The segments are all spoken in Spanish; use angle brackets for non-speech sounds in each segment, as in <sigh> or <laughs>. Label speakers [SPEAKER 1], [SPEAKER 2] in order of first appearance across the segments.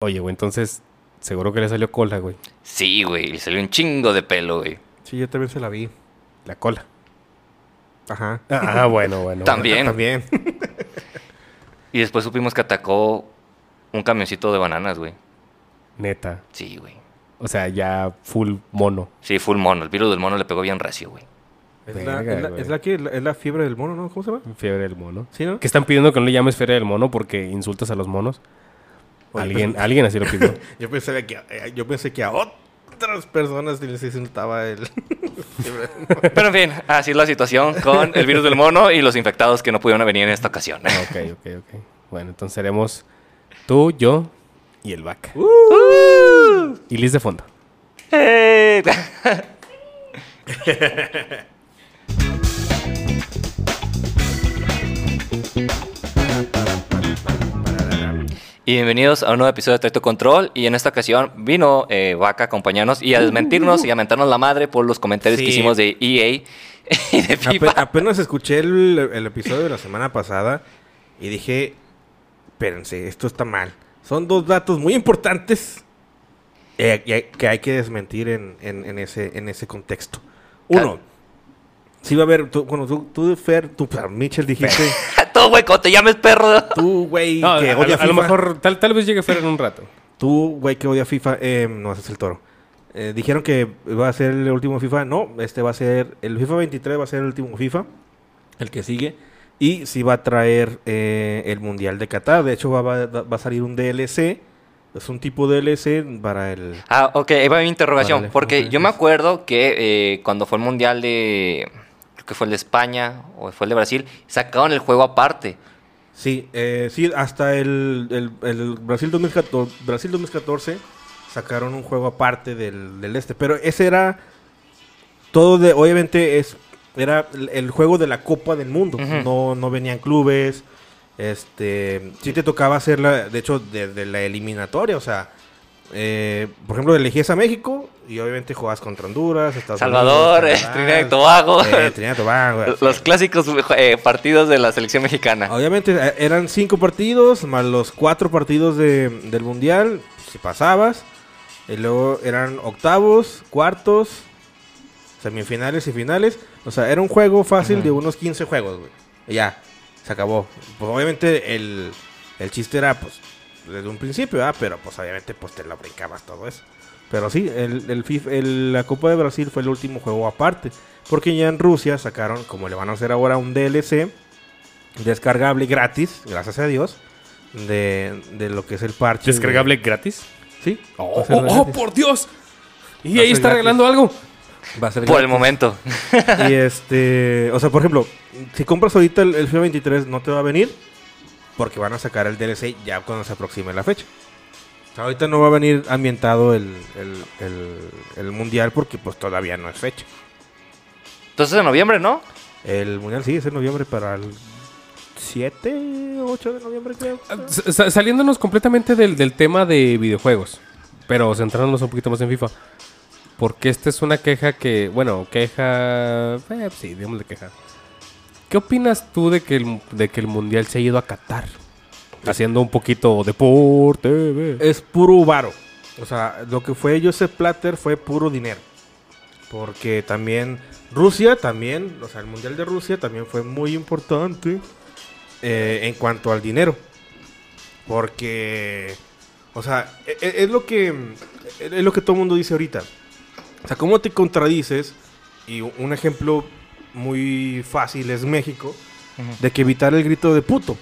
[SPEAKER 1] Oye, güey, entonces seguro que le salió cola, güey.
[SPEAKER 2] Sí, güey, le salió un chingo de pelo, güey.
[SPEAKER 3] Sí, yo también se la vi.
[SPEAKER 1] La cola.
[SPEAKER 3] Ajá.
[SPEAKER 1] Ah, <laughs> bueno, bueno.
[SPEAKER 2] También.
[SPEAKER 3] También.
[SPEAKER 2] <laughs> Y después supimos que atacó un camioncito de bananas, güey.
[SPEAKER 1] Neta.
[SPEAKER 2] Sí, güey.
[SPEAKER 1] O sea, ya full mono.
[SPEAKER 2] Sí, fue el mono. El virus del mono le pegó bien recio, güey.
[SPEAKER 3] Es la,
[SPEAKER 1] Verga,
[SPEAKER 3] es la-
[SPEAKER 1] güey.
[SPEAKER 3] es la que, la- es la fiebre del mono, ¿no? ¿Cómo se llama?
[SPEAKER 1] Fiebre del mono.
[SPEAKER 3] Sí, ¿no?
[SPEAKER 1] Que están pidiendo que no le llames fiebre del mono porque insultas a los monos.
[SPEAKER 3] Oye,
[SPEAKER 1] alguien, alguien así lo <laughs> pidió.
[SPEAKER 3] Yo pensé que, eh, yo pensé que a otras personas les insultaba el... <laughs> fiebre del mono.
[SPEAKER 2] Pero en fin, así es la situación con el virus del mono y los infectados que no pudieron venir en esta ocasión.
[SPEAKER 1] Ah, ok, ok, ok. Bueno, entonces seremos tú, yo y el vaca.
[SPEAKER 3] Uh.
[SPEAKER 1] Y Liz de fondo.
[SPEAKER 2] <laughs> Eh. Y bienvenidos a un nuevo episodio de Trato Control. Y en esta ocasión vino eh, Vaca a acompañarnos y a desmentirnos y a mentarnos la madre por los comentarios que
[SPEAKER 3] Sí.
[SPEAKER 2] hicimos de EA <laughs> y de
[SPEAKER 3] Ape-
[SPEAKER 2] FIFA.
[SPEAKER 3] apenas escuché el, el episodio de la semana pasada y dije, espérense, esto está mal. Son dos datos muy importantes eh, y hay- que hay que desmentir en, en- en ese, en ese contexto. Uno, sí va a haber, tú, bueno, tú, tú, Fer, tú, perdón, Mitchell, dijiste,
[SPEAKER 2] Todo hueco, te llames perro.
[SPEAKER 3] tú, güey,
[SPEAKER 1] No,
[SPEAKER 3] que
[SPEAKER 1] a,
[SPEAKER 3] odia
[SPEAKER 1] a lo
[SPEAKER 3] FIFA,
[SPEAKER 1] mejor, tal, tal vez llegue fuera en un rato.
[SPEAKER 3] tú, güey, que odia FIFA, eh, no haces el toro. Eh, dijeron que va a ser el último FIFA. No, este va a ser. El FIFA 23 va a ser el último FIFA.
[SPEAKER 1] El que sigue.
[SPEAKER 3] Y sí va a traer eh, el Mundial de Qatar. De hecho, va, va- va a salir un DLC. Es un tipo DLC para el...
[SPEAKER 2] Ah, ok, ahí va mi interrogación.
[SPEAKER 3] Órale,
[SPEAKER 2] porque
[SPEAKER 3] ok,
[SPEAKER 2] yo me acuerdo que eh, cuando fue el mundial de. Creo que fue el de España o fue el de Brasil, sacaron el juego aparte.
[SPEAKER 3] Sí, eh, sí hasta el, el- el Brasil, 2014, Brasil 2014 sacaron un juego aparte del, del este. Pero ese era todo de... Obviamente es, era el, el juego de la Copa del Mundo.
[SPEAKER 2] Ujú.
[SPEAKER 3] no, no venían clubes. Este, sí te tocaba hacerla, de hecho, desde la eliminatoria. O sea, eh, por ejemplo, elegías a México y obviamente jugabas contra Honduras, Estados
[SPEAKER 2] Salvador,
[SPEAKER 3] Unidos,
[SPEAKER 2] eh,
[SPEAKER 3] Canadá,
[SPEAKER 2] Trinidad y Tobago.
[SPEAKER 3] eh,
[SPEAKER 2] <laughs>
[SPEAKER 3] Trinidad y Tobago.
[SPEAKER 2] Los clásicos eh, partidos de la selección mexicana.
[SPEAKER 3] Obviamente eh, eran cinco partidos más los cuatro partidos de- del mundial, si pasabas. Y luego eran octavos, cuartos, semifinales y finales. O sea, era un juego fácil de unos 15 juegos, güey. Y ya, se acabó. Pues obviamente el, el chiste era, pues, desde un principio, ¿verdad? Pero pues obviamente pues te lo brincabas todo eso. Pero sí, el, el FIF el- la Copa de Brasil fue el último juego aparte. Porque ya en Rusia sacaron, como le van a hacer ahora, un DLC descargable gratis, gracias a Dios, de, de lo que es el parche. de-
[SPEAKER 1] Descargable gratis.
[SPEAKER 3] Sí.
[SPEAKER 1] Oh,
[SPEAKER 3] va a ser
[SPEAKER 1] oh, oh,
[SPEAKER 3] gratis.
[SPEAKER 1] por Dios. Y
[SPEAKER 3] Va a
[SPEAKER 1] ahí
[SPEAKER 3] ser
[SPEAKER 1] está
[SPEAKER 3] gratis.
[SPEAKER 1] arreglando algo. oh.
[SPEAKER 3] Va a ser
[SPEAKER 2] Por el
[SPEAKER 3] gratis.
[SPEAKER 2] momento.
[SPEAKER 3] Y este, o sea, por ejemplo, si compras ahorita el, el FIFA 23 no te va a venir porque van a sacar el DLC ya cuando se aproxime la fecha. O sea, ahorita no va a venir ambientado el, el, el- el mundial porque pues todavía no es fecha.
[SPEAKER 2] Entonces en noviembre, ¿no?
[SPEAKER 3] El mundial sí es en noviembre para el 7, 8 de noviembre creo.
[SPEAKER 1] Sa- sa- Saliéndonos completamente del, del tema de videojuegos, pero centrándonos un poquito más en FIFA. Porque esta es una queja que, bueno, queja... eh, sí, digámosle queja. ¿Qué opinas tú de que, el, de que el Mundial se ha ido a Qatar? Haciendo un poquito deporte. ve.
[SPEAKER 3] es puro varo. O sea, lo que fue Joseph Platter fue puro dinero. Porque también Rusia, también, o sea, el Mundial de Rusia también fue muy importante eh, en cuanto al dinero. Porque, o sea, e- e- es, lo que es lo que todo el mundo dice ahorita. O sea, ¿cómo te contradices? Y u- un ejemplo muy fácil es México, de que evitar el grito de puto.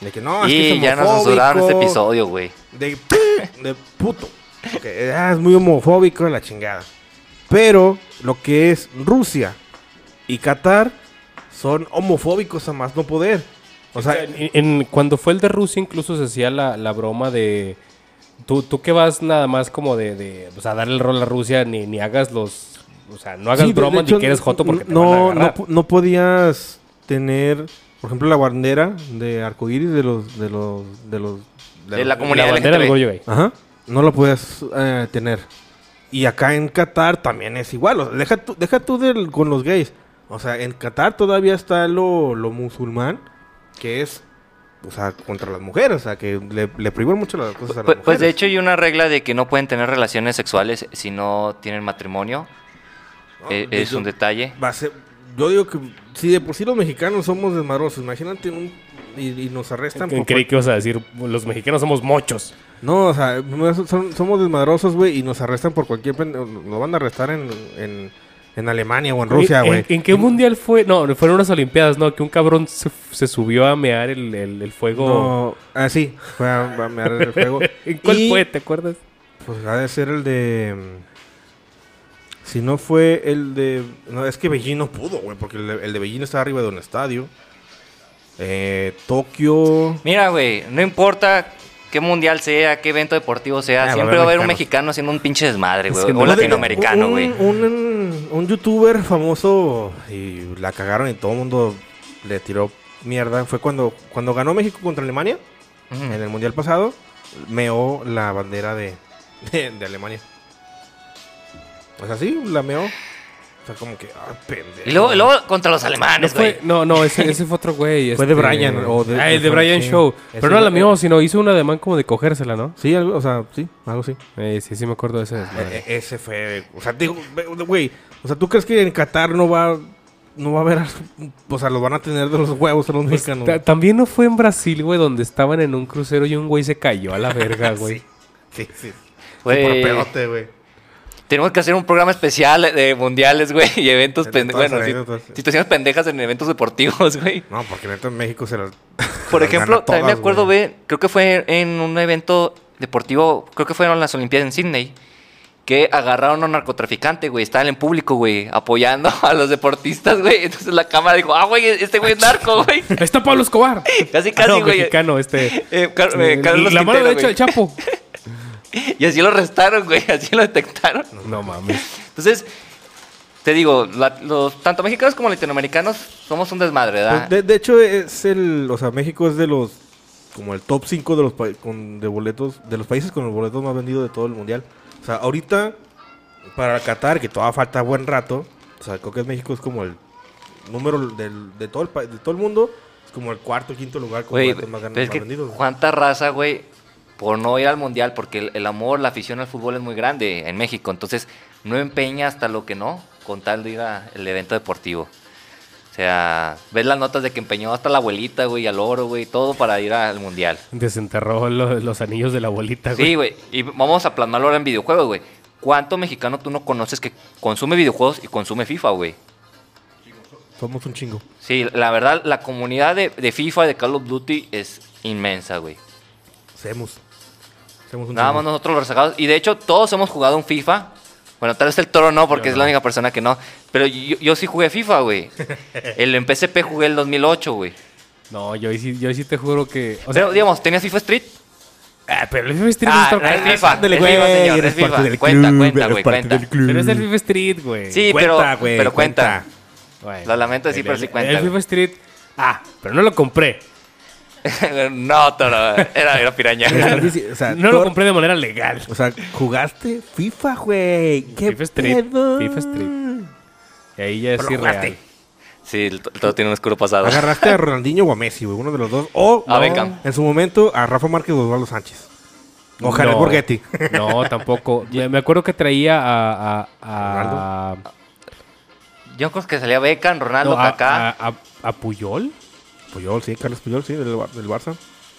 [SPEAKER 3] De que no, es que
[SPEAKER 2] y
[SPEAKER 3] es
[SPEAKER 2] ya nos censuraron este
[SPEAKER 3] homofóbico,
[SPEAKER 2] episodio, güey.
[SPEAKER 3] de, de puto. Que, ah, es muy homofóbico en la chingada. Pero lo que es Rusia y Qatar son homofóbicos a más no poder. O sea,
[SPEAKER 1] En- en- cuando fue el de Rusia incluso se hacía la, la broma de... Tú, tú que vas nada más como de... de o sea, darle el rol a Rusia, ni, ni hagas los... O sea, no hagas
[SPEAKER 3] sí, de- de
[SPEAKER 1] bromas
[SPEAKER 3] hecho,
[SPEAKER 1] ni que eres joto porque te
[SPEAKER 3] no,
[SPEAKER 1] van a agarrar.
[SPEAKER 3] no, po- no podías tener, por ejemplo, la bandera de arcoíris de los de los de los
[SPEAKER 2] De la comunidad
[SPEAKER 1] la bandera del
[SPEAKER 2] LGTB.
[SPEAKER 1] orgullo gay.
[SPEAKER 3] Ajá. No lo puedes eh, tener. Y acá en Qatar también es igual. o sea, deja tú, deja tú del, con los gays. O sea, en Qatar todavía está lo, lo musulmán, que es o sea, contra las mujeres, o sea, que le, le prohíben mucho las cosas a las
[SPEAKER 4] Pues, pues,
[SPEAKER 3] mujeres.
[SPEAKER 4] de hecho hay una regla de que no pueden tener relaciones sexuales si no tienen matrimonio.
[SPEAKER 3] No,
[SPEAKER 4] Eh,
[SPEAKER 3] de
[SPEAKER 4] es
[SPEAKER 3] hecho,
[SPEAKER 4] un detalle.
[SPEAKER 3] Va a ser- yo digo que si de por sí los mexicanos somos desmadrosos, imagínate un- y, y nos arrestan. por
[SPEAKER 1] Creí que ibas a decir, los mexicanos somos mochos.
[SPEAKER 3] cual- No, o sea, no, son- somos desmadrosos, güey, y nos arrestan por cualquier... pen- Lo van a arrestar en, en, en Alemania o en Rusia,
[SPEAKER 1] ¿En-
[SPEAKER 3] güey.
[SPEAKER 1] ¿En, en qué mundial fue? No, fueron unas olimpiadas, ¿no? Que un cabrón se, se subió a mear el, el- el fuego.
[SPEAKER 3] No, ah, sí, fue a, a mear en <laughs> el fuego.
[SPEAKER 1] ¿En cuál
[SPEAKER 3] Y,
[SPEAKER 1] fue? ¿Te acuerdas?
[SPEAKER 3] Pues ha de ser el de... mm, Si no fue el de... No, es que Beijing no pudo, güey, porque el de, el de Beijing está arriba de un estadio. Eh, Tokio...
[SPEAKER 4] Mira, güey, no importa qué mundial sea, qué evento deportivo sea,
[SPEAKER 3] Ah, va a
[SPEAKER 4] siempre
[SPEAKER 3] haber
[SPEAKER 4] va a haber un
[SPEAKER 3] mexicanos.
[SPEAKER 4] mexicano haciendo un pinche desmadre, güey.
[SPEAKER 1] Haciendo
[SPEAKER 4] O
[SPEAKER 1] desmadre.
[SPEAKER 4] latinoamericano,
[SPEAKER 3] Un-
[SPEAKER 4] güey.
[SPEAKER 3] Un, un youtuber famoso y la cagaron y todo el mundo le tiró mierda. Fue cuando, cuando ganó México contra Alemania
[SPEAKER 4] Ujú.
[SPEAKER 3] Mm, en el mundial pasado. Meó la bandera de, de, de Alemania. Pues así, la meó. O sea, como que, ah, pendejo.
[SPEAKER 4] Y luego, y luego contra los
[SPEAKER 1] No,
[SPEAKER 4] alemanes,
[SPEAKER 1] fue,
[SPEAKER 4] güey.
[SPEAKER 1] no, no, ese, ese fue otro güey.
[SPEAKER 3] Fue de Brian, o de-
[SPEAKER 1] ah, el de
[SPEAKER 3] de-
[SPEAKER 1] Brian
[SPEAKER 3] sí.
[SPEAKER 1] Show.
[SPEAKER 3] Ese
[SPEAKER 1] Pero no la
[SPEAKER 3] güey-
[SPEAKER 1] mío, sino hizo un ademán como de cogérsela, ¿no?
[SPEAKER 3] Sí, algo, o sea, sí, algo sí.
[SPEAKER 1] Eh, sí, sí me acuerdo de ese desmadre.
[SPEAKER 3] E- e- ese fue, o sea, digo, ve- güey, o sea, ¿tú crees que en Qatar no va, no va a haber, o sea, los van a tener de los huevos a los
[SPEAKER 1] Pues,
[SPEAKER 3] mexicanos?
[SPEAKER 1] ta- también no fue en Brasil, güey, donde estaban en un crucero y un güey se cayó a la verga, güey.
[SPEAKER 3] Sí, sí.
[SPEAKER 4] Güey.
[SPEAKER 3] Por pedote, güey.
[SPEAKER 4] Tenemos que hacer un programa especial de mundiales, güey, y eventos
[SPEAKER 3] De
[SPEAKER 4] pendejos.
[SPEAKER 3] todas
[SPEAKER 4] Bueno,
[SPEAKER 3] las
[SPEAKER 4] si-
[SPEAKER 3] anécdotas.
[SPEAKER 4] situaciones pendejas en eventos deportivos, <laughs> güey.
[SPEAKER 3] No, porque neta en México se las. se
[SPEAKER 4] Por
[SPEAKER 3] las
[SPEAKER 4] ejemplo,
[SPEAKER 3] <laughs> gana
[SPEAKER 4] también me
[SPEAKER 3] todas,
[SPEAKER 4] acuerdo,
[SPEAKER 3] güey.
[SPEAKER 4] güey, creo que fue en un evento deportivo, creo que fueron las Olimpiadas en Sydney, que agarraron a un narcotraficante, güey, estaban en público, güey, apoyando <laughs> a los deportistas, güey. Entonces la cámara dijo, ah, güey, este güey es
[SPEAKER 3] <laughs>
[SPEAKER 4] narco, güey.
[SPEAKER 1] Ahí está Pablo Escobar.
[SPEAKER 4] Casi,
[SPEAKER 1] Ah, no,
[SPEAKER 4] casi, güey.
[SPEAKER 1] mexicano, este.
[SPEAKER 4] Eh, Car- eh, Carlos
[SPEAKER 1] la mano
[SPEAKER 4] Quintero,
[SPEAKER 1] derecha
[SPEAKER 4] güey.
[SPEAKER 1] del
[SPEAKER 4] <laughs>
[SPEAKER 1] Chapo.
[SPEAKER 4] Y así lo arrestaron, güey, <laughs> así lo detectaron.
[SPEAKER 1] No mames.
[SPEAKER 4] Entonces, te digo, la- los, tanto mexicanos como latinoamericanos somos un desmadre, ¿verdad?
[SPEAKER 3] Pues, De, de hecho, es el. O sea, México es de los. Como el top 5 de los pa- con, de boletos. De los países con los boletos más vendidos de todo el mundial. O sea, ahorita. Para Qatar, que todavía falta buen rato. O sea, creo que México es como el número del- de, todo el, pa- de todo el mundo. Es como el cuarto, quinto lugar con
[SPEAKER 4] Güey,
[SPEAKER 3] boletos más, gan-
[SPEAKER 4] pero es
[SPEAKER 3] más
[SPEAKER 4] que
[SPEAKER 3] vendidos. güey.
[SPEAKER 4] cuánta raza, güey, por no ir al mundial, porque el, el amor, la afición al fútbol es muy grande en México. Entonces, no empeña hasta lo que no, con tal de ir al evento deportivo. O sea, ves las notas de que empeñó hasta la abuelita, güey, al oro, güey, todo para ir al mundial.
[SPEAKER 1] Desenterró lo- los anillos de la
[SPEAKER 3] Ah,
[SPEAKER 1] abuelita, güey.
[SPEAKER 4] Sí, güey, y vamos a plasmarlo ahora en videojuegos, güey. ¿Cuánto mexicano tú no conoces que consume videojuegos y consume FIFA, güey?
[SPEAKER 3] Somos un chingo.
[SPEAKER 4] Sí, la verdad, la comunidad de, de FIFA, de Call of Duty, es inmensa, güey.
[SPEAKER 3] Semos. Semos un
[SPEAKER 4] Nada
[SPEAKER 3] chingo.
[SPEAKER 4] más nosotros los rezagados. Y de hecho, todos hemos jugado un FIFA. Bueno, tal vez el toro no, porque es la única persona que no. Pero yo, yo sí jugué
[SPEAKER 1] <laughs>
[SPEAKER 4] FIFA, güey. El en PSP jugué el 2008, güey.
[SPEAKER 1] No, yo ahí sí, yo ahí sí te juro que. O sea,
[SPEAKER 4] Pero, digamos, ¿tenías FIFA Street?
[SPEAKER 1] ah, pero el FIFA Street
[SPEAKER 4] Ah,
[SPEAKER 1] es otra
[SPEAKER 4] no, es
[SPEAKER 1] cosa.
[SPEAKER 4] FIFA.
[SPEAKER 3] Ándale,
[SPEAKER 4] es
[SPEAKER 3] güey,
[SPEAKER 4] FIFA, señor,
[SPEAKER 3] eres
[SPEAKER 4] es FIFA.
[SPEAKER 3] parte del
[SPEAKER 4] Cuenta,
[SPEAKER 3] club,
[SPEAKER 4] cuenta,
[SPEAKER 3] eres
[SPEAKER 4] güey,
[SPEAKER 3] parte
[SPEAKER 4] cuenta.
[SPEAKER 3] del club.
[SPEAKER 1] Pero es el FIFA Street, eh, güey.
[SPEAKER 4] Sí,
[SPEAKER 3] Cuenta,
[SPEAKER 4] pero,
[SPEAKER 3] güey,
[SPEAKER 4] pero cuenta.
[SPEAKER 3] cuenta.
[SPEAKER 1] Bueno,
[SPEAKER 4] Lo lamento decir,
[SPEAKER 1] el-
[SPEAKER 4] pero
[SPEAKER 1] el-
[SPEAKER 4] sí cuenta,
[SPEAKER 1] El
[SPEAKER 4] güey.
[SPEAKER 1] FIFA Street. Ah, pero no lo compré.
[SPEAKER 4] <laughs> no, toro. Era,
[SPEAKER 1] <laughs>
[SPEAKER 4] era piraña.
[SPEAKER 3] Me estás dici- o sea,
[SPEAKER 1] No lo
[SPEAKER 3] Thor-
[SPEAKER 1] compré de manera legal.
[SPEAKER 3] O sea, jugaste FIFA, güey. ¿Qué
[SPEAKER 1] FIFA Street,
[SPEAKER 3] pedo?
[SPEAKER 1] FIFA Street. Y ahí ya es
[SPEAKER 3] Pero
[SPEAKER 1] irreal.
[SPEAKER 3] jugaste.
[SPEAKER 4] Sí, el, to- el toro tiene un oscuro pasado.
[SPEAKER 3] Agarraste a Ronaldinho o a Messi, güey, uno de los dos. O
[SPEAKER 1] Ah,
[SPEAKER 4] A Beckham.
[SPEAKER 3] en su momento a Rafa Márquez o Osvaldo Sánchez. O Jared
[SPEAKER 1] No.
[SPEAKER 3] Borghetti.
[SPEAKER 4] <laughs>
[SPEAKER 1] No, tampoco. Me, me acuerdo que traía a. a, a-
[SPEAKER 4] Yo creo que salía Beckham, Ronaldo,
[SPEAKER 1] no, a-
[SPEAKER 4] Kaká.
[SPEAKER 1] a- a- a Puyol.
[SPEAKER 3] Puyol, sí, Carlos Puyol, sí, del, Bar- del Barça.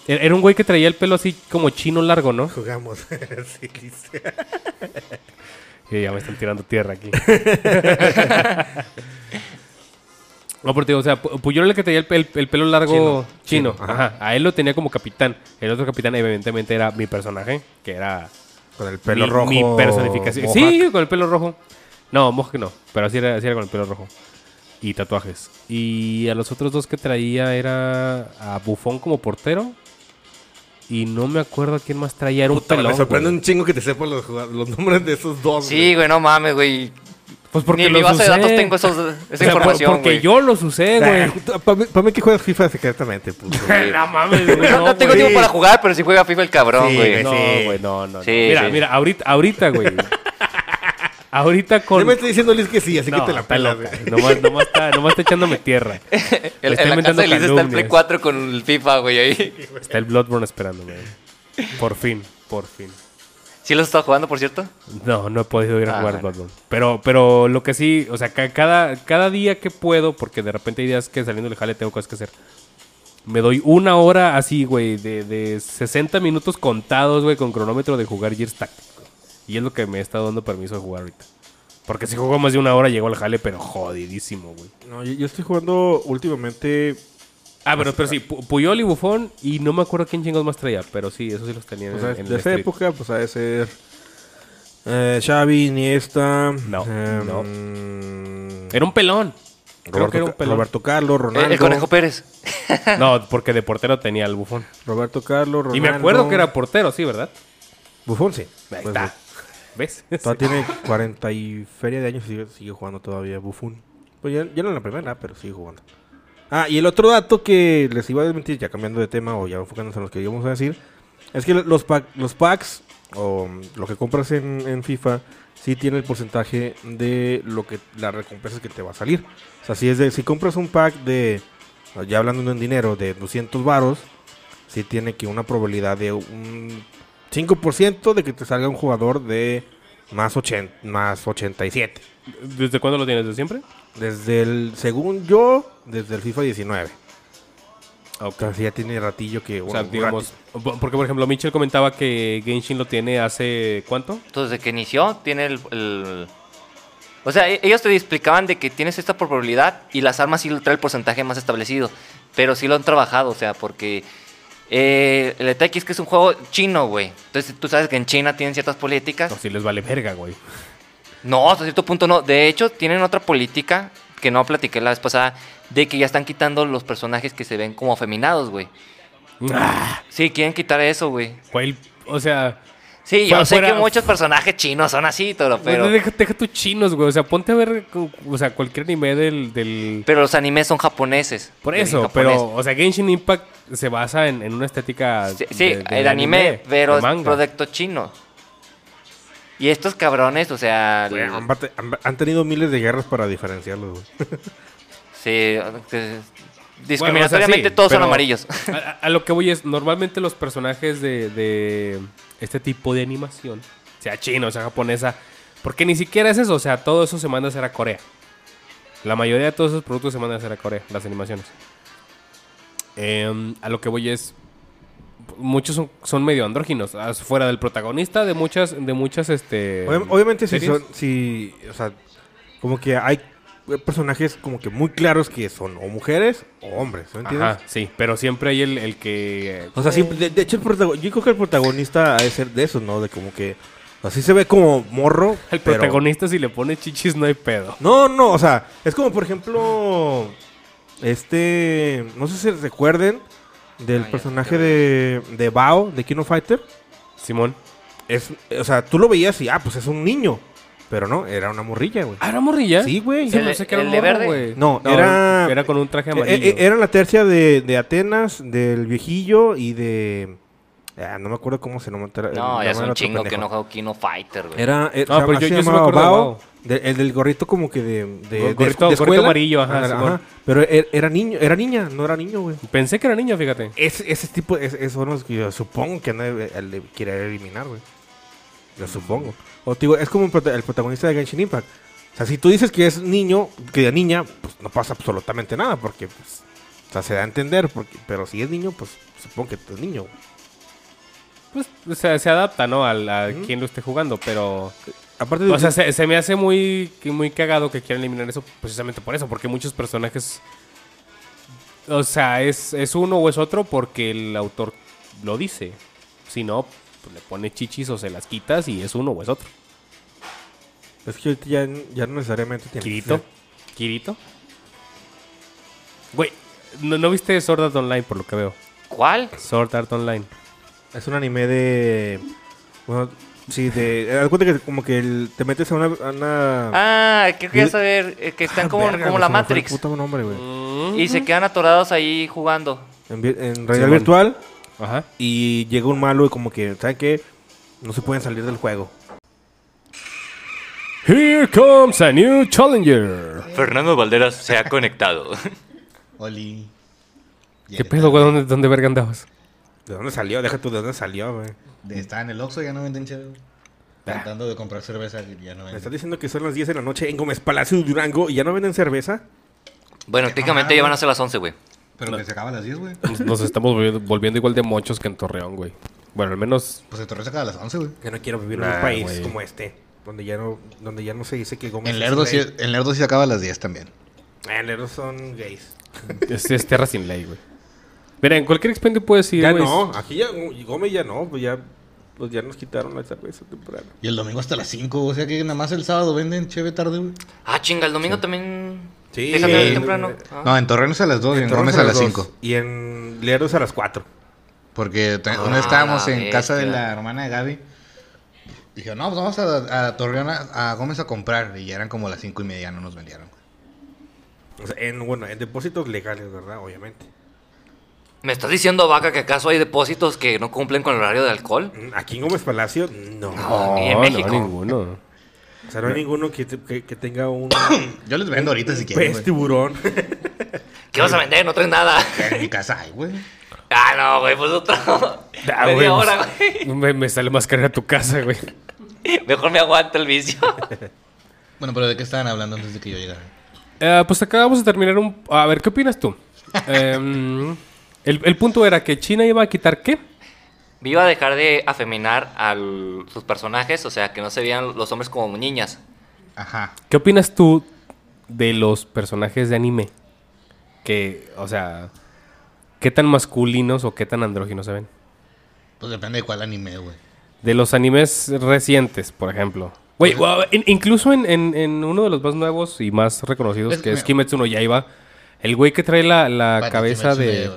[SPEAKER 1] E-, Era era un güey que traía el pelo así como chino largo, ¿no?
[SPEAKER 3] Jugamos. <laughs> sí, listo.
[SPEAKER 1] Y ya me están tirando tierra aquí. <laughs> no, porque, o sea, Pu- Puyol era el que traía el, pel- el pelo largo chino.
[SPEAKER 3] Chino, chino,
[SPEAKER 1] ajá.
[SPEAKER 3] ajá.
[SPEAKER 1] A él lo tenía como capitán. El otro capitán, evidentemente, era mi personaje, que era.
[SPEAKER 3] Con el pelo
[SPEAKER 1] mi,
[SPEAKER 3] rojo.
[SPEAKER 1] Mi personificación.
[SPEAKER 3] mohawk.
[SPEAKER 1] Sí, con el pelo rojo. No, Mohawk no. Pero así era, así era con el pelo rojo. Y tatuajes. Y a los otros dos que traía era a Bufón como portero. Y no me acuerdo a quién más traía. Era un
[SPEAKER 3] Puta,
[SPEAKER 1] pelón.
[SPEAKER 3] me sorprende
[SPEAKER 1] güey.
[SPEAKER 3] un chingo que te sepas los, jugad- los nombres de esos dos.
[SPEAKER 4] sí, güey, no mames, güey.
[SPEAKER 1] Pues
[SPEAKER 4] Ni
[SPEAKER 1] porque
[SPEAKER 4] en mi
[SPEAKER 1] los
[SPEAKER 4] base de
[SPEAKER 1] usé.
[SPEAKER 4] datos tengo esos-
[SPEAKER 1] O
[SPEAKER 4] esa
[SPEAKER 1] sea, por-
[SPEAKER 4] información,
[SPEAKER 1] Porque
[SPEAKER 4] güey.
[SPEAKER 1] yo los usé, güey.
[SPEAKER 3] Para Ah, mí que juegas FIFA
[SPEAKER 1] <laughs>
[SPEAKER 3] secretamente, puto.
[SPEAKER 1] No mames, güey,
[SPEAKER 4] No, tengo
[SPEAKER 1] güey.
[SPEAKER 4] tiempo para jugar, pero si juega FIFA el cabrón,
[SPEAKER 3] Sí,
[SPEAKER 4] güey.
[SPEAKER 3] güey.
[SPEAKER 1] No,
[SPEAKER 3] Sí.
[SPEAKER 1] güey, no, no. no.
[SPEAKER 4] Sí,
[SPEAKER 1] mira,
[SPEAKER 4] sí. <laughs>
[SPEAKER 1] mira, ahorita, ahorita, güey. Ahorita con.
[SPEAKER 3] Ya me está diciendo Liz que sí, así que te la
[SPEAKER 1] está
[SPEAKER 3] pelas,
[SPEAKER 1] loca.
[SPEAKER 3] güey.
[SPEAKER 1] Nomás, nomás está, nomás está echándome tierra.
[SPEAKER 4] <laughs>
[SPEAKER 1] está
[SPEAKER 4] El- en la casa
[SPEAKER 1] inventando
[SPEAKER 4] de Liz está el Play
[SPEAKER 1] calumnias.
[SPEAKER 4] 4 con el FIFA, güey, ahí.
[SPEAKER 1] Está el Bloodborne esperándome. Por fin, por fin.
[SPEAKER 4] <laughs> ¿Sí los está jugando, por cierto?
[SPEAKER 1] No, no he podido ir a
[SPEAKER 4] Ah,
[SPEAKER 1] jugar
[SPEAKER 4] bueno.
[SPEAKER 1] Bloodborne. Pero, pero lo que sí, o sea, ca- cada, cada día que puedo, porque de repente hay días que saliendo del jale tengo cosas que hacer. Me doy una hora así, güey, de, de 60 minutos contados, güey, con cronómetro de jugar Gears Tactics. güey. Y es lo que me está dando permiso de jugar ahorita. Porque si juego más de una hora llego al jale, pero jodidísimo, güey.
[SPEAKER 3] No, yo, yo estoy jugando últimamente.
[SPEAKER 1] Ah, pero, pero sí, Pu- Puyol y Bufón, y no me acuerdo quién chingos más traía, pero sí, esos sí los tenían
[SPEAKER 3] O
[SPEAKER 1] en-
[SPEAKER 3] sea,
[SPEAKER 1] en, el
[SPEAKER 3] de esa
[SPEAKER 1] street.
[SPEAKER 3] época, pues ha de ser. eh, Xavi, Iniesta.
[SPEAKER 1] No,
[SPEAKER 3] em,
[SPEAKER 1] no. Era un pelón. Creo que era un
[SPEAKER 3] Roberto, Ca-
[SPEAKER 1] pelón.
[SPEAKER 3] Roberto Carlos,
[SPEAKER 4] Eh, El,
[SPEAKER 3] Ronaldo.
[SPEAKER 4] el Conejo Pérez.
[SPEAKER 1] No, porque de portero tenía al Bufón.
[SPEAKER 3] Roberto Carlos, Ronaldo.
[SPEAKER 1] Y me acuerdo que era portero, sí, ¿verdad?
[SPEAKER 3] Bufón, sí.
[SPEAKER 1] Ahí
[SPEAKER 3] Pues,
[SPEAKER 1] está.
[SPEAKER 4] <laughs>
[SPEAKER 1] ¿Ves? <laughs>
[SPEAKER 3] Todavía tiene 40 y feria de años y sigue, sigue jugando todavía Buffon. Pues ya, ya no en la primera, pero sigue jugando. Ah, y el otro dato que les iba a desmentir, ya cambiando de tema o ya enfocándonos en los que íbamos a decir, es que los, pack- los packs o mm, lo que compras en, en FIFA sí tiene el porcentaje de lo que las recompensas que te va a salir. O sea, si, es de, si compras un pack de, ya hablando en dinero, de 200 varos, sí tiene que una probabilidad de un 5% de que te salga un jugador de más, 80, más 87.
[SPEAKER 1] ¿Desde cuándo lo tienes? ¿De siempre?
[SPEAKER 3] Desde el, según yo, desde el FIFA 19.
[SPEAKER 1] Ok.
[SPEAKER 3] Entonces ya tiene ratillo que...
[SPEAKER 1] O sea,
[SPEAKER 3] bueno,
[SPEAKER 1] digamos, po- porque por ejemplo, Mitchell comentaba que Genshin lo tiene hace ¿cuánto?
[SPEAKER 4] Entonces, desde que inició, tiene el, el- O sea, e- ellos te explicaban de que tienes esta probabilidad y las armas sí lo trae el porcentaje más establecido. Pero sí lo han trabajado, o sea, porque... eh, el detalle aquí es que es un juego chino, güey. Entonces, tú sabes que en China tienen ciertas políticas.
[SPEAKER 1] No, si les vale verga, güey. <laughs>
[SPEAKER 4] No, hasta cierto punto no. De hecho, tienen otra política que no platiqué la vez pasada, de que ya están quitando los personajes que se ven como afeminados, güey.
[SPEAKER 1] Ah,
[SPEAKER 4] Sí, quieren quitar eso, güey.
[SPEAKER 1] güey, o sea,
[SPEAKER 4] Sí,
[SPEAKER 1] Fuera-
[SPEAKER 4] yo
[SPEAKER 1] Pues,
[SPEAKER 4] sé que
[SPEAKER 1] fuera-
[SPEAKER 4] muchos personajes chinos son así, todo, pero,
[SPEAKER 1] deja, deja tus chinos, güey. O sea, ponte a ver, cu- o sea, cualquier anime del... del...
[SPEAKER 4] pero los animes son japoneses.
[SPEAKER 1] Por
[SPEAKER 4] de
[SPEAKER 1] eso,
[SPEAKER 4] japonés.
[SPEAKER 1] pero, o sea, Genshin Impact se basa en, en una estética.
[SPEAKER 4] Sí,
[SPEAKER 1] de-
[SPEAKER 4] sí,
[SPEAKER 1] del
[SPEAKER 4] el anime, pero
[SPEAKER 1] de
[SPEAKER 4] es
[SPEAKER 1] manga.
[SPEAKER 4] producto chino. Y estos cabrones, o sea...
[SPEAKER 3] Güey,
[SPEAKER 4] el-
[SPEAKER 3] han, bate- han- han tenido miles de guerras para diferenciarlos. güey.
[SPEAKER 4] sí, que-
[SPEAKER 1] Bueno, o sea,
[SPEAKER 4] discriminatoriamente
[SPEAKER 1] sí,
[SPEAKER 4] todos son
[SPEAKER 1] pero
[SPEAKER 4] amarillos.
[SPEAKER 1] A, a- a lo que voy es, normalmente los personajes de, de este tipo de animación, sea chino, sea japonesa, porque ni siquiera es eso, o sea, todo eso se manda a hacer a Corea. La mayoría de todos esos productos se mandan a hacer a Corea, las animaciones. Em, a lo que voy es, muchos son, son medio andróginos, as- fuera del protagonista de muchas, de muchas, este...
[SPEAKER 3] Obvia- obviamente si
[SPEAKER 1] series.
[SPEAKER 3] son, si, o sea, como que hay personajes como que muy claros que son o mujeres o hombres, ¿no entiendes?
[SPEAKER 1] Ajá, sí, pero siempre hay el, el que...
[SPEAKER 3] O sea, sí, de, de hecho, el protago- yo creo que el protagonista ha de ser de esos, ¿no? De como que, así se ve como morro.
[SPEAKER 1] El
[SPEAKER 3] pero-
[SPEAKER 1] protagonista si le pone chichis no hay pedo.
[SPEAKER 3] No, no, o sea, es como por ejemplo, este, no sé si recuerden del
[SPEAKER 4] Ah, ya,
[SPEAKER 3] personaje de, de Bao, de Kino Fighter.
[SPEAKER 1] Simón.
[SPEAKER 3] Es, o sea, tú lo veías y, ah, pues es un niño. Pero no, era una morrilla, güey.
[SPEAKER 1] ¿Ah, era morrilla?
[SPEAKER 3] Sí, güey.
[SPEAKER 1] Sí,
[SPEAKER 4] El-
[SPEAKER 1] pensé que era
[SPEAKER 4] el
[SPEAKER 1] un
[SPEAKER 4] de
[SPEAKER 1] morro,
[SPEAKER 4] verde.
[SPEAKER 1] güey.
[SPEAKER 3] No, era-
[SPEAKER 1] Era con un traje amarillo.
[SPEAKER 3] Eh, eh, era la tercia de, de Atenas, del viejillo y de... Ah, no me acuerdo cómo se nombró.
[SPEAKER 4] <laughs> No, ya es un chingo que no
[SPEAKER 3] no
[SPEAKER 4] juego Kino Fighter, güey.
[SPEAKER 3] Era, eh,
[SPEAKER 1] No,
[SPEAKER 3] se-
[SPEAKER 1] Ah, pero yo- yo
[SPEAKER 3] así se
[SPEAKER 1] sí me
[SPEAKER 3] llamaba
[SPEAKER 1] acuerdo de
[SPEAKER 3] Bao,
[SPEAKER 1] Bao.
[SPEAKER 3] de- el del gorrito como que de... de- de-
[SPEAKER 1] Gorrito-
[SPEAKER 3] de
[SPEAKER 1] gorrito amarillo, ajá,
[SPEAKER 3] Ándale,
[SPEAKER 1] Simón.
[SPEAKER 3] Pero er- era niño, era niña, no era niño, güey.
[SPEAKER 1] Pensé que era niño, fíjate.
[SPEAKER 3] Es, ese tipo, es, esos son los que yo supongo que nadie eh, le quiere eliminar, güey. Yo supongo. O te digo, es como el prota- el protagonista de Genshin Impact. O sea, si tú dices que es niño, que de niña, pues no pasa absolutamente nada, porque pues, o sea, se da a entender, porque, pero si es niño, pues supongo que es niño. güey.
[SPEAKER 1] Pues o sea, se adapta, ¿no? Al- A, quien lo esté jugando, pero...
[SPEAKER 3] Aparte de
[SPEAKER 1] O sea, se, se me hace muy, que muy cagado que quieran eliminar eso precisamente por eso, porque muchos personajes... O sea, es, es uno o es otro porque el autor lo dice. Si no, pues, le pone chichis o se las quitas y es uno o es otro.
[SPEAKER 3] es que ahorita ya, ya no necesariamente tiene que
[SPEAKER 1] Kirito.
[SPEAKER 3] ser-
[SPEAKER 1] Kirito. Güey, ¿no, ¿no viste Sword Art Online por lo que veo?
[SPEAKER 4] ¿Cuál?
[SPEAKER 1] Sword Art Online.
[SPEAKER 3] Es un anime de... Bueno, sí, de... eh, Haz cuenta que como que el- te metes a una... a una-
[SPEAKER 4] Ah, creo que
[SPEAKER 3] Yo-
[SPEAKER 4] ya saber eh, que están
[SPEAKER 3] Ah,
[SPEAKER 4] como,
[SPEAKER 3] verga,
[SPEAKER 4] como
[SPEAKER 3] güey,
[SPEAKER 4] la
[SPEAKER 3] se me fue el
[SPEAKER 4] Matrix Mm.
[SPEAKER 3] puto nombre, güey.
[SPEAKER 4] y se quedan atorados ahí jugando.
[SPEAKER 3] En, vi- en realidad
[SPEAKER 1] Simón.
[SPEAKER 3] virtual
[SPEAKER 1] Ajá.
[SPEAKER 3] y llega un malo y como que, ¿saben qué? No se pueden salir del juego.
[SPEAKER 1] Here comes a new challenger.
[SPEAKER 4] Fernando Valderas se ha conectado.
[SPEAKER 5] Oli.
[SPEAKER 1] ¿Qué pedo, güey? ¿Dónde, dónde verga andabas?
[SPEAKER 3] ¿De dónde salió? Deja tú de dónde salió, güey.
[SPEAKER 5] De- Estaba en el Oxxo, ya no venden chévere. Tratando de comprar cerveza, ya no
[SPEAKER 3] Me estás
[SPEAKER 5] venden.
[SPEAKER 3] diciendo que son las 10 de la noche en Gómez Palacio Durango y ya no venden cerveza.
[SPEAKER 4] Bueno,
[SPEAKER 5] Qué
[SPEAKER 4] técnicamente
[SPEAKER 5] mamada.
[SPEAKER 4] ya van a ser las 11, güey.
[SPEAKER 5] Pero que se acaba a las 10, güey.
[SPEAKER 1] Nos, nos estamos volviendo, volviendo igual de mochos que en Torreón, güey. Bueno, al menos
[SPEAKER 5] Pues el Torre se acaba a las 11, güey.
[SPEAKER 3] Yo no quiero vivir en
[SPEAKER 1] Nah,
[SPEAKER 3] un país
[SPEAKER 1] güey.
[SPEAKER 3] como este, donde ya no, donde ya no se dice que Gómez
[SPEAKER 5] En
[SPEAKER 3] es
[SPEAKER 5] Lerdo, sí,
[SPEAKER 3] gay.
[SPEAKER 5] en Lerdo sí se acaba a las 10 también.
[SPEAKER 3] Ah, en Lerdo son gays.
[SPEAKER 1] es, es tierra sin ley, güey. Mira, en cualquier expendio puedes ir,
[SPEAKER 3] ya
[SPEAKER 1] güey.
[SPEAKER 3] no, aquí ya Gómez ya no, pues ya, pues ya nos quitaron la cerveza temprano.
[SPEAKER 5] Y el domingo hasta las 5, o sea que nada más el sábado venden chévere tarde, güey.
[SPEAKER 4] Ah, chinga, el domingo también.
[SPEAKER 3] Sí.
[SPEAKER 4] Déjame
[SPEAKER 3] Sí.
[SPEAKER 4] ver temprano. Ah.
[SPEAKER 5] No, en Torreón es a las 2 y en
[SPEAKER 3] Entonces,
[SPEAKER 5] Gómez a las
[SPEAKER 3] dos.
[SPEAKER 5] 5.
[SPEAKER 3] Y en Lerdo es a las 4.
[SPEAKER 5] Porque ta- una
[SPEAKER 4] Ah,
[SPEAKER 5] estábamos
[SPEAKER 4] la
[SPEAKER 5] en casa de
[SPEAKER 4] bestia.
[SPEAKER 5] la hermana de Gaby. Dije, no, pues vamos a, a Torreón, a, a Gómez a comprar. Y ya eran como las 5 y media, ya no nos vendieron.
[SPEAKER 3] O sea, en, bueno, en depósitos legales, ¿verdad? Obviamente.
[SPEAKER 4] ¿Me estás diciendo, vaca, que acaso hay depósitos que no cumplen con el horario de alcohol?
[SPEAKER 3] Mm, Aquí en Gómez Palacio, no.
[SPEAKER 1] No,
[SPEAKER 4] Y en México.
[SPEAKER 1] no, ninguno.
[SPEAKER 3] O sea, no hay ninguno que, te- que- que tenga
[SPEAKER 5] <coughs>
[SPEAKER 3] un
[SPEAKER 5] Yo les vendo ahorita si quieren.
[SPEAKER 3] pez
[SPEAKER 5] güey.
[SPEAKER 3] tiburón.
[SPEAKER 4] ¿Qué vas a vender? No traes nada. <laughs>
[SPEAKER 5] En mi casa hay, güey.
[SPEAKER 4] Ah, no, güey, pues otra.
[SPEAKER 1] Ah,
[SPEAKER 4] Media
[SPEAKER 1] güey,
[SPEAKER 4] hora, güey. <laughs>
[SPEAKER 1] pues, me, me sale más cara a tu casa, güey.
[SPEAKER 4] Mejor me aguanto el vicio. <laughs>
[SPEAKER 5] Bueno, pero ¿de qué estaban hablando antes de que yo llegara?
[SPEAKER 1] Eh, pues acabamos de terminar un... A ver, ¿qué opinas <laughs> tú? Em, el, el punto era que China iba a quitar qué?
[SPEAKER 4] Me iba a dejar de afeminar a sus personajes, o sea, que no se vean los hombres como niñas.
[SPEAKER 5] Ajá.
[SPEAKER 1] ¿Qué opinas tú de los personajes de anime? Que, o sea, ¿qué tan masculinos o qué tan andróginos se ven?
[SPEAKER 5] Pues depende de cuál anime, güey.
[SPEAKER 1] De los animes recientes, por ejemplo. Güey,
[SPEAKER 5] Pues,
[SPEAKER 1] guau, in- incluso en, en- en uno de los más nuevos y más reconocidos,
[SPEAKER 5] Es-
[SPEAKER 1] que es
[SPEAKER 5] mira.
[SPEAKER 1] Kimetsu no Yaiba, el güey que trae la, la
[SPEAKER 5] Pati,
[SPEAKER 1] cabeza
[SPEAKER 5] Kimetsu
[SPEAKER 1] de...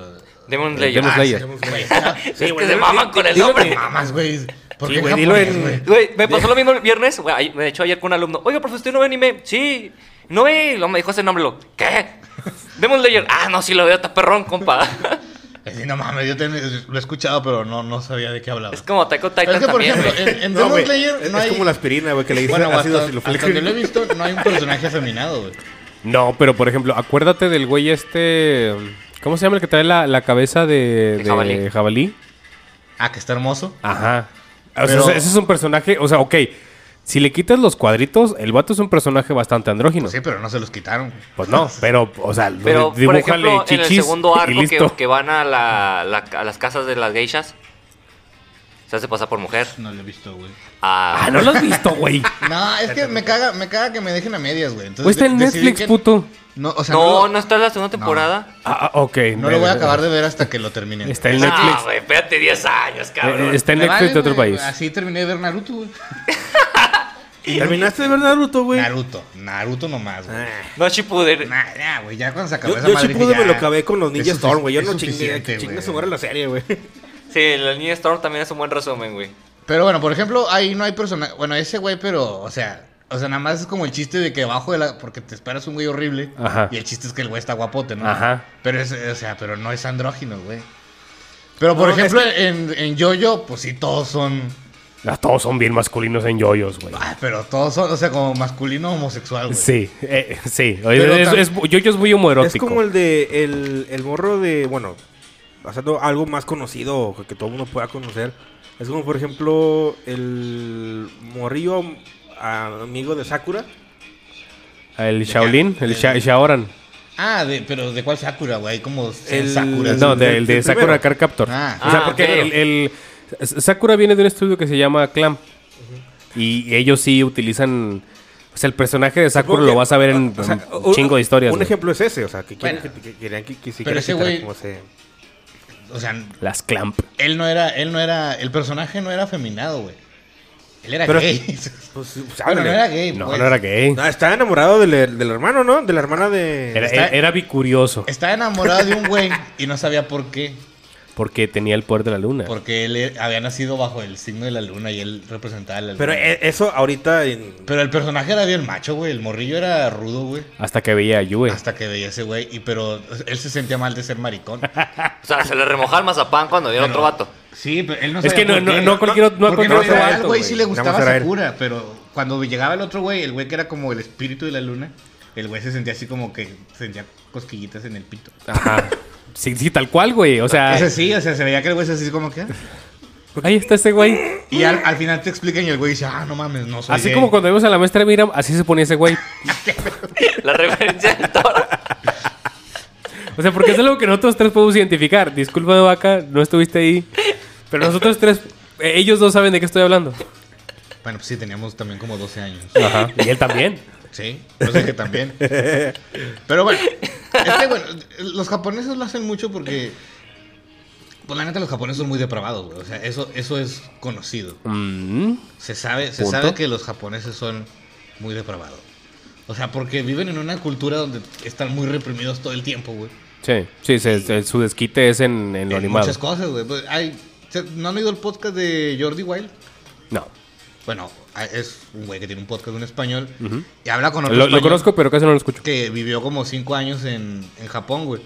[SPEAKER 4] Demon
[SPEAKER 1] de
[SPEAKER 4] Slayer.
[SPEAKER 1] Eh, Demon
[SPEAKER 4] Ah,
[SPEAKER 1] Slayer.
[SPEAKER 5] Güey, ya,
[SPEAKER 4] es que
[SPEAKER 3] güey,
[SPEAKER 4] se
[SPEAKER 3] di-
[SPEAKER 4] maman con el nombre.
[SPEAKER 5] Mamas, güey. ¿Por
[SPEAKER 1] Sí,
[SPEAKER 5] qué
[SPEAKER 1] güey,
[SPEAKER 5] en
[SPEAKER 1] dilo
[SPEAKER 5] japonés,
[SPEAKER 1] en-
[SPEAKER 5] güey?
[SPEAKER 4] Güey, me pasó lo mismo el viernes. güey, ay- De hecho, ayer con un alumno. Oiga, profe, ¿usted no ve anime? Sí. No ve. Y luego me dijo ese nombre. Lo, ¿Qué? Demon Slayer. Ah, no, sí lo veo. Está perrón, compa. <laughs>
[SPEAKER 5] Eh, Sí, no mames, yo también lo he escuchado, pero no, no sabía de qué hablaba.
[SPEAKER 4] es como Taco
[SPEAKER 5] Pero
[SPEAKER 4] Titan
[SPEAKER 5] es que, por
[SPEAKER 4] también,
[SPEAKER 5] ejemplo,
[SPEAKER 4] güey.
[SPEAKER 5] en, en
[SPEAKER 3] No,
[SPEAKER 5] Demon
[SPEAKER 3] güey,
[SPEAKER 5] Slayer
[SPEAKER 3] es,
[SPEAKER 5] <laughs> no
[SPEAKER 3] es
[SPEAKER 5] hay...
[SPEAKER 3] como la aspirina, güey, que le dicen
[SPEAKER 5] Bueno, hasta,
[SPEAKER 3] ácido
[SPEAKER 5] hasta donde
[SPEAKER 3] <laughs>
[SPEAKER 5] lo he
[SPEAKER 3] silofílico.
[SPEAKER 5] visto, no hay un personaje afeminado, güey.
[SPEAKER 1] No, pero por ejemplo, acuérdate del güey este... ¿Cómo se llama el que trae la, la cabeza de,
[SPEAKER 4] De
[SPEAKER 1] de
[SPEAKER 4] jabalí.
[SPEAKER 1] jabalí?
[SPEAKER 5] Ah, que está hermoso.
[SPEAKER 1] Ajá. O sea,
[SPEAKER 5] Pero-
[SPEAKER 1] ese- ese es un personaje, o sea, ok, si le quitas los cuadritos, el vato es un personaje bastante andrógino.
[SPEAKER 3] pues.
[SPEAKER 5] Sí, pero no se los quitaron.
[SPEAKER 1] Pues no, pero, o sea,
[SPEAKER 4] Pero, por
[SPEAKER 1] dibújale
[SPEAKER 4] ejemplo, en el
[SPEAKER 1] chichis
[SPEAKER 4] segundo
[SPEAKER 1] y
[SPEAKER 4] arco que,
[SPEAKER 1] listo.
[SPEAKER 4] que van a, la- la- a las casas de las geishas, se hace pasar por mujer.
[SPEAKER 5] No lo he visto, güey.
[SPEAKER 4] Ah,
[SPEAKER 1] Ah, no lo has visto, güey.
[SPEAKER 3] Ah,
[SPEAKER 5] No, es que me caga, me caga que me dejen a medias, güey. Entonces,
[SPEAKER 1] Pues está en
[SPEAKER 5] de- decidí
[SPEAKER 1] Netflix,
[SPEAKER 5] que-
[SPEAKER 1] puto.
[SPEAKER 5] No, o sea,
[SPEAKER 4] no,
[SPEAKER 5] no,
[SPEAKER 4] no está en la segunda temporada.
[SPEAKER 1] Ah, ah, ok.
[SPEAKER 5] lo- no lo voy a acabar de ver hasta que lo termine.
[SPEAKER 1] Está en
[SPEAKER 4] No,
[SPEAKER 1] Netflix.
[SPEAKER 4] Ah, güey, espérate 10 años,
[SPEAKER 1] Eh,
[SPEAKER 4] cabrón.
[SPEAKER 1] está en
[SPEAKER 5] Me
[SPEAKER 1] Netflix
[SPEAKER 5] vale,
[SPEAKER 1] de otro
[SPEAKER 5] güey.
[SPEAKER 1] país.
[SPEAKER 5] Así terminé de ver Naruto, güey.
[SPEAKER 3] ¿Terminaste de ver Naruto, güey?
[SPEAKER 5] Naruto, Naruto nomás, güey.
[SPEAKER 3] Ah.
[SPEAKER 4] No, Shippuden.
[SPEAKER 5] Nah, nah, güey, ya cuando se acabó
[SPEAKER 3] Yo,
[SPEAKER 5] esa
[SPEAKER 3] yo
[SPEAKER 5] madre
[SPEAKER 3] Shippuden
[SPEAKER 5] dije,
[SPEAKER 3] me lo
[SPEAKER 5] ya,
[SPEAKER 3] acabé con los
[SPEAKER 5] es
[SPEAKER 3] Ninja
[SPEAKER 5] sufici-
[SPEAKER 3] Storm, güey. Yo
[SPEAKER 5] es
[SPEAKER 3] no chingué.
[SPEAKER 5] suficiente,
[SPEAKER 3] que Chinga
[SPEAKER 5] güey.
[SPEAKER 3] su madre la serie, güey.
[SPEAKER 4] Sí, la niña Storm también es un buen resumen, güey.
[SPEAKER 5] Pero bueno, por ejemplo, ahí no hay personaje. Bueno, ese güey, pero, o sea, o sea, nada más es como el chiste de que abajo de la. Porque te esperas un güey horrible.
[SPEAKER 1] Ajá.
[SPEAKER 5] Y el chiste es que el güey está guapote, ¿no?
[SPEAKER 1] Ajá.
[SPEAKER 5] Pero es, o sea, pero no es andrógino, güey. Pero por
[SPEAKER 3] No, es
[SPEAKER 5] ejemplo, en, en Jojo, pues sí, todos son.
[SPEAKER 1] Ah, todos son bien masculinos en yoyos, güey.
[SPEAKER 5] ah, pero todos son, o sea, como masculino homosexual, güey.
[SPEAKER 1] Sí, eh, sí. Oye,
[SPEAKER 5] Pero
[SPEAKER 1] es-
[SPEAKER 5] tam-
[SPEAKER 1] es- yoyo es muy
[SPEAKER 3] Es
[SPEAKER 1] homoerótico.
[SPEAKER 3] como el de el, el morro de, bueno, pasando algo más conocido que todo el mundo pueda conocer. Es como por ejemplo el morrillo ah, amigo de Sakura.
[SPEAKER 1] El Shaolin, el Sha- Shaoran.
[SPEAKER 5] Ah, de, pero ¿de cuál Sakura, güey? Hay Como cien
[SPEAKER 3] El-
[SPEAKER 5] Sakura.
[SPEAKER 1] No,
[SPEAKER 3] del-
[SPEAKER 1] del de
[SPEAKER 3] del
[SPEAKER 1] Sakura
[SPEAKER 3] primero.
[SPEAKER 1] Card Captor.
[SPEAKER 5] Ah.
[SPEAKER 1] o sea,
[SPEAKER 4] Ah,
[SPEAKER 1] porque
[SPEAKER 4] ok.
[SPEAKER 1] el, el- S- Sakura viene de un estudio que se llama Clamp. Y ellos sí utilizan. O sea, el personaje de Sakura lo vas a ver en
[SPEAKER 3] O sea,
[SPEAKER 1] en un chingo de historias.
[SPEAKER 3] Un
[SPEAKER 1] güey.
[SPEAKER 3] ejemplo es ese, o sea, que quieren
[SPEAKER 5] Bueno.
[SPEAKER 3] que, que querían que, que si
[SPEAKER 5] Pero
[SPEAKER 3] querían
[SPEAKER 5] ese
[SPEAKER 3] quitar
[SPEAKER 5] güey-
[SPEAKER 3] como ese-
[SPEAKER 5] O sea,
[SPEAKER 1] Las Clamp.
[SPEAKER 5] él no era, él no era, el personaje no era afeminado, güey. Él era
[SPEAKER 3] Pero-
[SPEAKER 5] gay.
[SPEAKER 3] pues, pues,
[SPEAKER 5] <laughs> bueno,
[SPEAKER 3] ábrele.
[SPEAKER 5] no era gay,
[SPEAKER 1] No,
[SPEAKER 5] pues.
[SPEAKER 1] no era gay.
[SPEAKER 3] No, estaba enamorado del, del hermano, ¿no? De la hermana de...
[SPEAKER 1] Era,
[SPEAKER 5] Está-
[SPEAKER 1] era- era bicurioso.
[SPEAKER 5] Estaba enamorado de
[SPEAKER 1] <laughs>
[SPEAKER 5] un güey y no sabía por qué.
[SPEAKER 1] Porque tenía el poder de la luna.
[SPEAKER 5] Porque él eh, había nacido bajo el signo de la luna y él representaba a la luna.
[SPEAKER 3] Pero e- eso ahorita... en-
[SPEAKER 5] Pero el personaje era bien macho, güey. El morrillo era rudo, güey.
[SPEAKER 1] Hasta que veía a Yue.
[SPEAKER 5] Hasta que veía ese güey. Y pero él se sentía mal de
[SPEAKER 1] <laughs>
[SPEAKER 5] ser maricón.
[SPEAKER 4] O sea, se le remojó el mazapán cuando vio al otro vato.
[SPEAKER 5] Sí, pero él no
[SPEAKER 1] Es que no, no, no a cualquier, no a
[SPEAKER 5] Porque
[SPEAKER 1] cualquier
[SPEAKER 5] no
[SPEAKER 1] otro
[SPEAKER 5] era,
[SPEAKER 1] vato,
[SPEAKER 5] güey, sí le
[SPEAKER 3] Nada
[SPEAKER 5] gustaba
[SPEAKER 3] más era él.
[SPEAKER 5] Sakura, pero cuando llegaba el otro güey, el güey que era como el espíritu de la luna, el güey se sentía así como que sentía cosquillitas en el pito.
[SPEAKER 1] Ajá. Sí, sí, tal cual, güey. O sea,
[SPEAKER 5] Ese sí, o sea, se veía que el güey se hacía así como que.
[SPEAKER 1] ahí está ese güey.
[SPEAKER 5] Y al, al final te explican y el güey dice, ah, no mames, no soy.
[SPEAKER 1] Así
[SPEAKER 5] gay".
[SPEAKER 1] como cuando vimos a la maestra Mira, así se ponía ese güey.
[SPEAKER 2] <laughs> La referencia del toro.
[SPEAKER 1] O sea, porque es algo que nosotros tres podemos identificar. Disculpa de vaca, no estuviste ahí. Pero nosotros tres, eh, ellos dos saben de qué estoy hablando.
[SPEAKER 5] Bueno, pues sí, teníamos también como 12 años.
[SPEAKER 1] Ajá. Y él también.
[SPEAKER 5] Sí, yo sé que también. Pero bueno, es que, bueno, los japoneses lo hacen mucho porque. Pues la neta, los japoneses son muy depravados, güey. O sea, eso, eso es conocido.
[SPEAKER 1] Mm.
[SPEAKER 5] Se sabe, se
[SPEAKER 1] Punto.
[SPEAKER 5] sabe que los japoneses son muy depravados. O sea, porque viven en una cultura donde están muy reprimidos todo el tiempo, güey.
[SPEAKER 1] Sí, sí, se- se- su desquite es en, en lo
[SPEAKER 5] En
[SPEAKER 1] animado.
[SPEAKER 5] Muchas cosas, güey. Pues, hay- se- ¿No han oído el podcast de Jordi Wild?
[SPEAKER 1] No.
[SPEAKER 5] Bueno, a- es un güey que tiene un podcast de un español y habla con otro
[SPEAKER 1] Lo, lo
[SPEAKER 5] español
[SPEAKER 1] conozco, pero casi no lo escucho.
[SPEAKER 5] que vivió como cinco años en, en Japón, güey.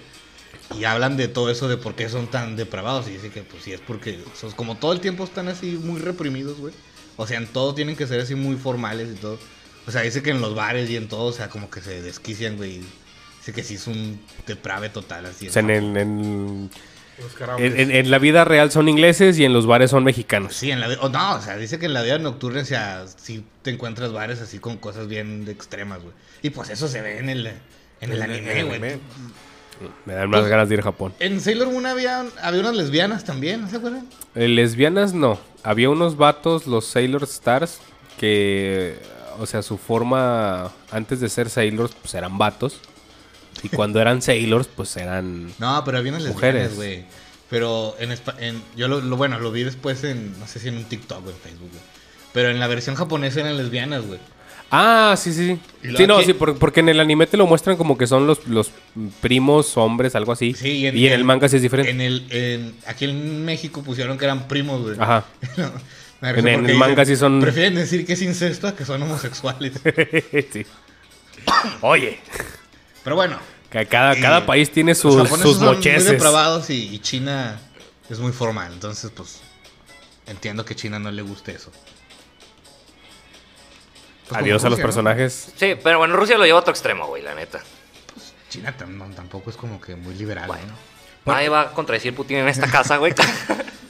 [SPEAKER 5] Y hablan de todo eso, de por qué son tan depravados. Y dice que, pues sí, es porque son, como todo el tiempo están así muy reprimidos, güey. O sea, en todo tienen que ser así muy formales y todo. O sea, dice que en los bares y en todo, o sea, como que se desquician, güey. y Dice que sí es un deprave total, así.
[SPEAKER 1] O
[SPEAKER 5] en
[SPEAKER 1] sea, en, el-
[SPEAKER 5] Japón.
[SPEAKER 1] en-
[SPEAKER 3] Los karaoke.
[SPEAKER 1] en- en- en la vida real son ingleses y en los bares son mexicanos.
[SPEAKER 5] Sí, en la vida. o no, o sea, dice que en la vida nocturna, o sea, sí te encuentras bares así con cosas bien extremas, güey. Y pues eso se ve en el, en el anime, güey.
[SPEAKER 1] Me dan más ganas de ir a Japón.
[SPEAKER 5] En Sailor Moon había, había unas lesbianas también, ¿no se acuerdan?
[SPEAKER 1] Eh, lesbianas no. Había unos vatos, los Sailor Stars, que, o sea, su forma antes de ser Sailors, pues eran vatos. Y cuando eran Sailors, pues eran...
[SPEAKER 5] No, pero había unas
[SPEAKER 1] Mujeres.
[SPEAKER 5] lesbianas, güey. Pero en, espa- en yo lo, lo- bueno, lo vi después en no sé si en un TikTok o en Facebook, güey. Pero en la versión japonesa eran lesbianas, güey.
[SPEAKER 1] Ah, sí, sí,
[SPEAKER 5] Y
[SPEAKER 1] sí.
[SPEAKER 5] luego
[SPEAKER 1] Sí, no,
[SPEAKER 5] aquí-
[SPEAKER 1] sí, por- porque en el anime te lo muestran como que son los, los primos hombres, algo así.
[SPEAKER 5] Sí,
[SPEAKER 1] y en, el manga sí es diferente.
[SPEAKER 5] En el en- aquí en México pusieron que eran primos, güey.
[SPEAKER 1] Ajá.
[SPEAKER 5] <laughs>
[SPEAKER 1] <laughs>
[SPEAKER 5] No, me da
[SPEAKER 1] En-
[SPEAKER 5] risa
[SPEAKER 1] en
[SPEAKER 5] porque
[SPEAKER 1] el manga
[SPEAKER 5] dicen,
[SPEAKER 1] sí son-
[SPEAKER 5] Prefieren decir que es incesto a que
[SPEAKER 1] <laughs>
[SPEAKER 5] son homosexuales.
[SPEAKER 1] Sí. Oye,
[SPEAKER 5] Pero bueno,
[SPEAKER 1] ca- cada,
[SPEAKER 5] Y
[SPEAKER 1] cada país tiene
[SPEAKER 5] los
[SPEAKER 1] sus,
[SPEAKER 5] japoneses
[SPEAKER 1] sus
[SPEAKER 5] son muy
[SPEAKER 1] mocheses.
[SPEAKER 5] depravados y, y China es muy formal. Entonces, pues, entiendo que China no le guste eso. Pues como
[SPEAKER 1] Adiós a los
[SPEAKER 5] Rusia, ¿no?
[SPEAKER 1] personajes.
[SPEAKER 2] Sí, pero bueno, Rusia lo lleva a otro extremo, güey, la neta.
[SPEAKER 5] China tam- no, tampoco es como que muy liberal,
[SPEAKER 2] Bueno.
[SPEAKER 5] ¿no?
[SPEAKER 2] Nadie va a contradecir Putin en esta casa, güey.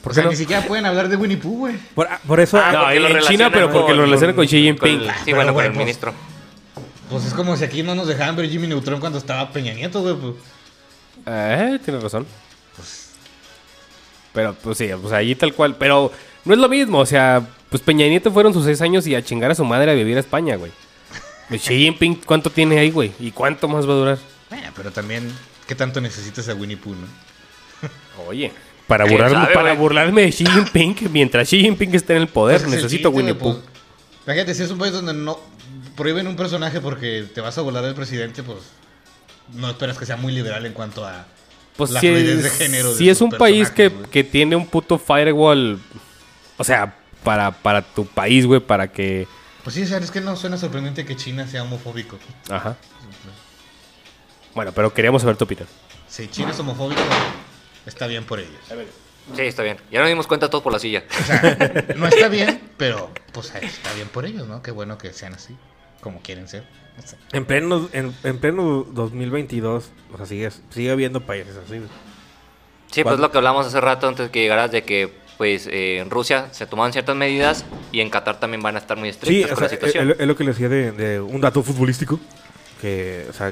[SPEAKER 5] O sea, ni siquiera pueden hablar de Winnie Pooh, güey.
[SPEAKER 3] Por, por eso.
[SPEAKER 2] Ah,
[SPEAKER 1] no,
[SPEAKER 2] porque
[SPEAKER 1] en
[SPEAKER 2] lo
[SPEAKER 1] en China,
[SPEAKER 2] relacionan
[SPEAKER 1] pero porque
[SPEAKER 2] con-
[SPEAKER 1] lo relacionan con
[SPEAKER 2] <laughs>
[SPEAKER 1] Xi
[SPEAKER 2] con
[SPEAKER 1] Jinping.
[SPEAKER 2] el- sí,
[SPEAKER 5] Pero
[SPEAKER 2] bueno, con
[SPEAKER 5] bueno,
[SPEAKER 2] el
[SPEAKER 5] pues-
[SPEAKER 2] ministro.
[SPEAKER 5] Pues es como si aquí no nos dejaban ver Jimmy Neutron cuando estaba Peña Nieto, güey. Pues.
[SPEAKER 1] Eh, tienes razón. Pero, pues sí, pues allí tal cual. Pero no es lo mismo, o sea, pues Peña Nieto fueron sus seis años y a chingar a su madre a vivir a España, güey. Pues Xi Jinping, ¿cuánto tiene ahí, güey? ¿Y cuánto más va a durar?
[SPEAKER 5] Bueno, pero también, ¿qué tanto necesitas a Winnie Pooh, no?
[SPEAKER 1] Oye. Para,
[SPEAKER 2] ¿Quién
[SPEAKER 1] burlarme,
[SPEAKER 2] sabe,
[SPEAKER 1] para
[SPEAKER 2] güey?
[SPEAKER 1] burlarme de Xi Jinping, mientras Xi Jinping esté en el poder,
[SPEAKER 5] Ese es Pues el
[SPEAKER 1] necesito
[SPEAKER 5] chiste,
[SPEAKER 1] Winnie
[SPEAKER 5] güey,
[SPEAKER 1] Pooh.
[SPEAKER 5] pues. Imagínate, si es un país donde no prohíben un personaje porque te vas a volar del presidente, pues no esperas que sea muy liberal en cuanto a
[SPEAKER 1] Pues
[SPEAKER 5] la
[SPEAKER 1] si
[SPEAKER 5] fluidez
[SPEAKER 1] es,
[SPEAKER 5] de género. de
[SPEAKER 1] si es
[SPEAKER 5] sus
[SPEAKER 1] un país que,
[SPEAKER 5] personajes, güey.
[SPEAKER 1] que tiene un puto firewall, o sea, para, para tu país, güey, para que...
[SPEAKER 5] Pues sí, o sea, es que no suena sorprendente que China sea homofóbico.
[SPEAKER 1] Ajá. Bueno, pero queríamos saber tu opinión.
[SPEAKER 5] Si China es homofóbico, está bien por ellos.
[SPEAKER 2] Sí, está bien. Ya nos dimos cuenta todos por la silla.
[SPEAKER 5] O sea, <laughs> no está bien, pero pues ahí está bien por ellos, ¿no? Qué bueno que sean así, como quieren ser. No sé.
[SPEAKER 3] En pleno, en, en pleno 2022, o sea, sigue, sigue habiendo países así. güey.
[SPEAKER 2] Sí, pues
[SPEAKER 3] ¿Cuándo?
[SPEAKER 2] lo que hablamos hace rato antes que llegaras de que pues eh, en Rusia se tomaron ciertas medidas y en Qatar también van a estar muy
[SPEAKER 3] Sí,
[SPEAKER 2] estrictas
[SPEAKER 3] o
[SPEAKER 2] con
[SPEAKER 3] sea,
[SPEAKER 2] la situación. <laughs>
[SPEAKER 3] es, es lo que les decía de, de un dato futbolístico. Que, o sea,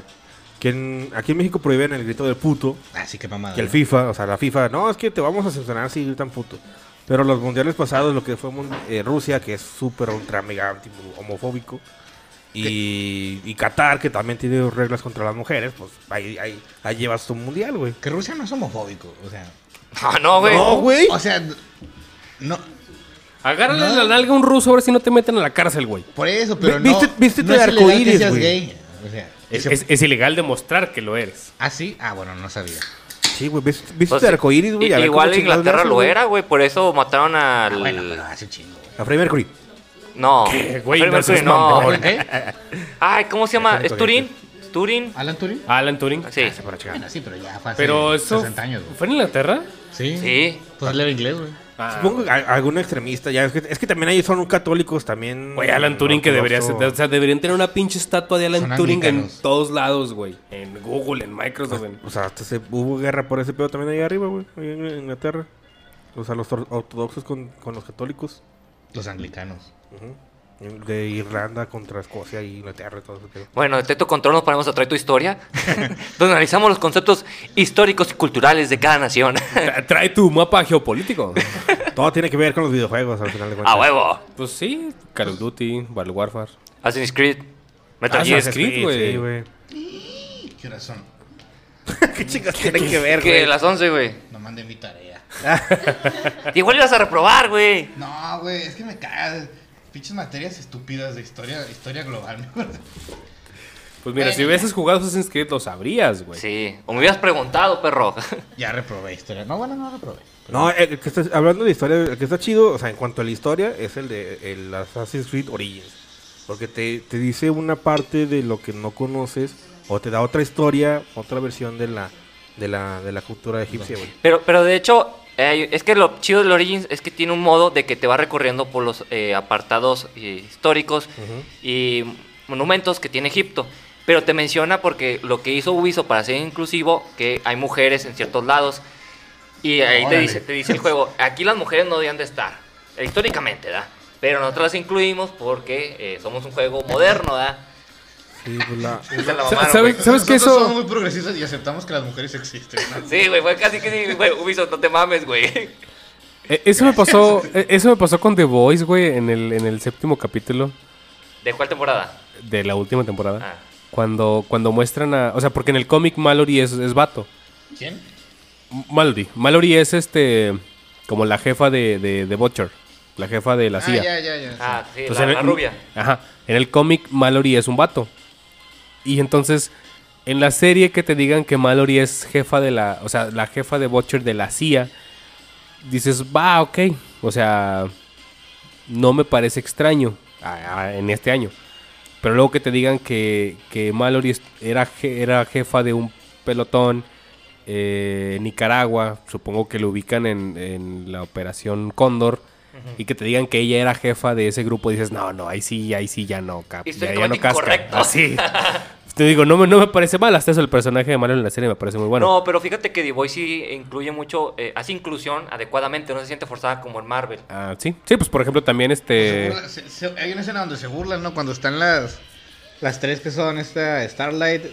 [SPEAKER 3] que en- aquí en México prohíben el grito del puto.
[SPEAKER 5] Así que mamada.
[SPEAKER 3] Que el
[SPEAKER 2] Ah.
[SPEAKER 5] ¿no?
[SPEAKER 3] FIFA, o sea, la FIFA, no, es que te vamos a sancionar si gritan puto. Pero los mundiales pasados, lo que fue mun- eh, Rusia, que es súper, ultra, mega anti- homofóbico. Y, y Qatar, que también tiene reglas contra las mujeres, pues ahí, ahí, ahí llevas tu mundial, güey.
[SPEAKER 5] Que Rusia no es homofóbico, o sea.
[SPEAKER 2] No, Ah, no, güey.
[SPEAKER 3] No, güey.
[SPEAKER 5] O sea, no.
[SPEAKER 1] Agárrale
[SPEAKER 5] No.
[SPEAKER 1] la nalga a un ruso a ver si no te meten a la cárcel, güey.
[SPEAKER 5] Por eso, pero
[SPEAKER 3] Ve-
[SPEAKER 5] no.
[SPEAKER 3] viste- vístete
[SPEAKER 5] no
[SPEAKER 3] de
[SPEAKER 5] es ilegal que
[SPEAKER 3] arcoíris,
[SPEAKER 5] seas
[SPEAKER 3] güey.
[SPEAKER 5] gay. O sea,
[SPEAKER 1] Es,
[SPEAKER 5] ese-
[SPEAKER 1] es- es ilegal demostrar que lo eres.
[SPEAKER 5] ¿Ah, sí? Ah, bueno, no sabía.
[SPEAKER 3] Sí, güey, ves- viste
[SPEAKER 2] Pues,
[SPEAKER 3] el este arcoíris, güey.
[SPEAKER 2] i-
[SPEAKER 3] a ver
[SPEAKER 2] Igual
[SPEAKER 3] cómo chingados le
[SPEAKER 2] Inglaterra
[SPEAKER 3] hacen,
[SPEAKER 2] lo
[SPEAKER 3] güey.
[SPEAKER 2] era, güey. Por eso mataron
[SPEAKER 5] Ah,
[SPEAKER 2] al.
[SPEAKER 5] bueno, pero hace chingo. güey.
[SPEAKER 3] A Freddie Mercury.
[SPEAKER 2] No.
[SPEAKER 1] ¿Qué, güey?
[SPEAKER 2] Freddie
[SPEAKER 1] No seas
[SPEAKER 2] Mercury, no.
[SPEAKER 1] mamón.
[SPEAKER 5] ¿Eh?
[SPEAKER 2] Ay, ¿cómo se llama?
[SPEAKER 3] Déjame
[SPEAKER 2] ¿Es Turín? ¿Es Turín?
[SPEAKER 5] ¿Alan Turing?
[SPEAKER 1] Alan Turing.
[SPEAKER 2] Sí.
[SPEAKER 3] Se para chingar.
[SPEAKER 5] Bueno, sí, pero ya fue hace
[SPEAKER 1] Pero eso.
[SPEAKER 5] 60 años, güey.
[SPEAKER 1] ¿Fue en Inglaterra?
[SPEAKER 5] Sí.
[SPEAKER 2] Sí.
[SPEAKER 5] Pues él era inglés, güey.
[SPEAKER 1] Ah,
[SPEAKER 3] Supongo que a- algún extremista, ya. Es que, es que también ahí son católicos también.
[SPEAKER 1] Güey, Alan Turing que debería ser.
[SPEAKER 3] ortodoxo.
[SPEAKER 1] O sea, deberían tener una pinche estatua de Alan
[SPEAKER 5] Son
[SPEAKER 1] Turing en
[SPEAKER 5] anglicanos.
[SPEAKER 1] todos lados, güey. En Google, en Microsoft. en-
[SPEAKER 3] O sea, hasta se, hubo guerra por ese pedo también ahí arriba, güey. Ahí en Inglaterra. O sea, los or- ortodoxos con, con los católicos.
[SPEAKER 5] Los anglicanos.
[SPEAKER 3] Ujú. De Irlanda contra Escocia y Inglaterra y todo ese pedo.
[SPEAKER 4] Bueno, en Teto Control nos ponemos a traer tu historia, donde analizamos los conceptos históricos y culturales de cada nación.
[SPEAKER 1] Tra- Trae tu mapa <laughs> geopolítico.
[SPEAKER 3] Todo tiene que ver con los videojuegos al final de cuentas.
[SPEAKER 4] ¡A huevo!
[SPEAKER 1] pues sí, Call of Duty, Battle Warfare.
[SPEAKER 4] Assassin's Creed, Metal
[SPEAKER 1] Ah,
[SPEAKER 4] Gear.
[SPEAKER 1] Assassin's Creed, güey.
[SPEAKER 3] Sí, güey.
[SPEAKER 5] ¿Qué horas son?
[SPEAKER 3] ¿Qué chicas tiene que ver,
[SPEAKER 4] Que las 11, güey.
[SPEAKER 5] No mandé mi tarea.
[SPEAKER 4] Igual ibas a reprobar, güey.
[SPEAKER 5] No, güey, es que me cagas. Pinches materias estúpidas de historia, historia global.
[SPEAKER 1] Pues mira, si hubieses jugado Assassin's Creed, lo sabrías, güey.
[SPEAKER 4] Sí, o me hubieras preguntado, perro.
[SPEAKER 5] <laughs> ya reprobé historia. No, bueno, no reprobé.
[SPEAKER 3] No, el que está, hablando de historia, el que está chido, o sea, en cuanto a la historia, es el de el Assassin's Creed Origins. Porque te, te dice una parte de lo que no conoces, o te da otra historia, otra versión de la, de la, de la cultura egipcia, güey.
[SPEAKER 4] Pero, pero de hecho, eh, es que lo chido del Origins es que tiene un modo de que te va recorriendo por los eh, apartados eh, históricos y monumentos que tiene Egipto. Pero te menciona porque lo que hizo Ubisoft para ser inclusivo, que hay mujeres en ciertos lados. Y ahí te
[SPEAKER 5] Órale.
[SPEAKER 4] dice, te dice el juego, aquí las mujeres no debían de estar, eh, históricamente, ¿da? Pero nosotros las incluimos porque eh, somos un juego moderno, ¿da?
[SPEAKER 3] Sí, pues la-
[SPEAKER 4] Se la
[SPEAKER 1] Sa-
[SPEAKER 4] mamaron,
[SPEAKER 1] ¿Sabes,
[SPEAKER 4] güey.
[SPEAKER 1] sabes que
[SPEAKER 5] Nosotros
[SPEAKER 1] eso.?
[SPEAKER 5] somos muy progresistas y aceptamos que las mujeres existen. ¿no?
[SPEAKER 4] Sí, güey, fue casi que sí, güey, Ubisoft, no te mames, güey. <laughs>
[SPEAKER 1] eh, Eso me pasó, eh, eso me pasó con The Voice, güey, en el, en el séptimo capítulo
[SPEAKER 4] ¿De cuál temporada?
[SPEAKER 1] de la última temporada.
[SPEAKER 4] Ah.
[SPEAKER 1] Cuando, cuando muestran a. O sea, porque en el cómic Mallory es, es vato.
[SPEAKER 5] ¿Quién?
[SPEAKER 1] M- Mallory. Mallory es este. Como la jefa de, de, de Butcher. La jefa de la
[SPEAKER 5] ah,
[SPEAKER 1] CIA.
[SPEAKER 5] ya, ya, ya.
[SPEAKER 4] Ah, sí,
[SPEAKER 1] Entonces,
[SPEAKER 4] la,
[SPEAKER 1] en
[SPEAKER 4] la
[SPEAKER 1] el-
[SPEAKER 4] rubia.
[SPEAKER 1] Ajá. En el cómic, Mallory es un vato. Y entonces, en la serie que te digan que Mallory es jefa de la. O sea, la jefa de Butcher de la CIA. Dices, va, ok. O sea, no me parece extraño a- a- en este año. Pero luego que te digan que, que Mallory es- era, je- era jefa de un pelotón eh, en Nicaragua, supongo que lo ubican en, en la operación Cóndor, y que te digan que ella era jefa de ese grupo, dices, no, no, ahí sí, ahí sí ya no, cap, ya, ya no
[SPEAKER 4] Históricamente
[SPEAKER 1] casca.
[SPEAKER 4] incorrecto. <laughs>
[SPEAKER 1] Así. te digo, no me, no me parece mal, hasta eso el personaje de Mallory en la serie me parece muy bueno.
[SPEAKER 4] No, pero fíjate que The Voice sí incluye mucho, eh, hace inclusión adecuadamente, no se siente forzada como en Marvel.
[SPEAKER 1] Ah, sí, sí, pues por ejemplo también
[SPEAKER 5] Se
[SPEAKER 1] este...
[SPEAKER 5] burla- Pues se- se- hay una escena donde se burlan, ¿no? Cuando están las las tres que son esta Starlight,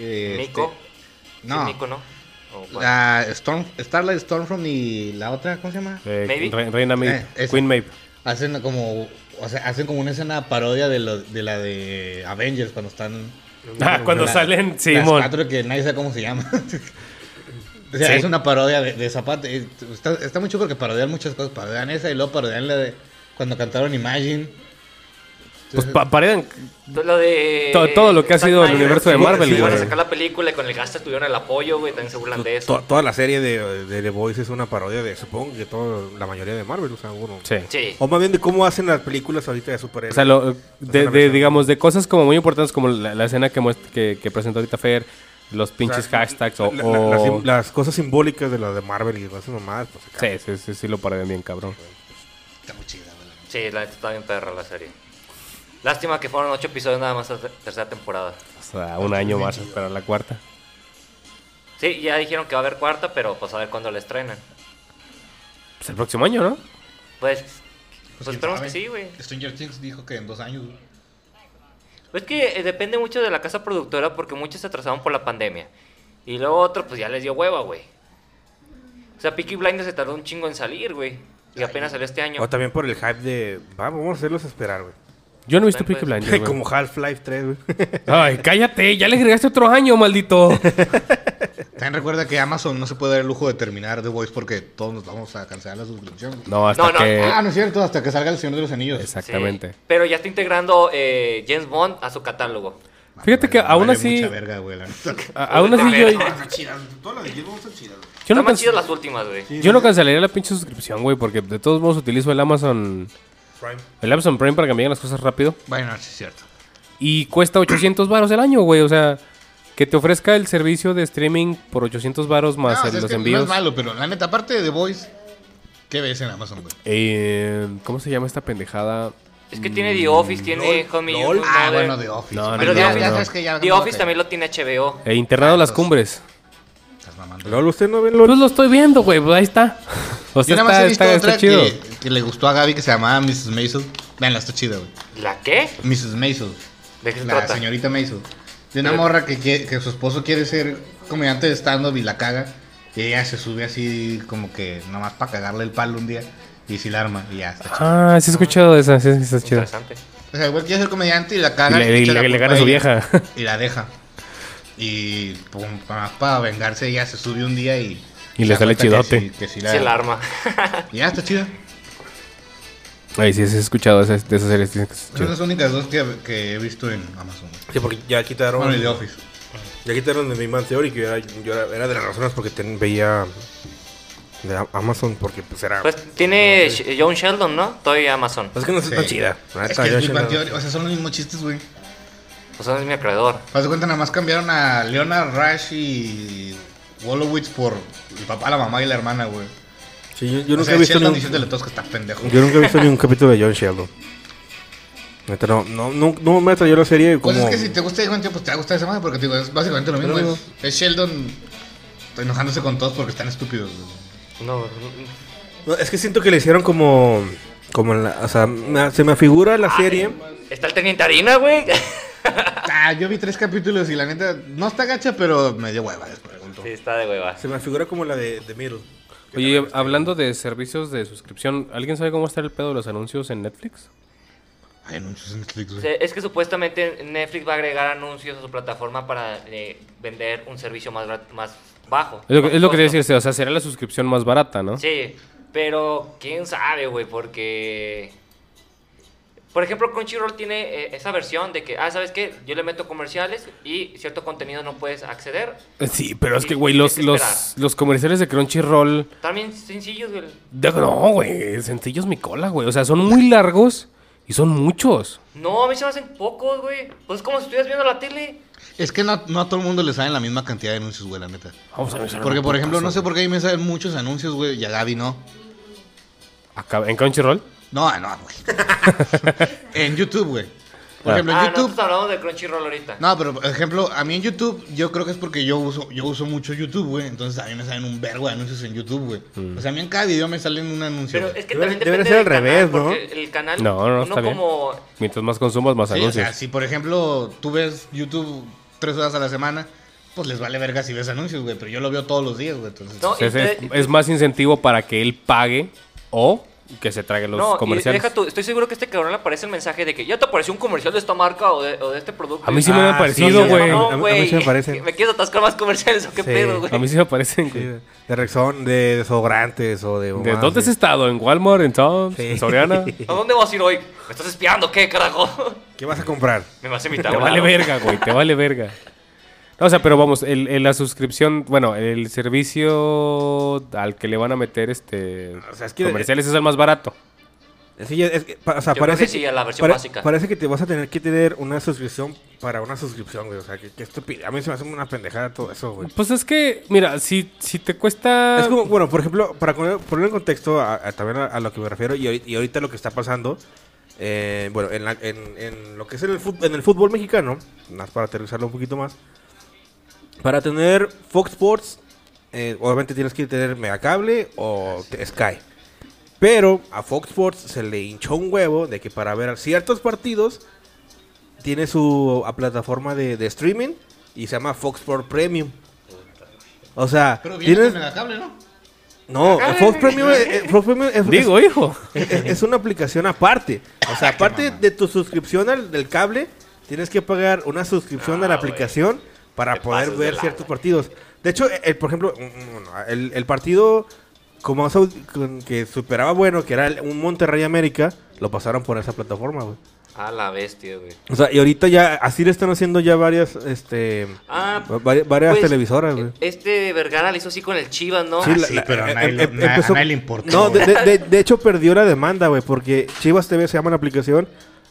[SPEAKER 5] eh,
[SPEAKER 4] Nico,
[SPEAKER 5] este-
[SPEAKER 4] sí,
[SPEAKER 5] no, Ah.
[SPEAKER 4] Nico, ¿no? O cuál.
[SPEAKER 5] la Storm, Starlight Stormfront y la otra, ¿cómo se llama?
[SPEAKER 1] eh,
[SPEAKER 4] Maybe.
[SPEAKER 1] Re- Reina Maeve,
[SPEAKER 5] Eh, esa.
[SPEAKER 1] Queen Maeve.
[SPEAKER 5] Hacen como, o sea, hacen como una escena parodia de, lo- de la de Avengers cuando están
[SPEAKER 1] Ah, cuando
[SPEAKER 5] La-
[SPEAKER 1] salen,
[SPEAKER 5] las
[SPEAKER 1] Simón.
[SPEAKER 5] cuatro que nadie sabe cómo se llama. <laughs> O sea,
[SPEAKER 1] Sí.
[SPEAKER 5] es una parodia de, de Zapata. Eh, Está, está muy chulo porque parodian muchas cosas. Parodian esa y luego parodian la de cuando cantaron Imagine.
[SPEAKER 1] Pues pa- parecen-
[SPEAKER 4] Lo de...
[SPEAKER 1] To- todo lo que ha
[SPEAKER 4] Zack
[SPEAKER 1] sido el
[SPEAKER 4] Snyder,
[SPEAKER 1] universo de
[SPEAKER 4] sí,
[SPEAKER 1] Marvel,
[SPEAKER 4] sí, Iban a
[SPEAKER 1] güey.
[SPEAKER 4] sacar la película y con el gasto tuvieron el apoyo, güey, también se burlan de
[SPEAKER 3] to-
[SPEAKER 4] eso.
[SPEAKER 3] toda la serie de, de The Voice es una parodia de, supongo que todo, la mayoría de Marvel, o sea, bueno.
[SPEAKER 1] Sí.
[SPEAKER 4] Sí.
[SPEAKER 3] O más bien de cómo hacen las películas ahorita de
[SPEAKER 1] O
[SPEAKER 3] superhéroes.
[SPEAKER 1] sea, lo- de,
[SPEAKER 3] la
[SPEAKER 1] de-
[SPEAKER 3] versión.
[SPEAKER 1] digamos, de cosas como muy importantes como la, la escena que, muest- que, que presentó ahorita Fer, los pinches hashtags o...
[SPEAKER 3] La- la-
[SPEAKER 1] o-
[SPEAKER 3] las sim- las cosas simbólicas de las de Marvel y de esas mamadas, pues acá.
[SPEAKER 1] Sí, sí, sí, sí lo paré bien, cabrón.
[SPEAKER 5] Está muy chida, güey. la neta.
[SPEAKER 4] Sí, la neta está bien perra la serie. Lástima que fueron ocho episodios nada más la ter- tercera temporada.
[SPEAKER 1] O sea, un año más a esperar la cuarta.
[SPEAKER 4] Sí, ya dijeron que va a haber cuarta, pero pues a ver cuándo la estrenan.
[SPEAKER 1] Pues el próximo año, ¿no?
[SPEAKER 4] Pues, pues
[SPEAKER 5] quién
[SPEAKER 4] esperemos
[SPEAKER 5] sabe.
[SPEAKER 4] que sí, güey.
[SPEAKER 5] Stranger Things dijo que en dos años. güey.
[SPEAKER 4] Es que eh, depende mucho de la casa productora porque muchos se atrasaron por la pandemia. Y luego otro, pues ya les dio hueva, güey. O sea, Peaky Blinders se tardó un chingo en salir, güey. Y apenas salió este año.
[SPEAKER 3] O también por el hype de, "Va, vamos a hacerlos esperar, güey.
[SPEAKER 1] Yo no he visto
[SPEAKER 4] También
[SPEAKER 1] Peaky
[SPEAKER 4] puede
[SPEAKER 1] Blinders, güey.
[SPEAKER 3] Como Half-Life 3, güey.
[SPEAKER 1] Ay, cállate, ya le agregaste otro año,
[SPEAKER 4] <laughs>
[SPEAKER 1] maldito.
[SPEAKER 5] También recuerda que Amazon no se puede dar el lujo de terminar The Voice porque todos nos vamos a cancelar la suscripción. güey.
[SPEAKER 1] No, hasta
[SPEAKER 4] No, no,
[SPEAKER 1] que...
[SPEAKER 5] Ah, no es cierto, hasta que salga El Señor de los Anillos.
[SPEAKER 4] Sí.
[SPEAKER 1] Exactamente.
[SPEAKER 4] Pero ya está integrando eh, James Bond a su catálogo.
[SPEAKER 5] Vale,
[SPEAKER 1] Fíjate que
[SPEAKER 5] vale,
[SPEAKER 1] aún
[SPEAKER 5] vale
[SPEAKER 1] así-
[SPEAKER 5] mucha verga, güey, la neta.
[SPEAKER 1] A- aún así yo...
[SPEAKER 5] Ah, Todas las de James Bond son chidas, güey.
[SPEAKER 1] Yo no,
[SPEAKER 4] Están más
[SPEAKER 1] canc-
[SPEAKER 4] chidas las últimas, güey.
[SPEAKER 1] yo no cancelaría la pinche suscripción, güey, porque de todos modos utilizo el Amazon...
[SPEAKER 3] Prime.
[SPEAKER 1] El Amazon Prime para que me lleguen las cosas rápido.
[SPEAKER 5] Bueno, sí es cierto.
[SPEAKER 1] Y cuesta 800 varos el año, güey. O sea, que te ofrezca el servicio de streaming por 800 varos más
[SPEAKER 5] No, o
[SPEAKER 1] el-
[SPEAKER 5] sea, es
[SPEAKER 1] los
[SPEAKER 5] que No
[SPEAKER 1] envíos.
[SPEAKER 5] es malo, pero la neta, aparte de The Voice, ¿Qué ves en Amazon, güey?
[SPEAKER 1] Eh, ¿Cómo se llama esta pendejada?
[SPEAKER 4] Es que tiene The Office, tiene Home
[SPEAKER 5] LOL. Ah, bueno,
[SPEAKER 4] The,
[SPEAKER 5] The Office.
[SPEAKER 1] No, no,
[SPEAKER 5] Pero
[SPEAKER 1] no,
[SPEAKER 5] ya,
[SPEAKER 1] no,
[SPEAKER 5] ya
[SPEAKER 1] no.
[SPEAKER 5] sabes que ya.
[SPEAKER 4] The Office también lo tiene HBO.
[SPEAKER 1] Eh, internado a las
[SPEAKER 5] Entonces-
[SPEAKER 1] cumbres.
[SPEAKER 5] Estás mamando.
[SPEAKER 3] LOL, usted no ve LOL.
[SPEAKER 1] Pues lo estoy viendo, güey. pues ahí
[SPEAKER 5] <laughs>
[SPEAKER 1] está. O
[SPEAKER 5] Pues Yo
[SPEAKER 1] sea,
[SPEAKER 5] nada más
[SPEAKER 1] Pues está,
[SPEAKER 5] he visto
[SPEAKER 1] está- está
[SPEAKER 5] otra
[SPEAKER 1] chido.
[SPEAKER 5] que, que le gustó a Gaby que se llamaba Mrs. Maisel. Veanla, está chida, güey.
[SPEAKER 4] ¿La qué?
[SPEAKER 5] Mrs. Maisel.
[SPEAKER 4] ¿De qué se
[SPEAKER 5] La
[SPEAKER 4] trata?
[SPEAKER 5] señorita Maisel. De una morra que, quiere- que su esposo quiere ser comediante de stand-up y la caga. Y ella se sube así como que nomás para cagarle el palo un día. Y si la arma y ya está. chida.
[SPEAKER 1] Ah, sí he escuchado de esa. Sí, sí está chida.
[SPEAKER 4] Interesante.
[SPEAKER 5] O sea, el güey quiere ser comediante y la
[SPEAKER 1] Y
[SPEAKER 5] caga.
[SPEAKER 1] le, y
[SPEAKER 5] echa
[SPEAKER 1] le-
[SPEAKER 5] la
[SPEAKER 1] le
[SPEAKER 5] culpa
[SPEAKER 1] gana a su
[SPEAKER 5] ella.
[SPEAKER 1] vieja.
[SPEAKER 5] Y la deja. Y pum, nomás para vengarse ella se sube un día y...
[SPEAKER 1] Y le
[SPEAKER 5] se da
[SPEAKER 1] sale
[SPEAKER 5] cuenta que
[SPEAKER 1] chidote.
[SPEAKER 5] sí- que sí
[SPEAKER 4] Es el arma.
[SPEAKER 5] Y ya está chida.
[SPEAKER 1] Ay, sí, sí he escuchado de esas, de esas series. dicen que está
[SPEAKER 5] Son
[SPEAKER 1] chido.
[SPEAKER 5] las únicas dos que, que he visto en Amazon.
[SPEAKER 3] Sí, porque ya quitaron.
[SPEAKER 5] Bueno, y The Office.
[SPEAKER 3] Ya quitaron de mi Man Theory, que yo era, yo era- era de las razones porque ten- veía de Am- Amazon, porque pues era.
[SPEAKER 4] Pues tiene Sh- John Sheldon, ¿no? Todavía Amazon.
[SPEAKER 3] Pues es que no es tan
[SPEAKER 5] Sí.
[SPEAKER 3] chida. la
[SPEAKER 5] Es
[SPEAKER 3] neta,
[SPEAKER 5] que
[SPEAKER 3] yo
[SPEAKER 5] es Big
[SPEAKER 3] sí
[SPEAKER 5] Bang
[SPEAKER 3] no-
[SPEAKER 5] Theory, o sea, son los mismos chistes, güey.
[SPEAKER 4] Pues son es mi acreedor.
[SPEAKER 5] Haz de cuenta, nada más cambiaron a Leonard Rush y Wolowitz por el papá, la mamá y la hermana, güey.
[SPEAKER 3] Sí, yo, yo
[SPEAKER 5] o
[SPEAKER 3] nunca
[SPEAKER 5] sea,
[SPEAKER 3] he visto ni
[SPEAKER 5] Sheldon
[SPEAKER 3] un,
[SPEAKER 5] diciéndole a todos que está pendejo.
[SPEAKER 3] <laughs> yo nunca he visto ni un capítulo de John Sheldon. Neta, no, no, no, no me atrayó la serie como.
[SPEAKER 5] Pues es que si te gusta Big Bang Theory, pues te va a gustar esa madre, porque te digo, es básicamente lo mismo,
[SPEAKER 3] Pero
[SPEAKER 5] güey. Es Sheldon enojándose con todos porque están estúpidos, güey.
[SPEAKER 4] No,
[SPEAKER 3] No, es que siento que le hicieron como. como en la- o sea, me- se me afigura la serie.
[SPEAKER 4] está el Teniente Harina, güey. <laughs>
[SPEAKER 5] Ah, yo vi tres capítulos y la neta, no está gacha, pero me dio hueva después.
[SPEAKER 4] Sí, está de hueva.
[SPEAKER 3] Se me afigura como la de, de Middle.
[SPEAKER 1] Oye, hablando de servicios de suscripción, ¿alguien sabe cómo está el pedo de los anuncios en Netflix?
[SPEAKER 5] Hay anuncios en Netflix,
[SPEAKER 4] O
[SPEAKER 5] güey.
[SPEAKER 4] sea, es que supuestamente Netflix va a agregar anuncios a su plataforma para eh, vender un servicio más, grat- más bajo.
[SPEAKER 1] Es lo, que- es lo que te
[SPEAKER 4] Costo.
[SPEAKER 1] decía, o sea, será la suscripción más barata, ¿no?
[SPEAKER 4] Sí, pero quién sabe, güey, porque... Por ejemplo, Crunchyroll tiene eh, esa versión de que, ah, ¿sabes qué? Yo le meto comerciales y cierto contenido no puedes acceder.
[SPEAKER 1] Eh, Sí, pero es que,
[SPEAKER 4] Sí,
[SPEAKER 1] güey,
[SPEAKER 4] hay
[SPEAKER 1] los,
[SPEAKER 4] que
[SPEAKER 1] los,
[SPEAKER 4] esperar.
[SPEAKER 1] los comerciales de Crunchyroll.
[SPEAKER 4] También sencillos, güey.
[SPEAKER 1] de- no, güey, sencillos mi cola, güey. O sea, son muy largos y son muchos.
[SPEAKER 4] No, a mí se me hacen pocos, güey. Pues es como si estuvieras viendo la tele.
[SPEAKER 5] Es que no, no a todo el mundo le salen la misma cantidad de anuncios, güey, la neta.
[SPEAKER 1] Vamos a ver. son
[SPEAKER 5] Porque,
[SPEAKER 1] un
[SPEAKER 5] por ejemplo, no
[SPEAKER 1] putazo.
[SPEAKER 5] sé por qué ahí me salen muchos anuncios, güey, y a Gaby no.
[SPEAKER 1] Acá- ¿En Crunchyroll?
[SPEAKER 5] No, ah, no,
[SPEAKER 4] <laughs>
[SPEAKER 5] güey. en YouTube, güey. Por
[SPEAKER 1] Ah.
[SPEAKER 5] ejemplo, en
[SPEAKER 4] ah, no,
[SPEAKER 5] YouTube.
[SPEAKER 4] nosotros hablamos de Crunchyroll ahorita.
[SPEAKER 5] No, pero por ejemplo, a mí en YouTube, yo creo que es porque yo uso, yo uso mucho YouTube, güey. Entonces a mí me salen un vergo de anuncios en YouTube, güey. O sea, a mí en cada video me salen un anuncio.
[SPEAKER 4] Mm. Pero
[SPEAKER 5] güey.
[SPEAKER 4] es que
[SPEAKER 3] Debería-
[SPEAKER 4] también depende
[SPEAKER 3] debería ser al
[SPEAKER 4] del
[SPEAKER 3] revés,
[SPEAKER 4] canal,
[SPEAKER 3] ¿no?
[SPEAKER 4] porque el canal,
[SPEAKER 1] No, no,
[SPEAKER 4] uno
[SPEAKER 1] está bien.
[SPEAKER 4] como...
[SPEAKER 1] Mientras más consumas, más
[SPEAKER 5] Sí, o
[SPEAKER 1] anuncios.
[SPEAKER 5] sea, si por ejemplo tú ves YouTube tres horas a la semana, pues les vale verga si ves anuncios, güey. Pero yo lo veo todos los días, güey. Entonces,
[SPEAKER 4] No,
[SPEAKER 1] O sea, es, es-
[SPEAKER 4] y-
[SPEAKER 1] es más incentivo para que él pague o que se traiga los
[SPEAKER 4] No, y
[SPEAKER 1] comerciales.
[SPEAKER 4] deja tú, estoy seguro que este cabrón le aparece el mensaje de que ya te apareció un comercial de esta marca o de, o de este producto.
[SPEAKER 1] A mí sí
[SPEAKER 3] Ah,
[SPEAKER 1] me
[SPEAKER 3] sí,
[SPEAKER 1] han parecido,
[SPEAKER 3] sí,
[SPEAKER 1] güey.
[SPEAKER 3] no,
[SPEAKER 4] No,
[SPEAKER 3] a mí- a mí
[SPEAKER 4] güey.
[SPEAKER 3] sí me
[SPEAKER 4] <laughs>
[SPEAKER 3] parece.
[SPEAKER 4] ¿Me quieres atascar más comerciales o qué
[SPEAKER 3] Sí.
[SPEAKER 4] pedo, güey?
[SPEAKER 1] A mí sí me parecen,
[SPEAKER 3] Sí,
[SPEAKER 1] güey.
[SPEAKER 3] de, de Rexon, de desodorantes o de.
[SPEAKER 1] ¿De
[SPEAKER 3] bombas,
[SPEAKER 1] dónde este? has
[SPEAKER 3] sí.
[SPEAKER 1] estado? ¿En Walmart? ¿En Toms?
[SPEAKER 3] Sí.
[SPEAKER 1] ¿En
[SPEAKER 3] <laughs>
[SPEAKER 1] Soriana?
[SPEAKER 4] ¿A dónde vas a ir hoy? ¿Me estás espiando? ¿Qué, carajo? <laughs>
[SPEAKER 3] ¿Qué vas a comprar?
[SPEAKER 4] Me vas a invitar.
[SPEAKER 1] Te vale
[SPEAKER 4] volado.
[SPEAKER 1] verga, güey. Te vale verga. No, o sea, pero vamos, el, el- la suscripción, bueno, el servicio al que le van a meter este
[SPEAKER 3] O sea, es que-
[SPEAKER 1] comerciales es el más barato.
[SPEAKER 3] Sí, es que, pa- o sea,
[SPEAKER 4] Yo creo
[SPEAKER 3] parece
[SPEAKER 4] que sí, a la versión básica.
[SPEAKER 3] Parece que te vas a tener que tener una suscripción para una suscripción, güey. O sea, que, que estúpido. A mí se me hace una pendejada todo eso, güey.
[SPEAKER 1] Pues es que, mira, si, si te cuesta...
[SPEAKER 3] Es como, bueno, por ejemplo, para poner- poner en contexto a, a- también a, a lo que me refiero y, ahori- y ahorita lo que está pasando, eh, bueno, en, la- en- en lo que es en el, fut- en el fútbol mexicano, nada más para aterrizarlo un poquito más, para tener Fox Sports, eh, obviamente tienes que tener Megacable o te- Sky. Pero a Fox Sports se le hinchó un huevo de que para ver ciertos partidos tiene su a plataforma de, de streaming y se llama Fox Sports Premium. O sea,
[SPEAKER 5] Pero bien,
[SPEAKER 3] tienes,
[SPEAKER 5] con Megacable, ¿no?
[SPEAKER 3] no, el Fox Premium, es- eh, Fox Premium es,
[SPEAKER 1] Digo, hijo.
[SPEAKER 4] eh.
[SPEAKER 3] es, es- es una aplicación aparte. O
[SPEAKER 4] Ah,
[SPEAKER 3] sea, aparte de tu suscripción al del cable, tienes que pagar una suscripción
[SPEAKER 4] Ah,
[SPEAKER 3] a la aplicación para poder
[SPEAKER 4] pases de
[SPEAKER 3] ver
[SPEAKER 4] lanza.
[SPEAKER 3] ciertos partidos. De hecho, e, el- el- por ejemplo, mm, mm, el, el partido como más au- con- que superaba bueno, que era el- un Monterrey América, lo pasaron por esa plataforma, güey.
[SPEAKER 4] A la bestia, güey.
[SPEAKER 3] O sea, y ahorita ya así le están haciendo ya varias, este,
[SPEAKER 4] Ah,
[SPEAKER 3] va- vari- varias
[SPEAKER 4] pues,
[SPEAKER 3] televisoras, güey.
[SPEAKER 4] Este Vergara le hizo así con el Chivas, ¿no?
[SPEAKER 5] Ah, Sí, la- pero a nadie le-
[SPEAKER 3] em-
[SPEAKER 5] na- a nadie le importó.
[SPEAKER 3] No, de, de- de- de hecho perdió la demanda, güey, porque Chivas TV se llama la aplicación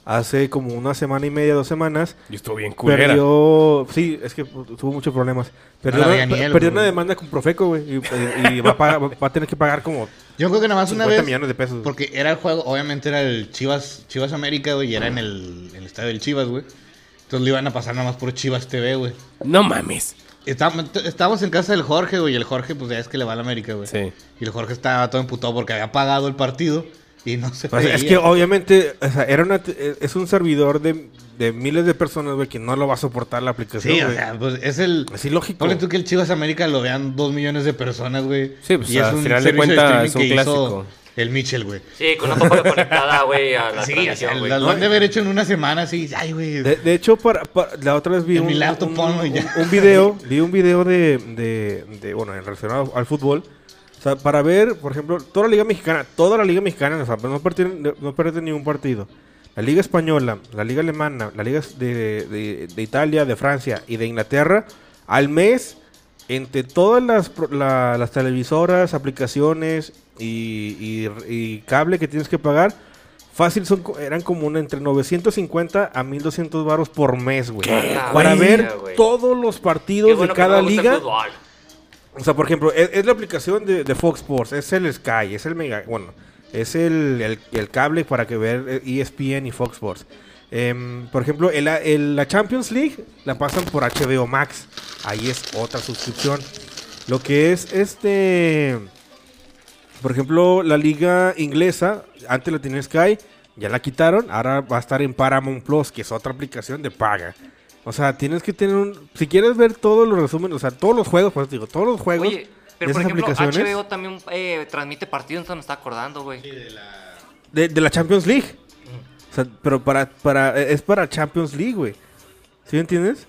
[SPEAKER 3] hace como una semana y media, dos semanas.
[SPEAKER 1] Yo estuve bien culera.
[SPEAKER 3] Perdió, sí, es que tuvo muchos problemas. Perdió,
[SPEAKER 5] la
[SPEAKER 3] una-
[SPEAKER 5] veía ni él,
[SPEAKER 3] perdió
[SPEAKER 5] güey.
[SPEAKER 3] una demanda con Profeco, güey, y, y- y va, a pagar- va a tener que pagar como
[SPEAKER 5] Yo creo que nada más una
[SPEAKER 3] 50
[SPEAKER 5] vez.
[SPEAKER 3] millones de pesos.
[SPEAKER 5] Porque era el juego, obviamente era el Chivas, Chivas América, güey, y era en el, en el estadio del Chivas, güey. Entonces le iban a pasar nada más por Chivas TV, güey.
[SPEAKER 1] No mames.
[SPEAKER 5] Estábamos, estábamos en casa del Jorge, güey, y el Jorge, pues ya es que le va a la América, güey.
[SPEAKER 1] Sí.
[SPEAKER 5] Y el Jorge estaba todo emputado porque había pagado el partido y no se
[SPEAKER 3] O
[SPEAKER 1] Pues,
[SPEAKER 3] sea, es
[SPEAKER 5] veía.
[SPEAKER 3] que
[SPEAKER 1] oh,
[SPEAKER 3] obviamente, o sea, era una, es un servidor de, de miles de personas, güey, que no lo va a soportar la aplicación.
[SPEAKER 5] Sí, o
[SPEAKER 3] güey.
[SPEAKER 5] sea, pues es el.
[SPEAKER 3] es ilógico.
[SPEAKER 5] Ponle tú que el Chivas América lo vean dos millones de personas, güey.
[SPEAKER 1] Sí, pues,
[SPEAKER 5] Y
[SPEAKER 1] al final de
[SPEAKER 5] servicio
[SPEAKER 1] cuenta,
[SPEAKER 5] streaming
[SPEAKER 1] es un
[SPEAKER 5] que hizo
[SPEAKER 1] clásico.
[SPEAKER 5] El Mitchell, güey.
[SPEAKER 4] Sí, con la copa <laughs> conectada, güey, a la
[SPEAKER 5] Sí, o sea,
[SPEAKER 4] transmisión, güey.
[SPEAKER 5] lo han de haber hecho en una semana, así. Ay, güey.
[SPEAKER 3] De, de hecho, para, para- la otra vez vi
[SPEAKER 5] En
[SPEAKER 3] un,
[SPEAKER 5] mi laptop
[SPEAKER 3] un-
[SPEAKER 5] ponlo y
[SPEAKER 3] un-
[SPEAKER 5] ya.
[SPEAKER 3] un video, vi un video de, de- de, bueno, relacionado al fútbol. O sea, para ver, por ejemplo, toda la Liga Mexicana, toda la Liga Mexicana, o sea, no pierden, no pierden ningún partido. La Liga Española, la Liga Alemana, la Liga de, de- de Italia, de Francia y de Inglaterra, al mes, entre todas las, pro- la- las televisoras, aplicaciones y, y- y cable que tienes que pagar, fácil son, co- eran como una, entre 950 a 1200 varos por mes, güey.
[SPEAKER 4] ¿Qué?
[SPEAKER 3] Para
[SPEAKER 4] Ah,
[SPEAKER 3] ver
[SPEAKER 4] mira, güey.
[SPEAKER 3] todos los
[SPEAKER 4] Qué
[SPEAKER 3] partidos
[SPEAKER 4] bueno
[SPEAKER 3] de
[SPEAKER 4] que no
[SPEAKER 3] cada
[SPEAKER 4] me gusta el
[SPEAKER 3] liga.
[SPEAKER 4] fútbol.
[SPEAKER 3] O sea, por ejemplo, es, es la aplicación de, de Fox Sports, es el Sky, es el Mega, bueno, es el, el- el cable para que ver eh, E ESPN y Fox Sports. Em, por ejemplo, el- el- la Champions League la pasan por HBO Max. Ahí es otra suscripción. Lo que es este. Por ejemplo, la liga inglesa, antes la tenía Sky, ya la quitaron, ahora va a estar en Paramount Plus, que es otra aplicación de paga. O sea, tienes que tener un... Si quieres ver todos los resúmenes, o sea, todos los juegos, por eso te digo, todos los juegos
[SPEAKER 4] Oye, pero
[SPEAKER 3] de
[SPEAKER 4] por
[SPEAKER 3] esas
[SPEAKER 4] ejemplo,
[SPEAKER 3] aplicaciones
[SPEAKER 4] HBO también eh, transmite partidos, entonces me está acordando, güey.
[SPEAKER 3] de, de la Champions League. O sea, pero para, para... Es para Champions League, güey. ¿Sí me entiendes?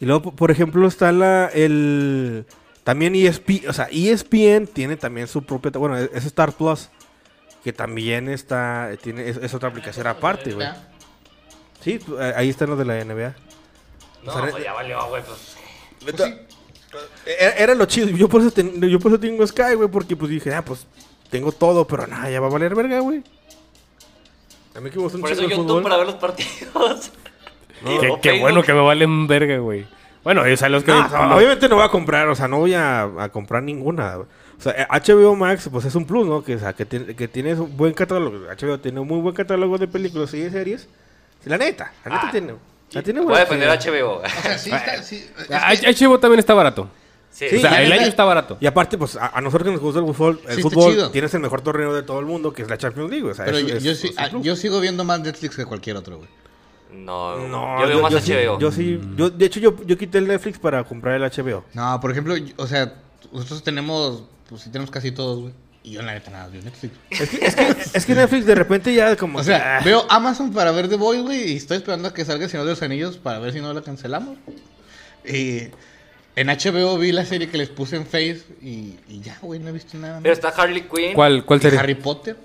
[SPEAKER 3] Y luego, po- por ejemplo, está la... El... También ESPN, o sea, E ESPN tiene también su propia... Bueno, es es Star Plus, que también está... Tiene, es, es otra aplicación aparte, güey. Sí, tú- eh, ahí están los de la NBA.
[SPEAKER 4] No,
[SPEAKER 3] sea,
[SPEAKER 4] pues ya valió, güey. Pues.
[SPEAKER 3] Era, era lo chido. Yo por, eso ten- yo por eso tengo Sky, güey, porque pues dije, ah, pues tengo todo, pero nada, ya va a valer verga, güey. A mí que me gusta un
[SPEAKER 4] Por eso
[SPEAKER 3] chingo el
[SPEAKER 4] YouTube
[SPEAKER 3] fútbol.
[SPEAKER 4] para ver los partidos.
[SPEAKER 1] <laughs> Qué-
[SPEAKER 4] O
[SPEAKER 1] qué,
[SPEAKER 4] Facebook.
[SPEAKER 1] bueno que me valen verga, güey. Bueno, o sea, los que...
[SPEAKER 3] No, o sea, obviamente no voy a comprar, o sea, no voy a, a comprar ninguna. güey. O sea, eh, HBO Max, pues es un plus, ¿no? Que, o sea, que, tiene- que tienes un buen catálogo. HBO tiene un muy buen catálogo de películas y de series. La neta, la neta
[SPEAKER 4] Ah.
[SPEAKER 3] tiene. La tiene
[SPEAKER 4] Voy
[SPEAKER 3] buena
[SPEAKER 4] a defender
[SPEAKER 3] calidad.
[SPEAKER 4] HBO.
[SPEAKER 3] <laughs>
[SPEAKER 5] O sea, sí está. Sí, es que-
[SPEAKER 1] Ah, HBO también está barato.
[SPEAKER 4] Sí,
[SPEAKER 1] o sea,
[SPEAKER 5] ya
[SPEAKER 1] el
[SPEAKER 5] neta-
[SPEAKER 1] año está barato.
[SPEAKER 3] Y aparte, pues a, a nosotros que nos gusta el fútbol, el
[SPEAKER 5] Sí, está
[SPEAKER 3] fútbol
[SPEAKER 5] chido.
[SPEAKER 3] tienes el mejor torneo de todo el mundo, que es la Champions League. O sea,
[SPEAKER 5] pero
[SPEAKER 3] es-
[SPEAKER 5] yo,
[SPEAKER 3] es-
[SPEAKER 5] yo sí-
[SPEAKER 3] es un
[SPEAKER 5] ah,
[SPEAKER 3] plus.
[SPEAKER 5] yo sigo viendo más Netflix que cualquier otro, güey.
[SPEAKER 4] No,
[SPEAKER 3] No,
[SPEAKER 4] yo veo más
[SPEAKER 3] sí-
[SPEAKER 4] HBO.
[SPEAKER 3] yo sí, yo- de hecho, yo, yo quité el Netflix para comprar el HBO.
[SPEAKER 5] No, por ejemplo, yo- o sea, nosotros tenemos. Pues sí, tenemos casi todos, güey. Y yo en la neta nada, veo Netflix.
[SPEAKER 3] Es que, es que, es que Netflix de repente ya como...
[SPEAKER 5] O
[SPEAKER 3] que,
[SPEAKER 5] <laughs> sea,
[SPEAKER 3] ah,
[SPEAKER 5] veo Amazon para ver The Boy, güey, y estoy esperando a que salga el Señor de los Anillos para ver si no la cancelamos. Y en HBO vi la serie que les puse en Face y, y ya, güey, no he visto nada.
[SPEAKER 4] Pero
[SPEAKER 5] más.
[SPEAKER 4] está Harley Quinn,
[SPEAKER 1] ¿Cuál, cuál
[SPEAKER 5] Y
[SPEAKER 1] sería?
[SPEAKER 5] Harry Potter.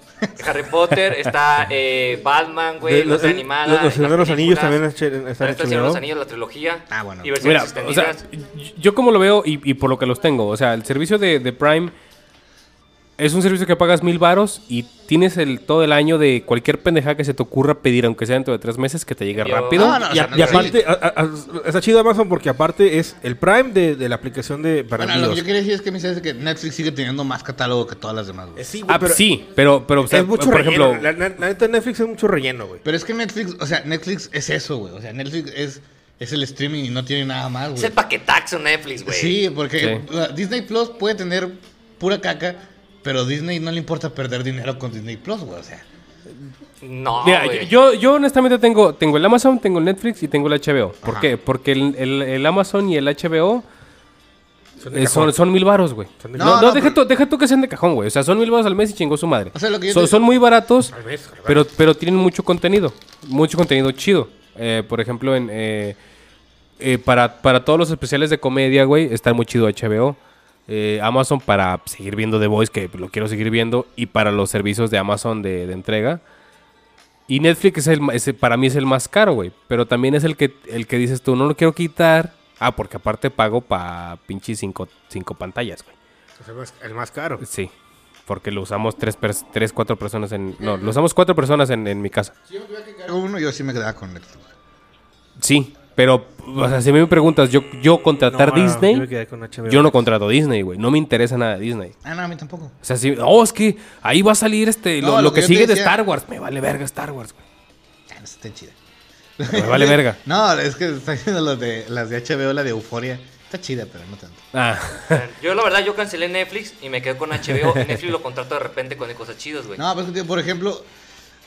[SPEAKER 4] Harry
[SPEAKER 1] <laughs>
[SPEAKER 4] Potter, está eh, Batman,
[SPEAKER 3] de-
[SPEAKER 4] güey, los
[SPEAKER 3] los- eh,
[SPEAKER 4] animadas.
[SPEAKER 3] los- los
[SPEAKER 4] las
[SPEAKER 3] Señor de los Anillos
[SPEAKER 4] películas.
[SPEAKER 3] también están
[SPEAKER 4] Está el Señor de los
[SPEAKER 3] HBO.
[SPEAKER 4] Anillos, la trilogía.
[SPEAKER 5] Ah, bueno.
[SPEAKER 4] Y versiones
[SPEAKER 1] Mira, o sea,
[SPEAKER 4] extendidas.
[SPEAKER 1] yo como lo veo y, y por lo que los tengo, o sea, el servicio de, de Prime es un servicio que pagas mil varos y tienes el todo el año de cualquier pendejada que se te ocurra pedir, aunque sea dentro de tres meses, que te llegue
[SPEAKER 4] Yo-
[SPEAKER 1] rápido.
[SPEAKER 5] Ah, No, no, o
[SPEAKER 3] Y,
[SPEAKER 5] sea,
[SPEAKER 3] a- y
[SPEAKER 5] sí.
[SPEAKER 3] aparte, a- a- a- está chido Amazon porque aparte es el Prime de, de la aplicación de... Para
[SPEAKER 5] Bueno, lo que
[SPEAKER 3] amigos.
[SPEAKER 5] yo quería decir es que me dice que Netflix sigue teniendo más catálogo que todas las demás, güey.
[SPEAKER 3] Eh, sí, güey,
[SPEAKER 1] ah,
[SPEAKER 3] pero-
[SPEAKER 1] sí, pero, pero o sea,
[SPEAKER 3] es mucho
[SPEAKER 1] por
[SPEAKER 3] relleno.
[SPEAKER 1] ejemplo,
[SPEAKER 3] la, la- la neta Netflix es mucho relleno, güey.
[SPEAKER 5] Pero es que Netflix, o sea, Netflix es eso, güey. O sea, Netflix es, es el streaming y no tiene nada más, güey.
[SPEAKER 4] Es el paquetaxo Netflix, güey.
[SPEAKER 5] Sí, porque
[SPEAKER 1] Sí.
[SPEAKER 5] uh, Disney Plus puede tener pura caca, pero Disney no le importa perder dinero con Disney Plus, güey. O sea,
[SPEAKER 4] No,
[SPEAKER 1] Mira,
[SPEAKER 4] güey.
[SPEAKER 1] yo, yo honestamente tengo, tengo el Amazon, tengo el Netflix y tengo el HBO. ¿Por
[SPEAKER 5] Ajá.
[SPEAKER 1] qué? Porque el, el- el Amazon y el HBO
[SPEAKER 3] Son de
[SPEAKER 1] eh, son,
[SPEAKER 3] cajón.
[SPEAKER 1] son mil varos, güey.
[SPEAKER 3] Son
[SPEAKER 1] No,
[SPEAKER 3] de-
[SPEAKER 1] no,
[SPEAKER 5] No, no,
[SPEAKER 1] deja,
[SPEAKER 5] pero-
[SPEAKER 1] tú, deja tú que sean de cajón, güey. O sea, son mil varos al mes y chingó su madre.
[SPEAKER 5] O sea, lo que yo
[SPEAKER 1] son,
[SPEAKER 5] te-
[SPEAKER 1] son muy baratos,
[SPEAKER 3] Al mes, al mes.
[SPEAKER 1] pero, pero tienen mucho contenido. Mucho contenido chido. Eh, por ejemplo, en, eh, eh, para, para todos los especiales de comedia, güey, está muy chido HBO. Eh, Amazon para seguir viendo The Voice, que lo quiero seguir viendo, y para los servicios de Amazon de, de entrega. Y Netflix es el, ma- es el- para mí es el más caro, güey. Pero también es el que, el que dices tú, no lo quiero quitar. Ah, porque aparte pago para pinche cinco, cinco pantallas, güey.
[SPEAKER 3] O sea, el más- el más caro.
[SPEAKER 1] Sí, porque lo usamos tres, pers- tres cuatro personas en... No, lo usamos cuatro personas en, en mi casa.
[SPEAKER 5] si yo me tuviera que quedar con uno, yo sí me quedaba con Netflix.
[SPEAKER 1] Sí, Pero, o sea, si a mí me preguntas, yo, yo contratar
[SPEAKER 3] No,
[SPEAKER 1] Disney,
[SPEAKER 3] yo
[SPEAKER 1] yo,
[SPEAKER 3] me quedé con HBO.
[SPEAKER 1] no contrato Disney, güey. No me interesa nada de Disney.
[SPEAKER 5] Ah, no, a mí tampoco.
[SPEAKER 1] O sea, si, oh, es que ahí va a salir este,
[SPEAKER 5] No,
[SPEAKER 1] lo,
[SPEAKER 5] lo
[SPEAKER 1] lo que
[SPEAKER 5] que yo te
[SPEAKER 1] sigue de
[SPEAKER 5] decía.
[SPEAKER 1] Star Wars. Me vale verga Star Wars, güey.
[SPEAKER 5] Ah, no, está chida.
[SPEAKER 1] Me vale
[SPEAKER 5] <laughs>
[SPEAKER 1] verga.
[SPEAKER 5] No, es que está viendo las de, las de HBO, la de Euforia. Está chida, pero no tanto.
[SPEAKER 1] Ah,
[SPEAKER 4] Yo la verdad, yo cancelé Netflix y me quedé con
[SPEAKER 3] <laughs>
[SPEAKER 4] HBO. Netflix lo contrato de repente con cosas chidas, güey.
[SPEAKER 5] No, pero es que, tío, por ejemplo,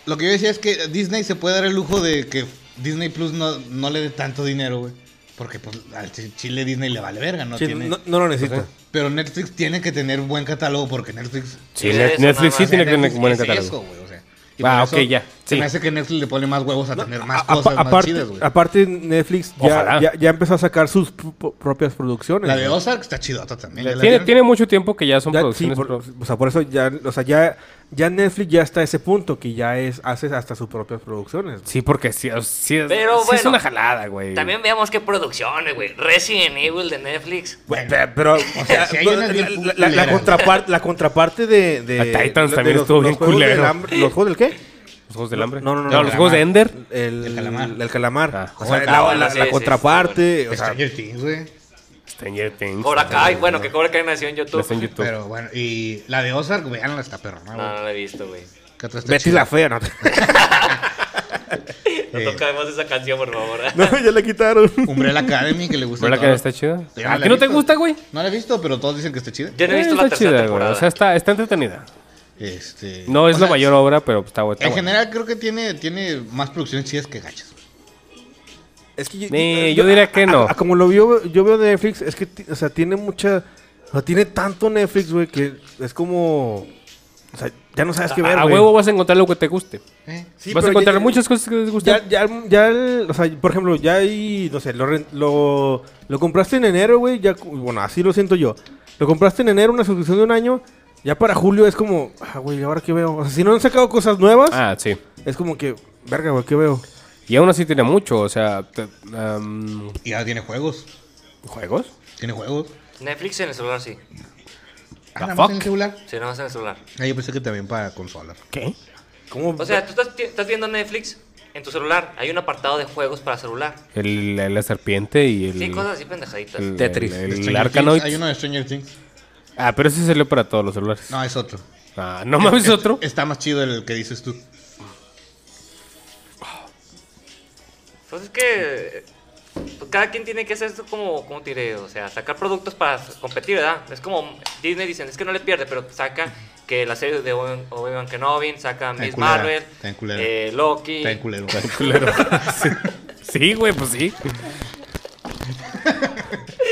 [SPEAKER 5] lo que yo decía es que Disney se puede dar el lujo de que Disney Plus no, no le dé tanto dinero, güey. Porque pues al ch- Chile Disney le vale verga, no
[SPEAKER 3] Sí,
[SPEAKER 5] tiene.
[SPEAKER 3] no, no lo necesito.
[SPEAKER 5] Pero Netflix tiene que tener buen catálogo porque Netflix.
[SPEAKER 1] sí,
[SPEAKER 4] Sí,
[SPEAKER 1] Net-
[SPEAKER 4] eso nada
[SPEAKER 1] Netflix sí
[SPEAKER 4] más.
[SPEAKER 1] tiene que tener
[SPEAKER 5] Netflix
[SPEAKER 1] un buen
[SPEAKER 5] es
[SPEAKER 1] catálogo.
[SPEAKER 5] eso, güey, o sea.
[SPEAKER 1] Va,
[SPEAKER 5] por
[SPEAKER 1] ok, ya, sí.
[SPEAKER 5] Se me hace que Netflix le pone más huevos a tener más
[SPEAKER 3] A- a-
[SPEAKER 5] cosas más
[SPEAKER 3] aparte,
[SPEAKER 5] chidas, güey.
[SPEAKER 3] aparte Netflix ya,
[SPEAKER 1] Ojalá.
[SPEAKER 3] ya, ya empezó a sacar sus pro- propias producciones.
[SPEAKER 5] La de
[SPEAKER 3] güey.
[SPEAKER 5] Ozark está chidota también. ¿ya la
[SPEAKER 1] Tiene,
[SPEAKER 5] vieron?
[SPEAKER 1] tiene mucho tiempo que ya son
[SPEAKER 3] Ya, sí,
[SPEAKER 1] producciones.
[SPEAKER 3] por-
[SPEAKER 1] pro-
[SPEAKER 3] o sea, por eso ya, o sea, ya, ya Netflix ya está a ese punto que ya es, haces hasta sus propias producciones.
[SPEAKER 1] Sí, porque sí, o- sí es-
[SPEAKER 4] Pero
[SPEAKER 1] sí es
[SPEAKER 4] bueno,
[SPEAKER 1] una jalada, güey.
[SPEAKER 4] También veamos qué producciones, güey. Resident Evil de Netflix.
[SPEAKER 3] Bueno, pe- pero
[SPEAKER 5] sea, sí hay
[SPEAKER 3] pero
[SPEAKER 5] unas bien
[SPEAKER 3] la- la, la- la
[SPEAKER 5] culeras.
[SPEAKER 3] contraparte, la contraparte de, de
[SPEAKER 1] A Titans
[SPEAKER 3] de-
[SPEAKER 1] también
[SPEAKER 3] de
[SPEAKER 1] estuvo bien
[SPEAKER 3] juegos del
[SPEAKER 1] culero.
[SPEAKER 3] hambre- ¿Los juegos del qué?
[SPEAKER 1] ¿Los Juegos del Hambre?
[SPEAKER 3] No, no, no,
[SPEAKER 1] ¿Los
[SPEAKER 5] el
[SPEAKER 1] Juegos de
[SPEAKER 5] calamar.
[SPEAKER 1] Ender?
[SPEAKER 3] El,
[SPEAKER 5] El calamar.
[SPEAKER 3] El calamar.
[SPEAKER 1] Ah.
[SPEAKER 3] O sea,
[SPEAKER 1] Ah,
[SPEAKER 3] la,
[SPEAKER 4] bueno,
[SPEAKER 3] la-
[SPEAKER 4] sí,
[SPEAKER 3] la
[SPEAKER 4] sí,
[SPEAKER 3] contraparte. o sea,
[SPEAKER 5] Stranger Things, güey.
[SPEAKER 1] Stranger Things.
[SPEAKER 4] Cobra Kai. Bueno, que Cobra Kai nació en
[SPEAKER 1] Está en
[SPEAKER 4] YouTube.
[SPEAKER 1] YouTube.
[SPEAKER 5] Pero bueno, y la de Ozark, veanla, está perrona,
[SPEAKER 4] No,
[SPEAKER 5] güey.
[SPEAKER 1] Ah.
[SPEAKER 4] no la he visto, güey.
[SPEAKER 5] ¿Qué otra está
[SPEAKER 3] Betty
[SPEAKER 5] chida?
[SPEAKER 3] la fea, no.
[SPEAKER 4] No
[SPEAKER 5] Eh.
[SPEAKER 4] tocamos esa canción, por favor.
[SPEAKER 3] no, ya la quitaron.
[SPEAKER 5] Umbrella Academy, que le gusta.
[SPEAKER 1] ¿Verdad
[SPEAKER 5] a
[SPEAKER 1] que
[SPEAKER 5] todos.
[SPEAKER 1] está chida?
[SPEAKER 5] Yo
[SPEAKER 1] ¿A
[SPEAKER 5] pues, la
[SPEAKER 1] ti no te
[SPEAKER 5] he visto.
[SPEAKER 1] gusta, güey?
[SPEAKER 5] No la he visto, pero todos dicen que está chida.
[SPEAKER 4] Yo no he visto
[SPEAKER 1] Eh,
[SPEAKER 4] la
[SPEAKER 1] está
[SPEAKER 4] tercera
[SPEAKER 1] chida, güey.
[SPEAKER 4] temporada.
[SPEAKER 1] O sea, está, está entretenida.
[SPEAKER 5] Este,
[SPEAKER 1] No es
[SPEAKER 5] o
[SPEAKER 1] la
[SPEAKER 5] sea,
[SPEAKER 1] mayor obra, pero pues, está, bu- está
[SPEAKER 5] En
[SPEAKER 1] buena.
[SPEAKER 5] general creo que tiene, tiene más producciones chidas que gachas. güey.
[SPEAKER 3] Es que
[SPEAKER 1] Eh, yo diría que
[SPEAKER 3] a-
[SPEAKER 1] no.
[SPEAKER 3] a- a ah, como lo vio, yo veo de Netflix, es que, ti- o sea, tiene mucha. O sea, tiene tanto Netflix, güey, que es como. O sea, ya no sabes qué ver,
[SPEAKER 1] a, a
[SPEAKER 3] güey.
[SPEAKER 1] Ah, huevo vas a encontrar lo que te guste.
[SPEAKER 5] ¿Eh?
[SPEAKER 3] Sí,
[SPEAKER 1] vas a
[SPEAKER 3] pero
[SPEAKER 1] encontrar
[SPEAKER 3] ya-
[SPEAKER 1] muchas cosas que te gusten.
[SPEAKER 3] Ya, ya, ya, el- o sea, por ejemplo, ya hay, no sé, lo, ren- lo, lo compraste en enero, güey, ya, cu- bueno, así lo siento yo. Lo compraste en enero, una suscripción de un año, ya para julio es como, ah, güey, ¿ahora qué veo? O sea, si no han sacado cosas nuevas,
[SPEAKER 1] Ah, sí.
[SPEAKER 3] es como que, verga, güey, ¿qué veo?
[SPEAKER 1] Y aún así tiene mucho, o sea... te- am,
[SPEAKER 5] Y ahora tiene juegos.
[SPEAKER 1] ¿Juegos?
[SPEAKER 5] Tiene juegos.
[SPEAKER 4] Netflix en el celular, sí.
[SPEAKER 5] Ah,
[SPEAKER 1] The
[SPEAKER 5] nada más en el
[SPEAKER 1] fuck?
[SPEAKER 5] celular.
[SPEAKER 4] Sí, nada más en el celular.
[SPEAKER 5] Ah, yo pensé que también para consolas.
[SPEAKER 1] ¿Qué?
[SPEAKER 3] ¿Cómo?
[SPEAKER 4] O sea, tú estás, estás viendo Netflix en tu celular. Hay un apartado de juegos para celular.
[SPEAKER 1] El, la, la serpiente y el...
[SPEAKER 4] Sí, cosas así pendejaditas.
[SPEAKER 1] el-
[SPEAKER 2] Tetris.
[SPEAKER 1] El, el
[SPEAKER 5] Stranger
[SPEAKER 1] Arkanoid.
[SPEAKER 5] Things, Hay uno de Stranger Things.
[SPEAKER 1] Ah, pero ese salió para todos los celulares.
[SPEAKER 5] No, es otro.
[SPEAKER 1] Ah, no
[SPEAKER 5] <laughs>
[SPEAKER 1] mames, otro. <laughs>
[SPEAKER 5] Está más chido el que dices tú.
[SPEAKER 4] Entonces que pues, cada quien tiene que hacer esto como, como te diré, o sea, sacar productos para competir, ¿verdad? Es como Disney dicen, es que no le pierde, pero saca que la serie de Obi- Obi-Wan Kenobi, saca
[SPEAKER 5] Está en
[SPEAKER 4] Miss
[SPEAKER 5] culera,
[SPEAKER 4] Marvel,
[SPEAKER 5] está en culera.
[SPEAKER 4] eh, Loki.
[SPEAKER 5] Está en culero.
[SPEAKER 1] Culero. Sí. Sí, güey, pues sí.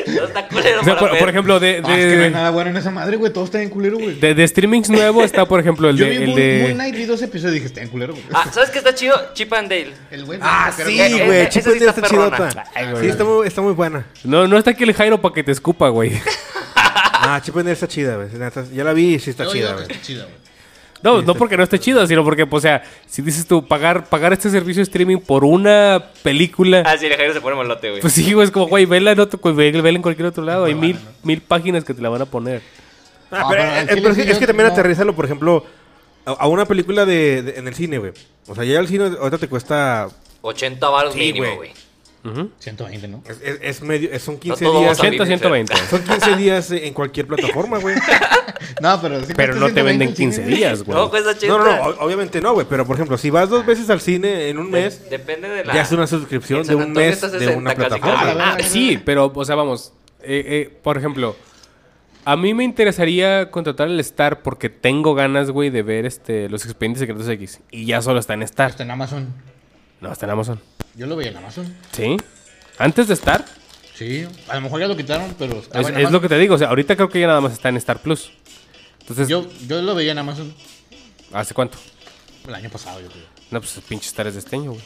[SPEAKER 4] No está
[SPEAKER 1] <laughs>
[SPEAKER 4] culero
[SPEAKER 1] O sea,
[SPEAKER 4] para
[SPEAKER 1] por,
[SPEAKER 4] ver.
[SPEAKER 1] por ejemplo, de,
[SPEAKER 5] Ah, <laughs> es que no
[SPEAKER 1] de,
[SPEAKER 5] hay nada bueno en esa madre, güey. Todo está en culero, güey.
[SPEAKER 1] de- de streamings nuevo está, por ejemplo, el
[SPEAKER 5] Yo
[SPEAKER 1] de...
[SPEAKER 5] vi
[SPEAKER 1] El
[SPEAKER 5] Moon, Moon
[SPEAKER 1] de
[SPEAKER 5] Knight, vi dos episodios y dije, está en culero, güey.
[SPEAKER 4] Ah, ¿sabes qué está chido? Chip
[SPEAKER 1] <laughs>
[SPEAKER 4] and Dale.
[SPEAKER 5] <laughs> El güey.
[SPEAKER 3] Ah,
[SPEAKER 5] pero-
[SPEAKER 3] sí,
[SPEAKER 4] Eh, eh,
[SPEAKER 3] güey,
[SPEAKER 4] esa
[SPEAKER 3] Chip
[SPEAKER 4] sí
[SPEAKER 3] and Dale
[SPEAKER 4] está
[SPEAKER 3] está
[SPEAKER 4] perrona.
[SPEAKER 3] chidota.
[SPEAKER 1] Ay, güey.
[SPEAKER 3] Sí, está muy, está muy buena.
[SPEAKER 1] no, no está aquí el Jairo para que te escupa,
[SPEAKER 5] <laughs>
[SPEAKER 1] güey.
[SPEAKER 3] Ah, Chip and Dale está chida, güey. neta, Ya la vi y sí está
[SPEAKER 5] Yo digo
[SPEAKER 3] chida,
[SPEAKER 5] que
[SPEAKER 3] güey.
[SPEAKER 5] está chida, güey.
[SPEAKER 1] No, no porque no esté chido, sino porque, pues, o sea, si dices tú, pagar, pagar este servicio de streaming por una película,
[SPEAKER 4] Ah, sí, el Jairo se pone malote, güey.
[SPEAKER 1] pues sí, güey, es como, güey, vela en, otro- pues, ve- vela en cualquier otro lado. Hay mil, mil páginas que te la van a poner.
[SPEAKER 3] Ah,
[SPEAKER 5] Ah,
[SPEAKER 3] pero,
[SPEAKER 5] pero
[SPEAKER 3] eh,
[SPEAKER 5] al
[SPEAKER 3] pero
[SPEAKER 5] chile
[SPEAKER 3] es, que,
[SPEAKER 5] sí
[SPEAKER 3] es
[SPEAKER 5] yo
[SPEAKER 3] que también
[SPEAKER 5] no-
[SPEAKER 3] aterrízalo, por ejemplo, a, a una película de, de- en el cine, güey. O sea, ya el cine ahorita te cuesta...
[SPEAKER 4] 80 baros
[SPEAKER 3] Sí,
[SPEAKER 4] mínimo,
[SPEAKER 3] güey.
[SPEAKER 4] güey.
[SPEAKER 5] 120, ¿no?
[SPEAKER 3] Es, es- es medio, es- son 15
[SPEAKER 4] todos
[SPEAKER 3] días...
[SPEAKER 4] vamos a
[SPEAKER 3] Son
[SPEAKER 4] vivir.
[SPEAKER 1] 100,
[SPEAKER 4] <laughs>
[SPEAKER 1] 120.
[SPEAKER 3] son 15 días eh, en cualquier plataforma, güey.
[SPEAKER 5] No, pero sí
[SPEAKER 1] Pero
[SPEAKER 5] cuesta
[SPEAKER 1] no te
[SPEAKER 5] 120
[SPEAKER 1] venden
[SPEAKER 5] el cine,
[SPEAKER 1] 15
[SPEAKER 5] güey.
[SPEAKER 1] días, güey.
[SPEAKER 4] No, pues, cuesta 80.
[SPEAKER 3] No, no, no, o- obviamente no, güey. Pero, por ejemplo, si vas dos veces al cine en un
[SPEAKER 4] De-
[SPEAKER 3] mes,
[SPEAKER 4] Depende de la.
[SPEAKER 3] ya es una suscripción
[SPEAKER 4] en
[SPEAKER 3] de
[SPEAKER 4] San
[SPEAKER 3] un
[SPEAKER 4] Antonio
[SPEAKER 3] mes
[SPEAKER 4] está
[SPEAKER 3] de
[SPEAKER 4] 60
[SPEAKER 3] una
[SPEAKER 4] casi,
[SPEAKER 3] plataforma.
[SPEAKER 4] casi.
[SPEAKER 1] Ah, sí, pero, o sea, vamos. eh, eh, por ejemplo, a mí me interesaría contratar el Star porque tengo ganas, güey, de ver este los expedientes secretos X. Y ya solo está en Star.
[SPEAKER 5] Está en Amazon.
[SPEAKER 1] No, está en Amazon.
[SPEAKER 5] Yo lo veía en Amazon.
[SPEAKER 1] ¿Sí? Antes de Star,
[SPEAKER 5] Sí. A lo mejor ya lo quitaron, pero estaba
[SPEAKER 1] es,
[SPEAKER 5] en
[SPEAKER 1] es
[SPEAKER 5] Amazon.
[SPEAKER 1] lo que te digo. O sea, ahorita creo que ya nada más está en Star Plus. Entonces,
[SPEAKER 5] Yo, yo lo veía en Amazon
[SPEAKER 1] ¿hace cuánto?
[SPEAKER 5] el año pasado, yo creo.
[SPEAKER 1] No, pues pinche Star es de este año, güey.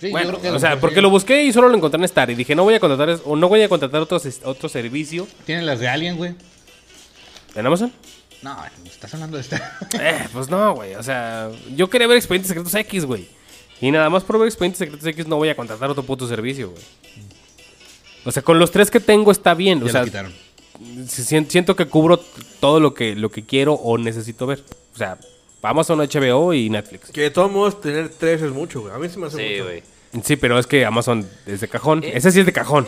[SPEAKER 5] Sí,
[SPEAKER 1] Bueno,
[SPEAKER 5] yo creo que
[SPEAKER 1] o sea,
[SPEAKER 5] sí.
[SPEAKER 1] porque lo busqué y solo lo encontré en Star. Y dije, no voy a contratar, es- o no voy a contratar otro, ses- otro servicio
[SPEAKER 5] Tienen las de Alien, güey.
[SPEAKER 1] en
[SPEAKER 5] <laughs>
[SPEAKER 1] Amazon.
[SPEAKER 5] No, eh, estás hablando de esta. <laughs>
[SPEAKER 1] Eh, pues no, güey. O sea, yo quería ver Expedientes Secretos X, güey. Y nada más por ver Expedientes Secretos X no voy a contratar otro puto servicio, güey. O sea, con los tres que tengo está bien.
[SPEAKER 5] ya
[SPEAKER 1] o sea,
[SPEAKER 5] lo quitaron.
[SPEAKER 1] si- si- siento que cubro t- todo lo que, lo que quiero o necesito ver. O sea, Amazon, HBO y Netflix.
[SPEAKER 3] Que de todos modos, tener tres es mucho, güey. A mí se me hace
[SPEAKER 4] Sí,
[SPEAKER 3] mucho.
[SPEAKER 4] güey.
[SPEAKER 1] Sí, pero es que Amazon es de cajón. Ese sí es de cajón.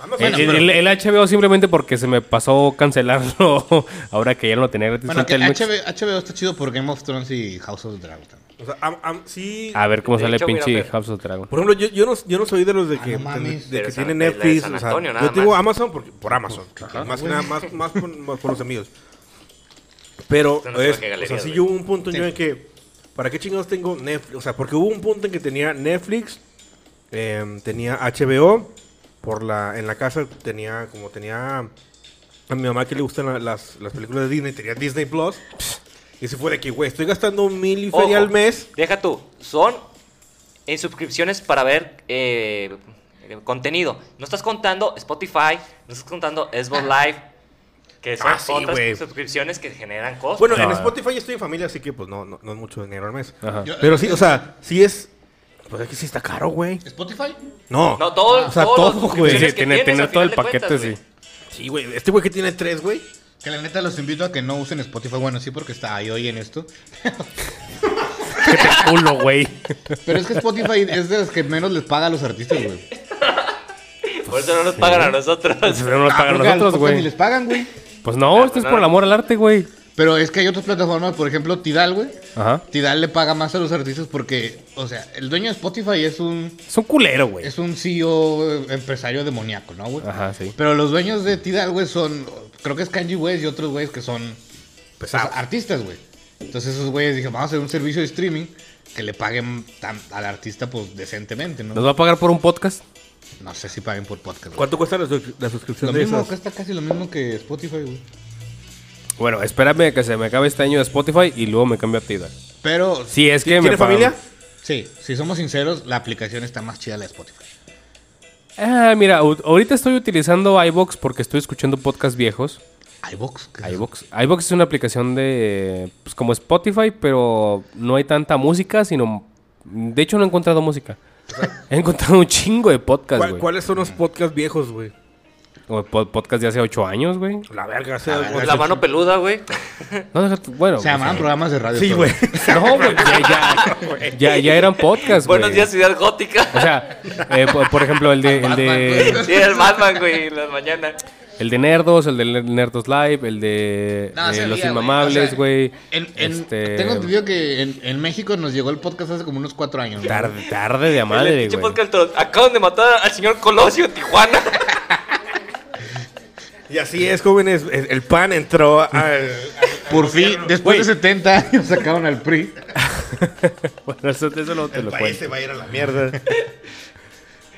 [SPEAKER 3] Ah, pues
[SPEAKER 1] Eh,
[SPEAKER 5] Bueno,
[SPEAKER 1] el,
[SPEAKER 5] pero-
[SPEAKER 1] el- el HBO simplemente porque se me pasó cancelarlo <laughs> ahora que ya no lo tenía gratis.
[SPEAKER 5] Bueno,
[SPEAKER 1] en
[SPEAKER 5] que
[SPEAKER 1] Telmex.
[SPEAKER 5] HBO, está chido por Game of Thrones y House of the Dragon. también.
[SPEAKER 3] O sea, am- am- sí.
[SPEAKER 1] A ver cómo
[SPEAKER 4] De
[SPEAKER 1] sale
[SPEAKER 4] hecho,
[SPEAKER 1] pinche
[SPEAKER 4] mira, pero-
[SPEAKER 1] House of Dragon.
[SPEAKER 3] Por ejemplo, yo, yo, no, yo no soy de los de
[SPEAKER 5] Ah,
[SPEAKER 3] que,
[SPEAKER 5] no
[SPEAKER 3] de
[SPEAKER 5] mames.
[SPEAKER 4] Pero
[SPEAKER 3] que
[SPEAKER 4] esa-
[SPEAKER 3] tienen
[SPEAKER 4] la de
[SPEAKER 3] Netflix.
[SPEAKER 4] San
[SPEAKER 3] o sea,
[SPEAKER 4] Antonio, nada
[SPEAKER 3] yo tengo
[SPEAKER 4] más.
[SPEAKER 3] Amazon porque- por Amazon. Más que nada, más, más por, más por los amigos. Pero,
[SPEAKER 4] Eso no se
[SPEAKER 3] es-
[SPEAKER 4] ve que
[SPEAKER 3] o sea,
[SPEAKER 4] galerías,
[SPEAKER 3] sí
[SPEAKER 4] güey.
[SPEAKER 3] hubo un punto en yo en que. ¿Para qué chingados tengo Netflix? O sea, porque hubo un punto en que tenía Netflix, eh, tenía HBO, por la, en la casa tenía, como tenía a mi mamá que le gustan la- las, las películas de Disney, tenía Disney Plus. Y se fue de que, güey, estoy gastando un mil y feria al
[SPEAKER 4] Ojo,
[SPEAKER 3] mes.
[SPEAKER 4] Deja tú. Son en suscripciones para ver eh, eh, contenido. No estás contando Spotify, no estás contando Xbox
[SPEAKER 1] Ah.
[SPEAKER 4] Live, que son
[SPEAKER 3] Ah, sí,
[SPEAKER 4] otras
[SPEAKER 3] güey.
[SPEAKER 4] suscripciones que generan cosas.
[SPEAKER 3] Bueno,
[SPEAKER 1] No,
[SPEAKER 3] en
[SPEAKER 1] no.
[SPEAKER 3] Spotify estoy en familia, así que pues no, no, no es mucho dinero al mes.
[SPEAKER 1] Ajá.
[SPEAKER 5] Yo-
[SPEAKER 3] Pero sí, o sea, sí es. Pues es que sí está caro, güey.
[SPEAKER 5] ¿Spotify?
[SPEAKER 3] No.
[SPEAKER 4] no, todo,
[SPEAKER 3] O sea,
[SPEAKER 4] todos
[SPEAKER 3] todo,
[SPEAKER 4] los
[SPEAKER 3] güey.
[SPEAKER 1] Sí,
[SPEAKER 4] suscripciones
[SPEAKER 1] sí,
[SPEAKER 4] que
[SPEAKER 1] tiene,
[SPEAKER 4] tienes,
[SPEAKER 1] tiene
[SPEAKER 4] al
[SPEAKER 1] todo el
[SPEAKER 4] final de
[SPEAKER 1] paquete,
[SPEAKER 4] cuentas,
[SPEAKER 1] sí.
[SPEAKER 4] güey.
[SPEAKER 3] Sí, güey. Este güey que tiene tres, güey.
[SPEAKER 5] Que la neta los invito a que no usen Spotify. Bueno, sí, porque está ahí hoy en esto.
[SPEAKER 1] Culo, güey.
[SPEAKER 5] Pero es que Spotify es de los que menos les paga a los artistas, güey.
[SPEAKER 4] Por eso no nos pagan a
[SPEAKER 3] <laughs>
[SPEAKER 4] nosotros.
[SPEAKER 1] <laughs>
[SPEAKER 3] Pues
[SPEAKER 1] Pero no nos
[SPEAKER 5] Ah,
[SPEAKER 1] pagan a
[SPEAKER 5] porque a los
[SPEAKER 1] nosotros,
[SPEAKER 5] podcasts Ni les
[SPEAKER 1] güey.
[SPEAKER 5] pagan, güey.
[SPEAKER 1] Pues no, esto es por el amor al arte, güey.
[SPEAKER 5] Pero es que hay otras plataformas, por ejemplo, Tidal, güey.
[SPEAKER 1] Ajá.
[SPEAKER 5] Tidal le paga más a los artistas porque, o sea, el dueño de Spotify es un
[SPEAKER 1] Es un culero, güey.
[SPEAKER 5] es un CEO empresario demoníaco, ¿no, güey?
[SPEAKER 1] Ajá, sí.
[SPEAKER 5] Pero los dueños de Tidal, güey, son, creo que es Kanji West y otros güeyes que son pues,
[SPEAKER 3] Pesados.
[SPEAKER 5] artistas, güey. Entonces esos güeyes dije, vamos a hacer un servicio de streaming que le paguen tan- al artista, pues, decentemente,
[SPEAKER 1] ¿Nos
[SPEAKER 5] ¿no?
[SPEAKER 1] va a pagar por un podcast?
[SPEAKER 5] No sé si paguen por podcast. güey.
[SPEAKER 3] ¿Cuánto cuesta la, su- la suscripción
[SPEAKER 5] Lo
[SPEAKER 3] de
[SPEAKER 5] mismo,
[SPEAKER 3] esas?
[SPEAKER 5] cuesta casi lo mismo que Spotify, güey.
[SPEAKER 1] Bueno, espérame a que se me acabe este año de Spotify y luego me cambio a Tidal.
[SPEAKER 5] Pero, sí.
[SPEAKER 1] Si es que me
[SPEAKER 3] ¿Tiene
[SPEAKER 1] pagan-
[SPEAKER 3] familia?
[SPEAKER 5] si somos sinceros, la aplicación está más chida la de Spotify.
[SPEAKER 1] Ah, mira, au- ahorita estoy utilizando iBox porque estoy escuchando podcasts viejos.
[SPEAKER 5] iVox. ¿qué es eso?
[SPEAKER 1] iBox. iBox es una aplicación de pues, como Spotify, pero no hay tanta música, sino mm, de hecho no he encontrado música. <laughs> He encontrado un chingo de podcasts,
[SPEAKER 3] ¿Cuál-
[SPEAKER 1] güey.
[SPEAKER 3] ¿Cuáles son los podcasts viejos, güey?
[SPEAKER 1] O po- Podcasts de hace ocho años, güey.
[SPEAKER 3] La verga, o sea,
[SPEAKER 5] verga,
[SPEAKER 3] o sea,
[SPEAKER 4] Ah, La mano peluda, güey.
[SPEAKER 1] No, deja tú- bueno.
[SPEAKER 5] Se llamaban
[SPEAKER 1] o sea,
[SPEAKER 5] programas de radio.
[SPEAKER 3] Sí,
[SPEAKER 5] pero- <laughs>
[SPEAKER 3] güey.
[SPEAKER 1] No, güey, pues, ya, ya, ya, ya eran podcasts, güey.
[SPEAKER 4] <laughs> Buenos días, Ciudad Gótica.
[SPEAKER 1] O sea, eh, por, por ejemplo, el de, el de
[SPEAKER 4] <laughs> Sí, el Batman, güey, en la mañana.
[SPEAKER 1] el de Nerdos, el de Nerdos Live, el de
[SPEAKER 5] No,
[SPEAKER 1] eh,
[SPEAKER 5] sabía,
[SPEAKER 1] Los
[SPEAKER 5] güey. O
[SPEAKER 1] Inmamables,
[SPEAKER 5] sea,
[SPEAKER 1] güey.
[SPEAKER 5] en- en-
[SPEAKER 1] Este,
[SPEAKER 5] Tengo entendido que en, en México nos llegó el podcast hace como unos cuatro años. güey.
[SPEAKER 1] Tarde, tarde
[SPEAKER 5] <laughs>
[SPEAKER 1] de a
[SPEAKER 4] El
[SPEAKER 1] madre,
[SPEAKER 4] pinche
[SPEAKER 1] güey.
[SPEAKER 4] podcast, todos, Acaban de matar al señor Colosio en Tijuana.
[SPEAKER 3] Y así es, jóvenes. El el pan entró
[SPEAKER 1] <laughs>
[SPEAKER 3] al.
[SPEAKER 5] Por fin, después de 70 años <laughs> sacaron al PRI.
[SPEAKER 1] <laughs> Bueno, eso, eso luego te lo cuento.
[SPEAKER 3] va a ir a la mierda.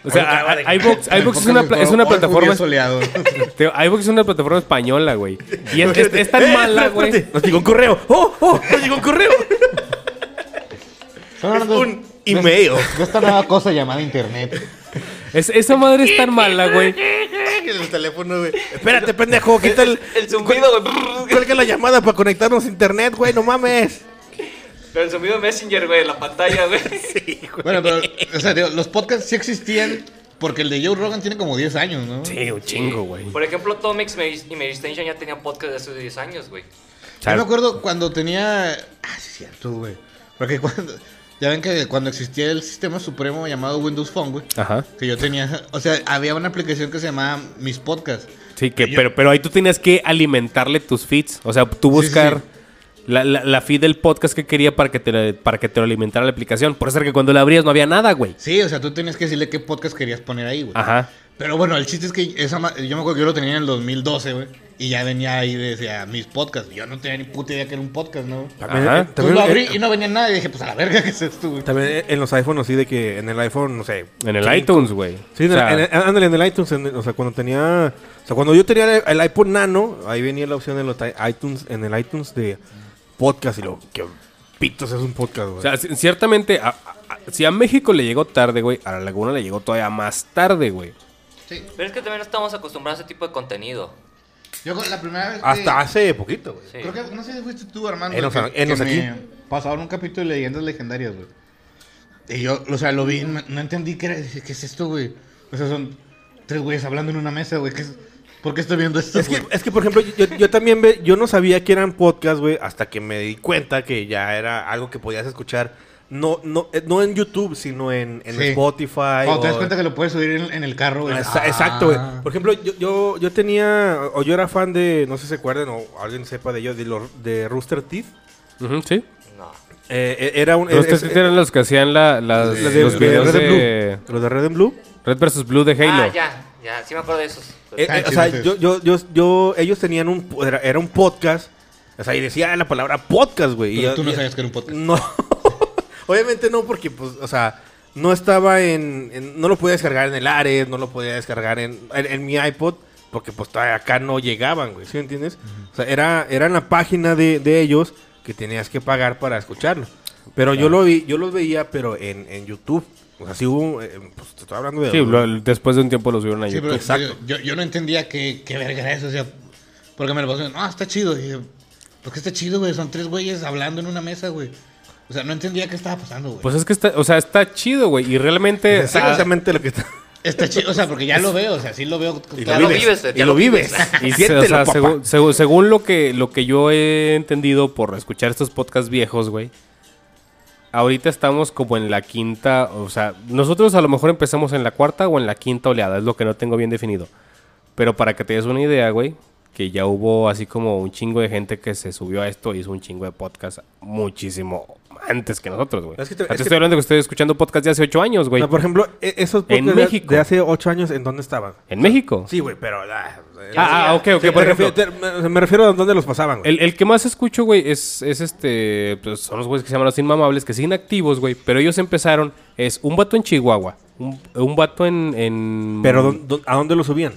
[SPEAKER 1] O sea,
[SPEAKER 3] Acaba de-
[SPEAKER 1] a- a-
[SPEAKER 5] <laughs>
[SPEAKER 1] iVox iVox es una, pla- es una
[SPEAKER 5] Hoy fue un día
[SPEAKER 1] plataforma. <laughs>
[SPEAKER 5] soleado.
[SPEAKER 1] te digo, iVox es una plataforma española, güey. <laughs> Y es, es- es tan
[SPEAKER 3] <laughs> Eh,
[SPEAKER 1] mala,
[SPEAKER 3] espérate,
[SPEAKER 1] güey.
[SPEAKER 3] espérate, Nos llegó un correo. ¡Oh, oh! Nos llegó un correo.
[SPEAKER 5] Es
[SPEAKER 3] un email.
[SPEAKER 5] De esta nueva cosa llamada internet.
[SPEAKER 1] <laughs> Es- esa madre es tan mala, güey.
[SPEAKER 3] el teléfono, güey. Espérate, pendejo. Quita el.
[SPEAKER 4] <laughs> El zumbido,
[SPEAKER 3] <laughs>
[SPEAKER 4] güey.
[SPEAKER 3] Cuelga la llamada para conectarnos a internet, güey. No mames.
[SPEAKER 4] Pero el zumbido Messenger, güey, en la pantalla,
[SPEAKER 3] <laughs>
[SPEAKER 4] güey.
[SPEAKER 5] Bueno, pero, o sea, digo, los podcasts sí existían porque el de Joe Rogan tiene como 10 años, ¿no?
[SPEAKER 1] Sí, un chingo, güey.
[SPEAKER 4] Por ejemplo, Tomix y Medistation ya tenían podcast de hace 10 años, güey.
[SPEAKER 5] Yo me acuerdo cuando tenía. Ah, sí, es cierto, güey. Porque cuando. Ya ven que cuando existía el sistema supremo llamado Windows Phone, güey.
[SPEAKER 1] Ajá.
[SPEAKER 5] Que yo tenía. O sea, había una aplicación que se llamaba Mis Podcasts.
[SPEAKER 1] Sí, que, pero, pero ahí tú tenías que alimentarle tus feeds. O sea, tú
[SPEAKER 5] Sí,
[SPEAKER 1] buscar
[SPEAKER 5] sí,
[SPEAKER 1] La, la- la feed del podcast que quería para que te, la- para que te lo alimentara la aplicación. Por eso era que cuando la abrías no había nada, güey.
[SPEAKER 5] Sí, o sea, tú tenías que decirle qué podcast querías poner ahí, güey.
[SPEAKER 1] Ajá.
[SPEAKER 5] Pero bueno, el chiste es que esa ma- yo me acuerdo que yo lo tenía en el 2012, güey. Y ya venía ahí, decía, mis podcasts. Yo no tenía ni puta idea que era un podcast, ¿no?
[SPEAKER 1] También-
[SPEAKER 3] eh,
[SPEAKER 1] Ajá.
[SPEAKER 5] Entonces Pues lo abrí y no venía nada. Y dije, pues a la verga, <laughs> ¿qué es esto, güey?
[SPEAKER 3] También eh, en los iPhones, sí, de que en el iPhone, no sé.
[SPEAKER 1] En el iTunes, güey.
[SPEAKER 3] Sí, en
[SPEAKER 1] O
[SPEAKER 3] el-
[SPEAKER 1] sea,
[SPEAKER 3] en el- ándale, en el iTunes. en el- o sea, cuando tenía. O sea, cuando yo tenía el, el iPod Nano, ahí venía la opción en, los i- iTunes, en el iTunes de podcast. Y lo que pitos es un podcast, güey.
[SPEAKER 1] O sea, ci- ciertamente, a- a- a- si a México le llegó tarde, güey, a la Laguna le llegó todavía más tarde, güey.
[SPEAKER 5] Sí.
[SPEAKER 4] Pero es que también no estamos acostumbrados a ese tipo de contenido.
[SPEAKER 5] Yo con- la primera vez. que-
[SPEAKER 3] Hasta hace poquito, güey.
[SPEAKER 4] Sí.
[SPEAKER 5] Creo que, no sé si fuiste tú, Armando.
[SPEAKER 3] Enos-
[SPEAKER 5] que- que
[SPEAKER 3] enos
[SPEAKER 5] me
[SPEAKER 3] aquí.
[SPEAKER 5] Pasaron un capítulo de leyendas legendarias, güey. Y yo, o sea, lo vi, no, no entendí qué era. Dije, ¿qué es esto, güey? O sea, son tres güeyes hablando en una mesa, güey. ¿qué es- ¿Por qué estoy viendo esto,
[SPEAKER 3] Es que,
[SPEAKER 5] güey?
[SPEAKER 3] es que, por ejemplo, yo, yo también ve- yo no sabía que eran podcasts, güey, hasta que me di cuenta que ya era algo que podías escuchar No, no, eh, no en YouTube, sino en, en
[SPEAKER 5] Sí.
[SPEAKER 3] Spotify.
[SPEAKER 5] Cuando te das
[SPEAKER 3] o-
[SPEAKER 5] cuenta que lo puedes subir en, en el carro, güey.
[SPEAKER 3] Esa-
[SPEAKER 5] Ah.
[SPEAKER 3] Exacto, güey. Por ejemplo, yo, yo, yo tenía, o yo era fan de, no sé si se acuerdan o alguien sepa de ellos, de, los- de Rooster Teeth.
[SPEAKER 1] Ujú, sí.
[SPEAKER 4] No.
[SPEAKER 3] Eh, eh, era un...
[SPEAKER 1] Los
[SPEAKER 3] es-
[SPEAKER 1] tres
[SPEAKER 3] es-
[SPEAKER 1] eran los que hacían la- las-
[SPEAKER 3] los de,
[SPEAKER 1] los
[SPEAKER 3] de
[SPEAKER 1] videos
[SPEAKER 3] Red and
[SPEAKER 1] de
[SPEAKER 3] Blue. Los de Red and Blue.
[SPEAKER 5] Ah,
[SPEAKER 1] Red vs. Blue de Halo.
[SPEAKER 4] Ah, ya, ya, sí me acuerdo de esos.
[SPEAKER 3] Eh, eh, o sea, yo, yo, yo, yo- ellos tenían un, po- era, era un podcast. O sea, y decía la palabra podcast, güey. y
[SPEAKER 5] Pero
[SPEAKER 3] yo- Mm,
[SPEAKER 5] tú no
[SPEAKER 3] y-
[SPEAKER 5] sabías que era un podcast.
[SPEAKER 3] No. <laughs> Obviamente no, porque, pues, o sea, no estaba en, en- No lo podía descargar en el Ares, no lo podía descargar en, en, en mi iPod, porque, pues, todavía acá no llegaban, güey. ¿Sí me entiendes? O sea, era, era en la página de, de ellos que tenías que pagar para escucharlo. Pero yo lo vi, yo los veía, pero en, en YouTube. O sea, sí hubo. eh, pues, te estoy hablando de.
[SPEAKER 1] Sí,
[SPEAKER 3] <laughs>
[SPEAKER 1] lo- después de un tiempo los subieron a
[SPEAKER 5] Sí,
[SPEAKER 1] YouTube.
[SPEAKER 5] pero
[SPEAKER 3] Exacto.
[SPEAKER 5] Yo, yo no entendía qué, qué verga era eso, o sea, porque me lo pasaron, no, está chido, y dije, ¿por qué está chido, güey? Son tres güeyes hablando en una mesa, güey. O sea, no entendía qué estaba pasando, güey.
[SPEAKER 1] Pues es que está, o sea, está chido, güey. Y realmente.
[SPEAKER 3] Exactamente lo que está.
[SPEAKER 5] está chido, o sea, porque ya lo veo, o sea, sí lo veo.
[SPEAKER 4] Ya
[SPEAKER 5] claro,
[SPEAKER 4] lo vives, ya
[SPEAKER 3] y lo
[SPEAKER 4] lo
[SPEAKER 3] vives.
[SPEAKER 1] Y <laughs>
[SPEAKER 3] Y
[SPEAKER 1] se-
[SPEAKER 3] <laughs> siéntelo,
[SPEAKER 1] o sea,
[SPEAKER 3] papá.
[SPEAKER 1] según, según- según lo que lo que yo he entendido por escuchar estos podcasts viejos, güey. Ahorita estamos como en la quinta, o sea, nosotros a lo mejor empezamos en la cuarta o en la quinta oleada, es lo que no tengo bien definido. Pero para que te des una idea, güey, que ya hubo así como un chingo de gente que se subió a esto y hizo un chingo de podcast muchísimo antes que nosotros, güey.
[SPEAKER 3] Es que te-
[SPEAKER 1] O sea, te
[SPEAKER 3] es que-
[SPEAKER 1] estoy hablando que estoy escuchando podcast de hace ocho años, güey.
[SPEAKER 3] No, por ejemplo, e- esos
[SPEAKER 1] En
[SPEAKER 3] podcasts de-
[SPEAKER 1] México.
[SPEAKER 3] de hace ocho años, ¿en dónde estaban?
[SPEAKER 1] en México.
[SPEAKER 3] Sí, güey, pero. ah,
[SPEAKER 1] ah, ah, ok, ok,
[SPEAKER 3] Sí,
[SPEAKER 1] por
[SPEAKER 3] me
[SPEAKER 1] ejemplo.
[SPEAKER 3] refiero- te- me, me refiero a dónde los pasaban, güey.
[SPEAKER 1] El, el que más escucho, güey, es, es este. pues, son los güeyes que se llaman los inmamables, que siguen activos, güey. Pero ellos empezaron. Es un vato en Chihuahua. Un, un vato en. en-
[SPEAKER 3] Pero ¿dó- dó- ¿a dónde lo subían?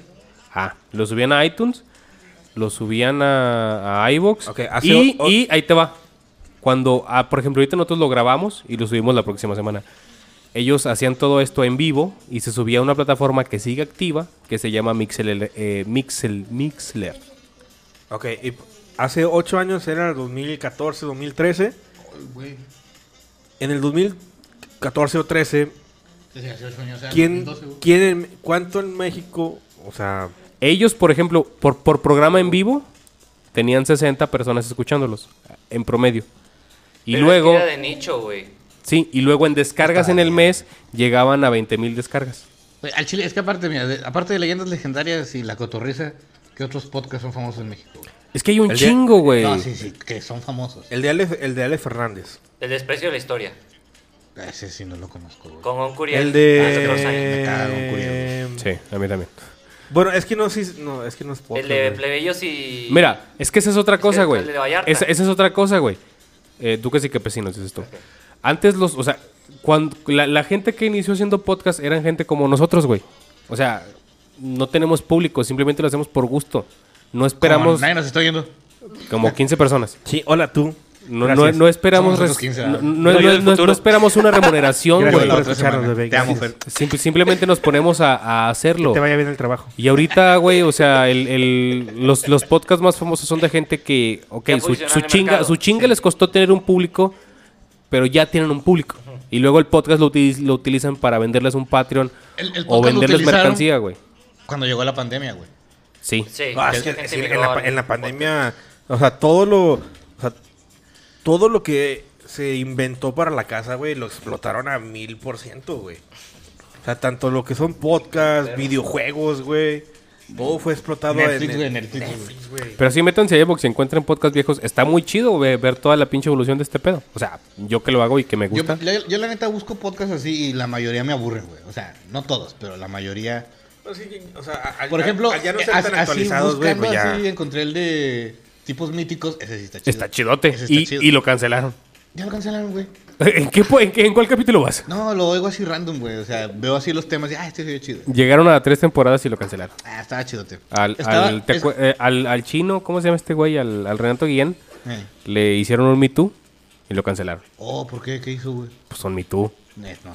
[SPEAKER 1] Ah, lo subían a iTunes. Lo subían a, a iVoox.
[SPEAKER 3] Ok, hace
[SPEAKER 1] y,
[SPEAKER 3] o- o-
[SPEAKER 1] y ahí te va. Cuando, ah, por ejemplo, ahorita nosotros lo grabamos y lo subimos la próxima semana. Ellos hacían todo esto en vivo y se subía a una plataforma que sigue activa que se llama Mixel, eh, Mixel, Mixler.
[SPEAKER 3] Ok, y hace ocho años era 2014, 2013.
[SPEAKER 5] güey.
[SPEAKER 3] En el 2014 o 13,
[SPEAKER 5] Desde hace ocho años, o sea,
[SPEAKER 3] ¿quién,
[SPEAKER 5] 2012, güey.
[SPEAKER 3] quién en- ¿cuánto en México? O sea,
[SPEAKER 1] Ellos, por ejemplo, por, por programa en vivo, tenían 60 personas escuchándolos, en promedio. Y
[SPEAKER 4] Pero
[SPEAKER 1] luego,
[SPEAKER 4] Es que era de nicho, güey.
[SPEAKER 1] sí, y luego en descargas en el mes llegaban a 20 mil descargas.
[SPEAKER 5] Güey, Al chile, es que aparte, mira, de- aparte de leyendas legendarias y la cotorriza, ¿qué otros podcasts son famosos en México? güey?
[SPEAKER 1] Es que hay un
[SPEAKER 3] El día-
[SPEAKER 1] chingo, güey.
[SPEAKER 5] No, sí, sí, que son famosos.
[SPEAKER 3] el de Ale, el de Ale Fernández.
[SPEAKER 4] El desprecio de la historia.
[SPEAKER 5] Ah, Ese sí no lo conozco, güey.
[SPEAKER 4] Con un Curiel.
[SPEAKER 3] El
[SPEAKER 4] hace otros años.
[SPEAKER 5] Me cago,
[SPEAKER 3] de.
[SPEAKER 5] curioso.
[SPEAKER 1] Sí, a mí también.
[SPEAKER 3] Bueno, es que no, sí, no, es que no es
[SPEAKER 4] El
[SPEAKER 3] podcast,
[SPEAKER 4] de
[SPEAKER 3] güey.
[SPEAKER 4] plebeyos y.
[SPEAKER 1] Mira, es que esa es otra
[SPEAKER 4] que
[SPEAKER 1] cosa,
[SPEAKER 4] el
[SPEAKER 1] güey.
[SPEAKER 4] de Vallarta.
[SPEAKER 1] Esa, esa es otra cosa, güey. Eh, tú que sí que pesinos dices tú. Antes los, o sea, cuando la, la gente que inició haciendo podcast eran gente como nosotros, güey. O sea, no tenemos público, simplemente lo hacemos por gusto. No
[SPEAKER 5] Como
[SPEAKER 1] esperamos
[SPEAKER 5] Nadie nos está oyendo.
[SPEAKER 1] como 15 personas.
[SPEAKER 3] Sí, hola tú.
[SPEAKER 1] No, no,
[SPEAKER 3] Gracias.
[SPEAKER 1] no esperamos
[SPEAKER 5] Somos ah. nosotros
[SPEAKER 1] res-
[SPEAKER 5] 15,
[SPEAKER 1] no,
[SPEAKER 5] ¿verdad?
[SPEAKER 1] no-
[SPEAKER 4] No, yo
[SPEAKER 1] no-
[SPEAKER 4] del
[SPEAKER 1] no-
[SPEAKER 4] futuro.
[SPEAKER 1] no esperamos una
[SPEAKER 5] <laughs>
[SPEAKER 1] remuneración,
[SPEAKER 3] Gracias
[SPEAKER 1] güey.
[SPEAKER 3] por
[SPEAKER 5] la otra
[SPEAKER 3] escucharnos,
[SPEAKER 5] semana.
[SPEAKER 3] bebé.
[SPEAKER 5] Te amo,
[SPEAKER 3] Gracias.
[SPEAKER 1] Simple- simplemente nos ponemos a, a hacerlo.
[SPEAKER 3] Te vaya bien el trabajo.
[SPEAKER 1] Y ahorita, güey, o sea, el, el- los, los podcasts más famosos son de gente que, ok,
[SPEAKER 4] Ya
[SPEAKER 1] su,
[SPEAKER 4] posicionan
[SPEAKER 1] su
[SPEAKER 4] el
[SPEAKER 1] chinga,
[SPEAKER 4] mercado.
[SPEAKER 1] su chinga les costó tener un público, pero ya tienen un público. Y luego el podcast lo, utiliz- lo utilizan para venderles un Patreon
[SPEAKER 5] El- el
[SPEAKER 1] o
[SPEAKER 5] podcast lo
[SPEAKER 1] venderles
[SPEAKER 5] utilizaron-
[SPEAKER 1] mercancía, güey.
[SPEAKER 5] Cuando llegó la pandemia, güey.
[SPEAKER 1] Sí.
[SPEAKER 4] Sí.
[SPEAKER 3] Ah, es que-
[SPEAKER 4] gente
[SPEAKER 3] es que en, la,
[SPEAKER 4] migró
[SPEAKER 3] pa- en la
[SPEAKER 4] al-
[SPEAKER 3] pandemia, o sea, todo lo, o sea, todo lo que se inventó para la casa, güey, lo explotaron a mil por ciento, güey. O sea, tanto lo que son podcasts, videojuegos, güey, todo fue explotado
[SPEAKER 5] Netflix,
[SPEAKER 3] en
[SPEAKER 5] güey, Netflix, güey.
[SPEAKER 3] güey.
[SPEAKER 1] Pero sí, métanse a iVoox y encuentren podcasts viejos. Está muy chido güey, ver toda la pinche evolución de este pedo. O sea, yo que lo hago y que me
[SPEAKER 5] Yo,
[SPEAKER 1] gusta.
[SPEAKER 5] la- yo la neta busco podcasts así y la mayoría me aburren, güey. O sea, no todos, pero la mayoría.
[SPEAKER 3] Pero Pues sí que, o sea, a- a-
[SPEAKER 5] Por ejemplo,
[SPEAKER 3] a- ya no
[SPEAKER 5] eh,
[SPEAKER 3] están
[SPEAKER 5] as-
[SPEAKER 3] tan
[SPEAKER 5] así
[SPEAKER 3] actualizados, güey,
[SPEAKER 5] buscando
[SPEAKER 3] pues ya.
[SPEAKER 5] así encontré el de tipos míticos. Ese sí está chido.
[SPEAKER 1] Está chidote.
[SPEAKER 5] Ese está
[SPEAKER 1] y,
[SPEAKER 5] chido.
[SPEAKER 1] y lo cancelaron. <laughs>
[SPEAKER 5] Ya lo cancelaron, güey.
[SPEAKER 1] ¿En, qué, po- en qué- en cuál capítulo vas?
[SPEAKER 5] No, lo oigo así random, güey. O sea, veo así los temas y, ah, este se ve chido.
[SPEAKER 1] Llegaron a tres temporadas y lo cancelaron.
[SPEAKER 5] Ah, estaba chidote.
[SPEAKER 1] Al,
[SPEAKER 5] Estaba-
[SPEAKER 1] al, te
[SPEAKER 5] es-
[SPEAKER 1] acue- eh, al- al chino, ¿cómo se llama este güey? Al, al Renato Guillén.
[SPEAKER 5] eh.
[SPEAKER 1] Le hicieron un Me Too y lo cancelaron.
[SPEAKER 5] Oh, ¿por qué? ¿Qué hizo, güey?
[SPEAKER 1] Pues son Me Too.
[SPEAKER 5] Eh,
[SPEAKER 1] <laughs>
[SPEAKER 5] no.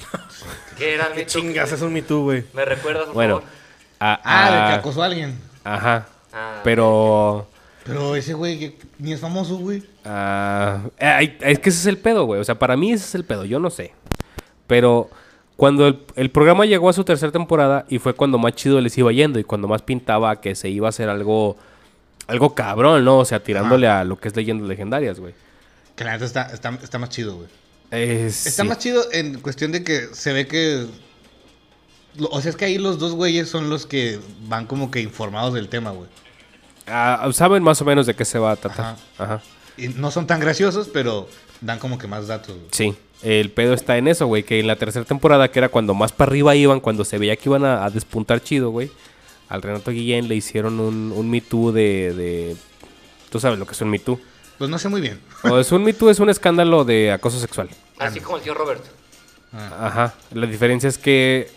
[SPEAKER 4] ¿Qué era el
[SPEAKER 3] Qué
[SPEAKER 4] mito?
[SPEAKER 3] chingas, es un Me Too, güey.
[SPEAKER 4] ¿Me recuerdas, por
[SPEAKER 1] Bueno.
[SPEAKER 4] favor?
[SPEAKER 1] a-
[SPEAKER 5] Ah, de
[SPEAKER 1] a-
[SPEAKER 5] que acosó a alguien.
[SPEAKER 1] Ajá.
[SPEAKER 4] Ah.
[SPEAKER 1] Pero...
[SPEAKER 5] Pero ese güey que ni es famoso, güey.
[SPEAKER 1] ah, ay, es que ese es el pedo, güey. O sea, para mí ese es el pedo. Yo no sé. Pero cuando el, el programa llegó a su tercera temporada y fue cuando más chido les iba yendo y cuando más pintaba que se iba a hacer algo... Algo cabrón, ¿no? O sea, tirándole a lo que es leyendas legendarias, güey.
[SPEAKER 5] Que la neta está, está, está más chido, güey.
[SPEAKER 1] Eh,
[SPEAKER 5] Está
[SPEAKER 1] sí.
[SPEAKER 5] más chido en cuestión de que se ve que. lo- O sea, es que ahí los dos güeyes son los que van como que informados del tema, güey.
[SPEAKER 1] Ah, saben más o menos de qué se va a tratar. Ajá.
[SPEAKER 5] Y no son tan graciosos, pero dan como que más datos, güey.
[SPEAKER 1] Sí. El pedo está en eso, güey. Que en la tercera temporada, que era cuando más para arriba iban, cuando se veía que iban a, a despuntar chido, güey. Al Renato Guillén le hicieron un, un Me Too de, de- Tú sabes lo que es un Me Too.
[SPEAKER 5] Pues no sé muy bien.
[SPEAKER 1] O es un Me Too, es un escándalo de acoso sexual.
[SPEAKER 4] Así como el tío Robert.
[SPEAKER 1] Ah. Ajá. La diferencia es que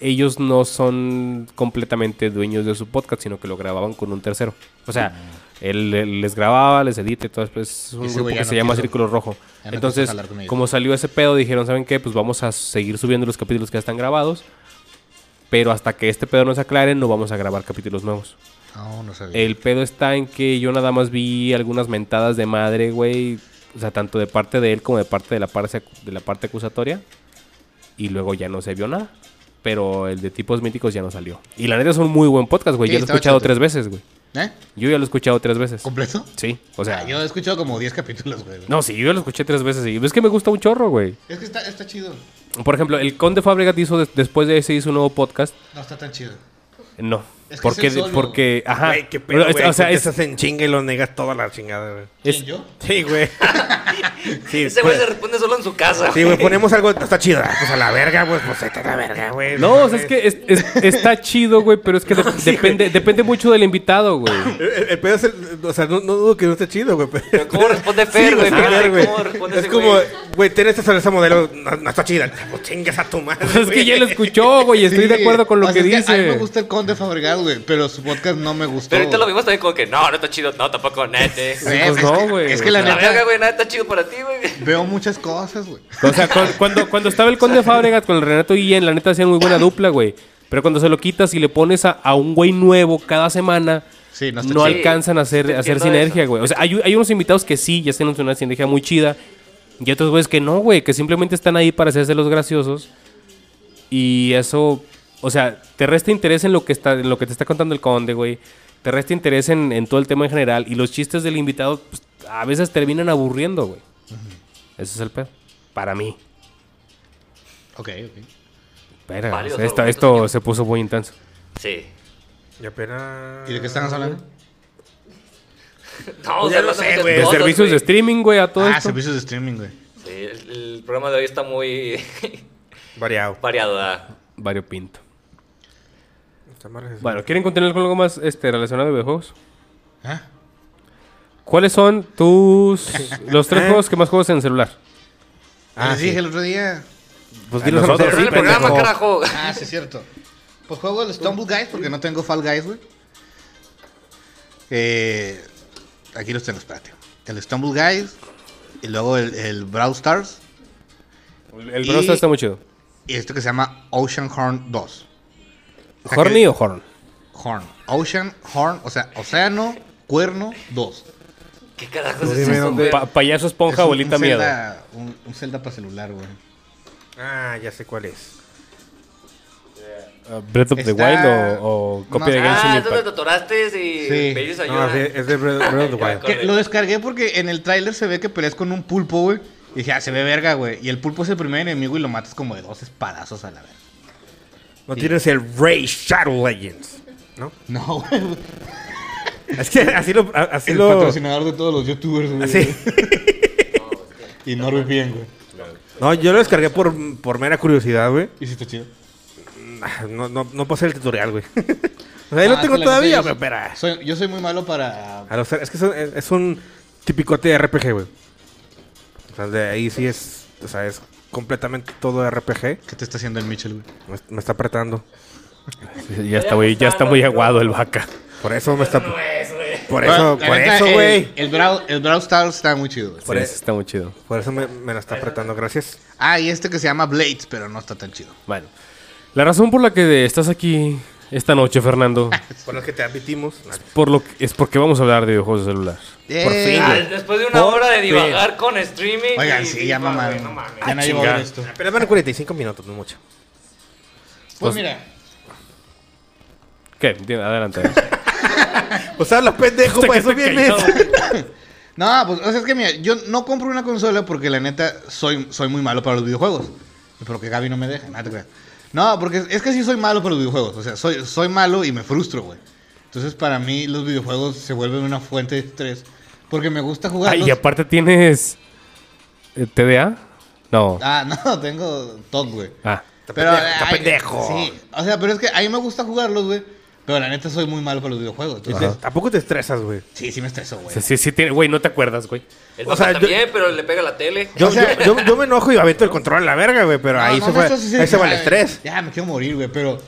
[SPEAKER 1] ellos no son completamente dueños de su podcast, sino que lo grababan con un tercero. O sea, él, él les grababa, les edita y todo. Pues, es un
[SPEAKER 5] Mm. Ese
[SPEAKER 1] grupo
[SPEAKER 5] güey
[SPEAKER 1] que
[SPEAKER 5] ya
[SPEAKER 1] se
[SPEAKER 5] no
[SPEAKER 1] llama
[SPEAKER 5] quiso-
[SPEAKER 1] Círculo Rojo.
[SPEAKER 5] ya no quiso
[SPEAKER 1] Entonces,
[SPEAKER 5] jalar con ellos.
[SPEAKER 1] como salió ese pedo, dijeron, ¿saben qué? Pues vamos a seguir subiendo los capítulos que ya están grabados. Pero hasta que este pedo nos aclare, no vamos a grabar capítulos nuevos.
[SPEAKER 5] No, no sabía.
[SPEAKER 1] El pedo está en que yo nada más vi algunas mentadas de madre, güey. O sea, tanto de parte de él como de parte de la parte, de la parte acusatoria. Y luego ya no se vio nada. Pero el de tipos míticos ya no salió. Y la neta es un muy buen podcast, güey.
[SPEAKER 5] Sí,
[SPEAKER 1] ya lo he
[SPEAKER 5] estaba
[SPEAKER 1] escuchado
[SPEAKER 5] chato.
[SPEAKER 1] tres veces, güey.
[SPEAKER 5] ¿Eh?
[SPEAKER 1] Yo ya lo he escuchado tres veces.
[SPEAKER 5] ¿Completo?
[SPEAKER 1] Sí, o sea.
[SPEAKER 5] Ah, yo he escuchado como 10 capítulos, güey.
[SPEAKER 1] No, sí, yo ya lo escuché tres veces. Y es que me gusta un chorro, güey.
[SPEAKER 5] Es que está, está chido.
[SPEAKER 1] Por ejemplo, el Conde Fabregat hizo, des- después de ese, hizo un nuevo podcast.
[SPEAKER 5] No está tan chido.
[SPEAKER 1] No.
[SPEAKER 5] Es que
[SPEAKER 1] porque,
[SPEAKER 5] es él solo.
[SPEAKER 1] porque, ajá.
[SPEAKER 3] Güey, qué pedo,
[SPEAKER 1] Bueno, es-
[SPEAKER 3] güey.
[SPEAKER 1] o sea, es-
[SPEAKER 3] estás en chinga y lo negas toda la chingada, güey.
[SPEAKER 5] ¿Quién,
[SPEAKER 1] es-
[SPEAKER 5] yo?
[SPEAKER 3] Sí, güey. <laughs> sí,
[SPEAKER 4] Ese güey
[SPEAKER 3] pues-
[SPEAKER 4] se responde solo en su casa.
[SPEAKER 3] Sí,
[SPEAKER 1] <laughs>
[SPEAKER 3] güey, ponemos algo, no está chido. Ah, Pues a la verga, pues, pues está la verga, güey.
[SPEAKER 1] No, o sea, es que es- es- está chido, güey, pero
[SPEAKER 5] <laughs>
[SPEAKER 1] es que de- depende, depende mucho del invitado, güey.
[SPEAKER 3] El, el- el pedo es, el- o sea, no, no dudo que no esté chido, güey. Pero
[SPEAKER 4] ¿cómo
[SPEAKER 3] <laughs>
[SPEAKER 4] responde Fer, güey?
[SPEAKER 3] está
[SPEAKER 4] Fíjate
[SPEAKER 3] bien, güey.
[SPEAKER 4] cómo responde
[SPEAKER 3] Es
[SPEAKER 4] ese
[SPEAKER 3] como,
[SPEAKER 4] güey.
[SPEAKER 3] güey, ten esta sobre esa modelo, no, no está chida. Pues chingas a tu madre.
[SPEAKER 1] <laughs> Es que
[SPEAKER 3] güey.
[SPEAKER 1] ya lo escuchó, güey, estoy
[SPEAKER 5] Sí,
[SPEAKER 1] de acuerdo con lo
[SPEAKER 5] o
[SPEAKER 1] que
[SPEAKER 5] sea, es a mí me
[SPEAKER 1] dice.
[SPEAKER 5] gusta el Conde Fabregat, güey, pero su podcast no me gustó.
[SPEAKER 4] Pero ahorita lo
[SPEAKER 5] güey.
[SPEAKER 4] vimos también como que no, no está chido, no, tampoco, nete.
[SPEAKER 1] Sí,
[SPEAKER 5] Eh,
[SPEAKER 1] pues
[SPEAKER 5] es
[SPEAKER 1] no,
[SPEAKER 5] que-
[SPEAKER 1] güey.
[SPEAKER 5] Es que la
[SPEAKER 4] La verga,
[SPEAKER 5] neta,
[SPEAKER 4] güey, nada está chido para ti, güey.
[SPEAKER 5] veo muchas cosas, güey.
[SPEAKER 1] O sea, cu- cuando, cuando estaba el Conde Fábregas con el Renato Guillén, la neta hacían muy buena dupla, güey. Pero cuando se lo quitas y le pones a, a un güey nuevo cada semana,
[SPEAKER 5] Sí, no
[SPEAKER 1] no,
[SPEAKER 5] está
[SPEAKER 4] chido.
[SPEAKER 1] alcanzan a hacer,
[SPEAKER 4] Estoy
[SPEAKER 1] a hacer
[SPEAKER 4] entiendo
[SPEAKER 1] sinergia,
[SPEAKER 4] eso.
[SPEAKER 1] güey. O sea, hay, hay unos invitados que sí, ya tienen una sinergia muy chida. Y otros güeyes que no, güey, que simplemente están ahí para hacerse los graciosos. Y eso, o sea, te resta interés en lo que, está, en lo que te está contando el conde, güey. Te resta interés en, en todo el tema en general. Y los chistes del invitado pues, a veces terminan aburriendo, güey. Ese es el pedo. Para mí.
[SPEAKER 5] Ok, ok.
[SPEAKER 1] Verga,
[SPEAKER 4] Válidos
[SPEAKER 1] esto,
[SPEAKER 4] argumentos,
[SPEAKER 1] esto
[SPEAKER 4] señor.
[SPEAKER 1] se puso muy intenso.
[SPEAKER 4] Sí.
[SPEAKER 3] Y apenas...
[SPEAKER 5] ¿Y de qué estamos hablando?
[SPEAKER 4] No,
[SPEAKER 3] Pues ya lo sé, güey.
[SPEAKER 1] De
[SPEAKER 3] Todos,
[SPEAKER 1] servicios de streaming, güey, a todo
[SPEAKER 5] Ah,
[SPEAKER 1] esto.
[SPEAKER 5] servicios de streaming, güey.
[SPEAKER 4] Sí, el, el programa de hoy está muy <laughs>
[SPEAKER 3] Variado.
[SPEAKER 4] variado. ah. ¿verdad?
[SPEAKER 3] Pues
[SPEAKER 1] Vario Pinto.
[SPEAKER 3] Está mal ese-
[SPEAKER 1] Bueno, ¿quieren continuar con algo más este, relacionado a videojuegos?
[SPEAKER 5] ¿Ah?
[SPEAKER 1] ¿Cuáles son
[SPEAKER 5] <laughs>
[SPEAKER 1] tus los
[SPEAKER 5] Eh.
[SPEAKER 1] tres juegos que más juegas en celular?
[SPEAKER 3] Ah,
[SPEAKER 5] Les
[SPEAKER 3] sí.
[SPEAKER 5] dije el otro día.
[SPEAKER 3] Pues
[SPEAKER 1] a
[SPEAKER 3] dinos a
[SPEAKER 1] nosotros,
[SPEAKER 4] Pero
[SPEAKER 3] nosotros,
[SPEAKER 4] en
[SPEAKER 1] sí,
[SPEAKER 4] el programa,
[SPEAKER 1] pendejo.
[SPEAKER 4] carajo.
[SPEAKER 5] Ah, sí, es cierto. Pues juego el Stumble Guys porque no tengo Fall Guys, güey. Eh, aquí los tengo, espérate. El Stumble Guys y luego el, el Brawl Stars
[SPEAKER 1] El
[SPEAKER 5] Y-
[SPEAKER 1] Brawl Stars está muy chido.
[SPEAKER 5] y esto que se llama Ocean Horn 2. O sea,
[SPEAKER 1] ¿Horny
[SPEAKER 5] que-
[SPEAKER 1] o Horn?
[SPEAKER 5] Horn. Ocean Horn, o sea, Océano Cuerno 2.
[SPEAKER 4] ¿Qué carajos es
[SPEAKER 3] Pues dime
[SPEAKER 4] eso,
[SPEAKER 3] dónde-
[SPEAKER 4] güey?
[SPEAKER 1] Pa- payaso esponja,
[SPEAKER 5] Es un-
[SPEAKER 1] abuelita
[SPEAKER 5] un
[SPEAKER 1] miedo.
[SPEAKER 5] Zelda- Un, un Zelda para celular, güey.
[SPEAKER 3] Ah, ya sé cuál es.
[SPEAKER 1] Uh, Breath of the
[SPEAKER 5] Está-
[SPEAKER 1] Wild o, o copia
[SPEAKER 5] No,
[SPEAKER 1] de Genshin
[SPEAKER 4] Ah, es donde te
[SPEAKER 1] Impact.
[SPEAKER 4] atoraste y
[SPEAKER 5] Sí.
[SPEAKER 4] pediste
[SPEAKER 3] No,
[SPEAKER 4] ayuda.
[SPEAKER 3] sí, es de Breath Breath of the Wild.
[SPEAKER 5] Que lo descargué porque en el tráiler se ve que peleas con un pulpo, güey. Y dije, ah, se ve verga, güey. Y el pulpo es el primer enemigo y lo matas como de dos espadazos a la verga.
[SPEAKER 3] No tienes el Ray Shadow Legends, ¿no?
[SPEAKER 5] No, <laughs> güey.
[SPEAKER 3] Es que así lo... a- Así
[SPEAKER 5] El
[SPEAKER 3] lo...
[SPEAKER 5] patrocinador de todos los youtubers, güey.
[SPEAKER 3] Así.
[SPEAKER 5] <laughs> Y no bien, güey.
[SPEAKER 3] No, yo lo descargué por, por mera curiosidad, güey.
[SPEAKER 5] Y si está chido.
[SPEAKER 3] Ah, <laughs> No, no, no pasé el
[SPEAKER 1] <laughs>
[SPEAKER 3] tutorial, güey. o sea,
[SPEAKER 1] Ah,
[SPEAKER 5] Ah,
[SPEAKER 3] ahí lo tengo todavía, pero espera.
[SPEAKER 5] Soy, yo soy muy malo para.
[SPEAKER 3] A los- es que son- es, es un tipicote de RPG, güey. O sea, de ahí sí es... O sea, es completamente todo RPG.
[SPEAKER 5] ¿Qué te está haciendo el Mitchell, güey?
[SPEAKER 3] Me, me está apretando.
[SPEAKER 1] Sí, Ya está, muy, ya está muy aguado el vaca.
[SPEAKER 3] Por eso me está... Por
[SPEAKER 5] Bueno,
[SPEAKER 3] eso,
[SPEAKER 5] la
[SPEAKER 3] por
[SPEAKER 5] neta,
[SPEAKER 3] eso,
[SPEAKER 5] el-
[SPEAKER 3] güey.
[SPEAKER 5] El, Brawl, el Brawl Stars está muy chido, güey.
[SPEAKER 1] Sí,
[SPEAKER 3] Por
[SPEAKER 1] ese está muy chido.
[SPEAKER 3] Por eso me, me la está apretando, gracias.
[SPEAKER 5] Ah, y este que se llama Blades, pero no está tan chido.
[SPEAKER 1] Bueno, la razón por la que estás aquí esta noche,
[SPEAKER 5] <laughs>
[SPEAKER 1] Fernando,
[SPEAKER 3] Por lo que te admitimos.
[SPEAKER 1] por lo que- es porque vamos a hablar de videojuegos de celular.
[SPEAKER 5] Por
[SPEAKER 4] Ah, después de una
[SPEAKER 1] Por
[SPEAKER 4] hora de
[SPEAKER 1] fin.
[SPEAKER 4] divagar con streaming.
[SPEAKER 5] Oigan,
[SPEAKER 4] y-
[SPEAKER 5] sí, ya
[SPEAKER 4] no,
[SPEAKER 5] mamaron.
[SPEAKER 4] güey, no mames.
[SPEAKER 3] Ah,
[SPEAKER 5] Ya nadie va a
[SPEAKER 1] chinga.
[SPEAKER 5] ver esto.
[SPEAKER 3] Pero van 45 minutos, no mucho.
[SPEAKER 5] Pues mira.
[SPEAKER 1] ¿Qué? Di- Adelante.
[SPEAKER 5] <laughs>
[SPEAKER 3] O sea, los pendejos, para eso
[SPEAKER 1] Estoy
[SPEAKER 3] vienes.
[SPEAKER 1] callado.
[SPEAKER 5] No, pues o sea, es que mira, yo no compro una consola porque la neta soy, soy muy malo para los videojuegos. Pero que Gaby no me deja, nada te creas. No, porque es- es que sí soy malo para los videojuegos. O sea, soy, soy malo y me frustro, güey. Entonces para mí los videojuegos se vuelven una fuente de estrés. Porque me gusta jugar.
[SPEAKER 1] Ay, y aparte tienes. eh, ¿TDA? No.
[SPEAKER 5] Ah, <laughs> no, tengo TOC, güey.
[SPEAKER 1] Ah.
[SPEAKER 5] Pero,
[SPEAKER 3] pendejo, está
[SPEAKER 5] ay,
[SPEAKER 3] pendejo.
[SPEAKER 5] Sí, o sea, pero es que a mí me gusta jugarlos, güey. Pero la neta soy muy malo para los videojuegos.
[SPEAKER 3] <laughs>
[SPEAKER 5] entonces-
[SPEAKER 3] Tampoco te estresas, güey.
[SPEAKER 5] sí, sí me estreso, güey.
[SPEAKER 1] Sí, sí, sí tiene. Güey, no te acuerdas, güey.
[SPEAKER 4] El
[SPEAKER 3] O
[SPEAKER 4] papá
[SPEAKER 3] sea, yo-
[SPEAKER 4] también, pero le pega la tele.
[SPEAKER 3] Yo,
[SPEAKER 4] <laughs>
[SPEAKER 5] O sea-
[SPEAKER 3] yo- yo- yo me enojo y avento el control a la verga, güey, pero
[SPEAKER 5] No,
[SPEAKER 3] ahí
[SPEAKER 5] no,
[SPEAKER 3] se
[SPEAKER 5] no,
[SPEAKER 3] fue,
[SPEAKER 5] eso sí se
[SPEAKER 3] ahí se
[SPEAKER 5] dice,
[SPEAKER 3] va el
[SPEAKER 5] "Ay,
[SPEAKER 3] estrés.
[SPEAKER 5] Ya, me quiero morir, güey, pero...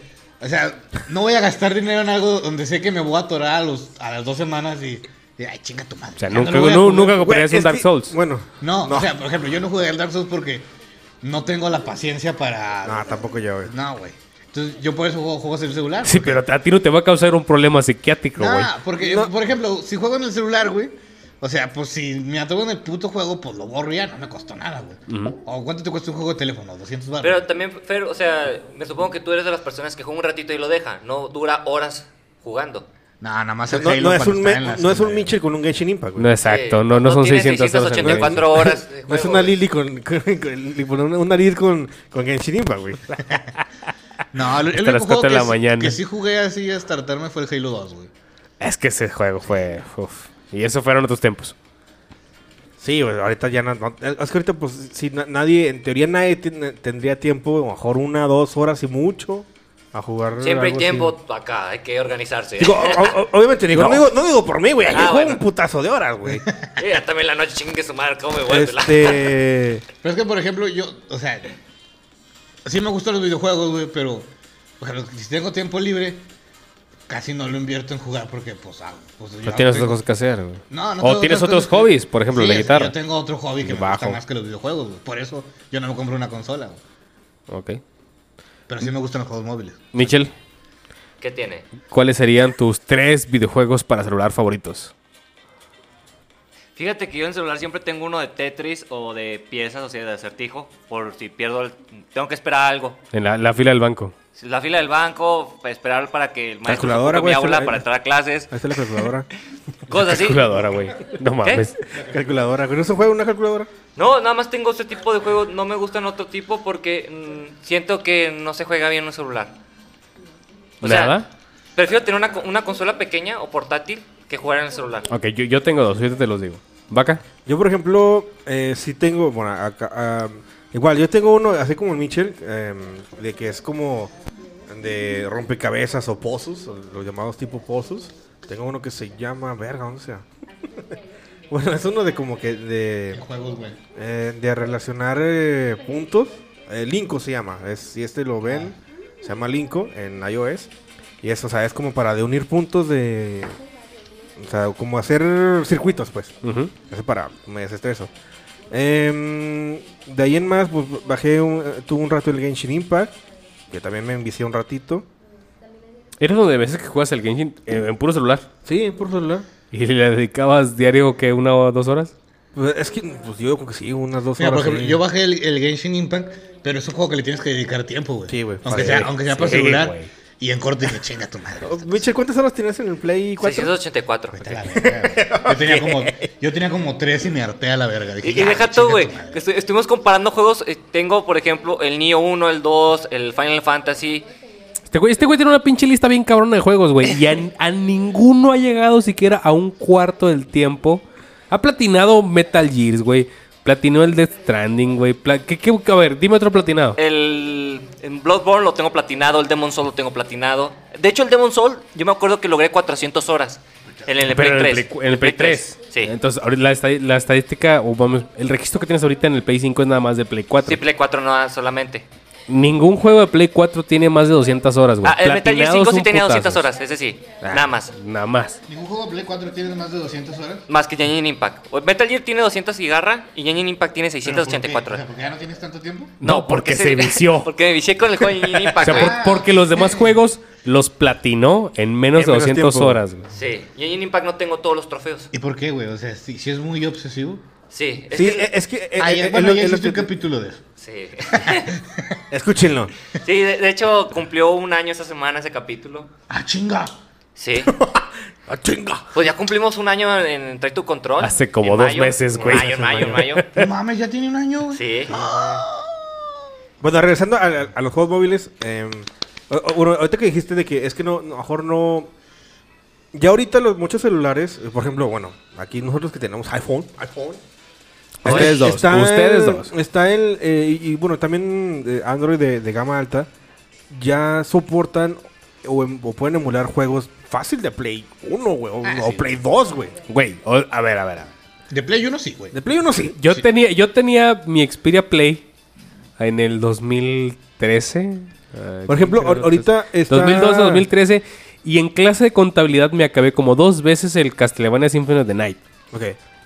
[SPEAKER 5] O sea, no voy a gastar dinero en algo donde sé que me voy a atorar a, los, a las dos semanas y... y, Ay, chinga tu madre.
[SPEAKER 1] O sea,
[SPEAKER 5] ya no
[SPEAKER 1] nunca,
[SPEAKER 5] lo voy a
[SPEAKER 1] nu-
[SPEAKER 5] jugar".
[SPEAKER 1] nunca comprarías
[SPEAKER 3] Güey,
[SPEAKER 1] un
[SPEAKER 3] es
[SPEAKER 1] Dark
[SPEAKER 3] que-
[SPEAKER 1] Souls.
[SPEAKER 3] Bueno,
[SPEAKER 5] No, o sea, por ejemplo, yo no jugué al Dark Souls porque no tengo la paciencia para...
[SPEAKER 3] no, tampoco yo, güey.
[SPEAKER 5] No, güey. Entonces, yo por eso juego juegos en el celular.
[SPEAKER 1] Sí, pero a ti no te va a causar un problema psiquiátrico, güey.
[SPEAKER 5] Nah, porque, por ejemplo, si juego en el celular, güey. O sea, pues si me atrevo en el puto juego, pues lo borro y ya, no me costó nada, güey. ¿O cuánto te cuesta un juego de teléfono? 200 baros.
[SPEAKER 4] Pero también, Fer, o sea, me supongo que tú eres de las personas que juega un ratito y lo deja. No dura horas jugando.
[SPEAKER 5] No, nada más el
[SPEAKER 3] No,
[SPEAKER 5] Halo
[SPEAKER 3] no es
[SPEAKER 5] cuando
[SPEAKER 3] un,
[SPEAKER 5] está
[SPEAKER 3] me-
[SPEAKER 5] en la
[SPEAKER 3] no es un
[SPEAKER 5] secundaria.
[SPEAKER 3] Mitchell con un Genshin Impact, güey.
[SPEAKER 1] No,
[SPEAKER 3] Eh,
[SPEAKER 1] exacto, no, no, son
[SPEAKER 4] tiene
[SPEAKER 1] 600 horas en el
[SPEAKER 4] 684 horas. de
[SPEAKER 3] No es
[SPEAKER 4] juego,
[SPEAKER 3] una
[SPEAKER 4] güey.
[SPEAKER 3] Lily con, <laughs> con, con- con una, una Lily con, con Genshin Impact, güey.
[SPEAKER 5] No, el, el
[SPEAKER 1] Hasta
[SPEAKER 5] único
[SPEAKER 1] las
[SPEAKER 5] juego
[SPEAKER 1] cuatro de
[SPEAKER 5] que,
[SPEAKER 1] la
[SPEAKER 5] sí-
[SPEAKER 1] mañana.
[SPEAKER 5] que sí jugué así hasta hartarme fue el Halo 2, güey.
[SPEAKER 1] Es que ese juego fue. uf. Y eso fueron otros tiempos.
[SPEAKER 3] Sí, güey, ahorita ya no, no- Es que ahorita, pues, si na- nadie, en teoría nadie tiene- tendría tiempo, a lo mejor una, dos horas y mucho, a jugar.
[SPEAKER 4] Siempre hay
[SPEAKER 3] algo así.
[SPEAKER 4] tiempo acá, hay que organizarse.
[SPEAKER 3] Digo, o- o- obviamente, digo, no. digo, no digo por mí, güey. Yo
[SPEAKER 4] Ah,
[SPEAKER 3] juego
[SPEAKER 4] bueno.
[SPEAKER 3] un putazo de horas,
[SPEAKER 4] <laughs>
[SPEAKER 3] güey.
[SPEAKER 4] Sí, <laughs> ya también la noche chingue su madre, cómo me vuelve la-
[SPEAKER 3] este.
[SPEAKER 5] Pero es que, por ejemplo, yo, o sea, sí me gustan los videojuegos, güey, pero por ejemplo, si tengo tiempo libre, casi no lo invierto en jugar porque, pues, ah, pues yo
[SPEAKER 1] No tienes otras
[SPEAKER 5] tengo-
[SPEAKER 1] cosas que hacer, güey.
[SPEAKER 5] No, no
[SPEAKER 1] o
[SPEAKER 5] tengo
[SPEAKER 1] tienes
[SPEAKER 5] otras
[SPEAKER 1] otros
[SPEAKER 5] cosas que-
[SPEAKER 1] hobbies, por ejemplo,
[SPEAKER 5] Sí,
[SPEAKER 1] la
[SPEAKER 5] o sea,
[SPEAKER 1] guitarra.
[SPEAKER 5] Yo tengo otro hobby que
[SPEAKER 1] El
[SPEAKER 5] me gusta
[SPEAKER 1] bajo.
[SPEAKER 5] más que los videojuegos, güey. Por eso yo no me compro una consola, güey.
[SPEAKER 1] Ok.
[SPEAKER 5] Pero sí me gustan los juegos móviles.
[SPEAKER 1] Michel,
[SPEAKER 4] ¿Qué tiene?
[SPEAKER 1] ¿cuáles serían tus tres videojuegos para celular favoritos?
[SPEAKER 6] Fíjate que yo en celular siempre tengo uno de Tetris o de piezas, o sea, de acertijo, por si pierdo, el- tengo que esperar algo.
[SPEAKER 1] En la, la fila del banco.
[SPEAKER 6] La fila del banco, pa- esperar para que el maestro se
[SPEAKER 3] Calculadora,
[SPEAKER 6] ocupe
[SPEAKER 3] güey,
[SPEAKER 6] mi
[SPEAKER 3] se la-
[SPEAKER 6] aula para entrar a clases,
[SPEAKER 3] Ahí está la calculadora.
[SPEAKER 6] cosas así.
[SPEAKER 1] Calculadora, güey. No mames.
[SPEAKER 3] calculadora, güey. ¿No se juega una calculadora?
[SPEAKER 4] No, nada más tengo ese tipo de juegos, no me gustan otro tipo porque mm, siento que no se juega bien en un celular. O sea,
[SPEAKER 1] ¿Nada?
[SPEAKER 4] prefiero tener una, co- una consola pequeña o portátil que jugar en el celular.
[SPEAKER 1] Ok, yo, yo tengo dos, ahorita te los digo. ¿Vaca?
[SPEAKER 3] Yo, por ejemplo, eh, sí tengo, bueno, acá, ah, igual, yo tengo uno, así como el Mitchell, em, de que es como de rompecabezas o pozos, o los llamados tipo pozos. Tengo uno que se llama, verga, ¿dónde sea? <laughs> bueno, es uno de como que de,
[SPEAKER 5] Juegos, güey.
[SPEAKER 3] eh, de relacionar eh, puntos. Eh, Linko se llama, es, si este lo ven, se llama Linko en iOS. Y eso, o sea, es como para de unir puntos de... O sea, como hacer circuitos, pues.
[SPEAKER 1] Ujú.
[SPEAKER 3] Eso para, me desestreso. Em, de ahí en más, pues bajé, un, eh, tuve un rato el Genshin Impact, que también me envicié un ratito.
[SPEAKER 1] Eres uno de veces que juegas el Genshin eh, en, puro celular.
[SPEAKER 3] Sí, por celular.
[SPEAKER 1] ¿Y le dedicabas diario que una o dos horas?
[SPEAKER 3] Pues, es que, pues yo creo que sí, unas dos
[SPEAKER 5] Mira, por
[SPEAKER 3] horas.
[SPEAKER 5] ejemplo,
[SPEAKER 3] ahí.
[SPEAKER 5] yo bajé el, el Genshin Impact, pero es un juego que le tienes que dedicar tiempo, güey.
[SPEAKER 3] Sí, güey.
[SPEAKER 5] Aunque
[SPEAKER 3] Sí,
[SPEAKER 5] sea, aunque sea para
[SPEAKER 1] sí,
[SPEAKER 5] celular.
[SPEAKER 1] güey.
[SPEAKER 5] Y en corto dije, chinga tu madre.
[SPEAKER 3] Oh, Michel, ¿cuántas horas tienes en el Play 4?
[SPEAKER 4] 684.
[SPEAKER 5] Vete a la verga, güey. Yo tenía como, yo tenía como tres y me harté a la verga. Dije,
[SPEAKER 4] Y, y
[SPEAKER 5] ya,
[SPEAKER 4] deja
[SPEAKER 5] chinga
[SPEAKER 4] tú,
[SPEAKER 5] tu
[SPEAKER 4] güey.
[SPEAKER 5] madre.
[SPEAKER 4] que estu- estuvimos comparando juegos. eh, tengo, por ejemplo, el Nioh 1, el 2, el Final Fantasy.
[SPEAKER 1] Este güey, este güey tiene una pinche lista bien cabrona de juegos, güey. Y a, a ninguno ha llegado siquiera a un cuarto del tiempo. Ha platinado Metal Gears, güey. Platinó el Death Stranding, güey. Pla- ¿Qué, qué- a ver, dime otro platinado.
[SPEAKER 4] El en Bloodborne lo tengo platinado, el Demon Soul lo tengo platinado. De hecho, el Demon Soul, yo me acuerdo que logré 400 horas. En el Play
[SPEAKER 1] Pero
[SPEAKER 4] 3.
[SPEAKER 1] cu- en el Play 3.
[SPEAKER 4] Sí.
[SPEAKER 1] Entonces, ahorita la, estadi- la estadística, o vamos, el registro que tienes ahorita en el Play 5 es nada más de Play 4.
[SPEAKER 4] Sí, Play 4 no solamente.
[SPEAKER 1] Ningún juego de Play 4 tiene más de 200 horas, güey.
[SPEAKER 4] Ah, el Metal Gear
[SPEAKER 1] Platinados
[SPEAKER 4] 5 sí
[SPEAKER 1] un
[SPEAKER 4] tenía 200
[SPEAKER 1] putazo.
[SPEAKER 4] horas, ese sí.
[SPEAKER 1] Ah,
[SPEAKER 4] Nada más.
[SPEAKER 1] Nada más.
[SPEAKER 5] ¿Ningún juego de Play 4 tiene más de 200 horas?
[SPEAKER 4] Más que Genshin Impact. O- Metal Gear tiene 200 cigarra y Genshin Impact tiene
[SPEAKER 5] ¿Pero por qué?
[SPEAKER 4] 684
[SPEAKER 5] O sea, ¿Porque ya no tienes tanto tiempo?
[SPEAKER 1] No, porque se vició.
[SPEAKER 4] <laughs> porque me vicié con el juego de
[SPEAKER 1] <laughs>
[SPEAKER 4] Genshin
[SPEAKER 1] O
[SPEAKER 4] Impact,
[SPEAKER 1] sea,
[SPEAKER 4] güey.
[SPEAKER 3] Ah.
[SPEAKER 1] por- porque los demás juegos los platinó en menos
[SPEAKER 3] En
[SPEAKER 1] de
[SPEAKER 3] menos
[SPEAKER 1] 200
[SPEAKER 3] tiempo.
[SPEAKER 1] horas, güey.
[SPEAKER 4] Sí, Genshin Impact no tengo todos los trofeos.
[SPEAKER 5] ¿Y por qué, güey? O sea, si, si es muy obsesivo.
[SPEAKER 4] Sí, es
[SPEAKER 3] Sí,
[SPEAKER 4] que-
[SPEAKER 3] eh, es que... eh,
[SPEAKER 5] Ayer,
[SPEAKER 3] eh,
[SPEAKER 5] bueno,
[SPEAKER 3] es lo-
[SPEAKER 5] ya
[SPEAKER 3] es lo
[SPEAKER 5] hiciste un
[SPEAKER 3] que-
[SPEAKER 5] capítulo de eso.
[SPEAKER 4] sí. <laughs>
[SPEAKER 3] Escúchenlo.
[SPEAKER 4] Sí, de, de hecho cumplió un año esa semana ese capítulo.
[SPEAKER 5] ¡Ah, chinga!
[SPEAKER 2] Sí.
[SPEAKER 3] ¡Ah, chinga!
[SPEAKER 2] Pues ya cumplimos un año en, en Try to Control.
[SPEAKER 1] Hace como
[SPEAKER 2] En
[SPEAKER 1] dos meses, güey.
[SPEAKER 2] En mayo, en mayo, en mayo.
[SPEAKER 1] <laughs>
[SPEAKER 5] No mames, ya tiene un año, güey.
[SPEAKER 2] Sí.
[SPEAKER 3] Bueno, regresando a, a- a los juegos móviles, eh, o- o- bueno, ahorita que dijiste de que es que no, no, mejor no. Ya ahorita los muchos celulares, eh, por ejemplo, bueno, aquí nosotros que tenemos iPhone, iPhone.
[SPEAKER 1] Ustedes
[SPEAKER 3] está-
[SPEAKER 1] dos,
[SPEAKER 3] está
[SPEAKER 1] ustedes
[SPEAKER 3] el-
[SPEAKER 1] dos.
[SPEAKER 3] Está el, eh, y, y bueno, también eh, Android de, de gama alta ya soportan o, em- o pueden emular juegos fácil de Play 1, güey, o, o Play 2, güey.
[SPEAKER 1] Güey, o- a ver, a ver, a ver.
[SPEAKER 5] De Play uno sí, güey.
[SPEAKER 3] De Play 1 sí.
[SPEAKER 1] Yo, tenía, yo tenía mi Xperia Play en el 2013. Ah,
[SPEAKER 3] Por ejemplo,
[SPEAKER 1] creo que
[SPEAKER 3] ahor- ahorita está-
[SPEAKER 1] 2012, 2013. Y en clase de contabilidad me acabé como dos veces el Castlevania Symphony of the Night.
[SPEAKER 3] Ok.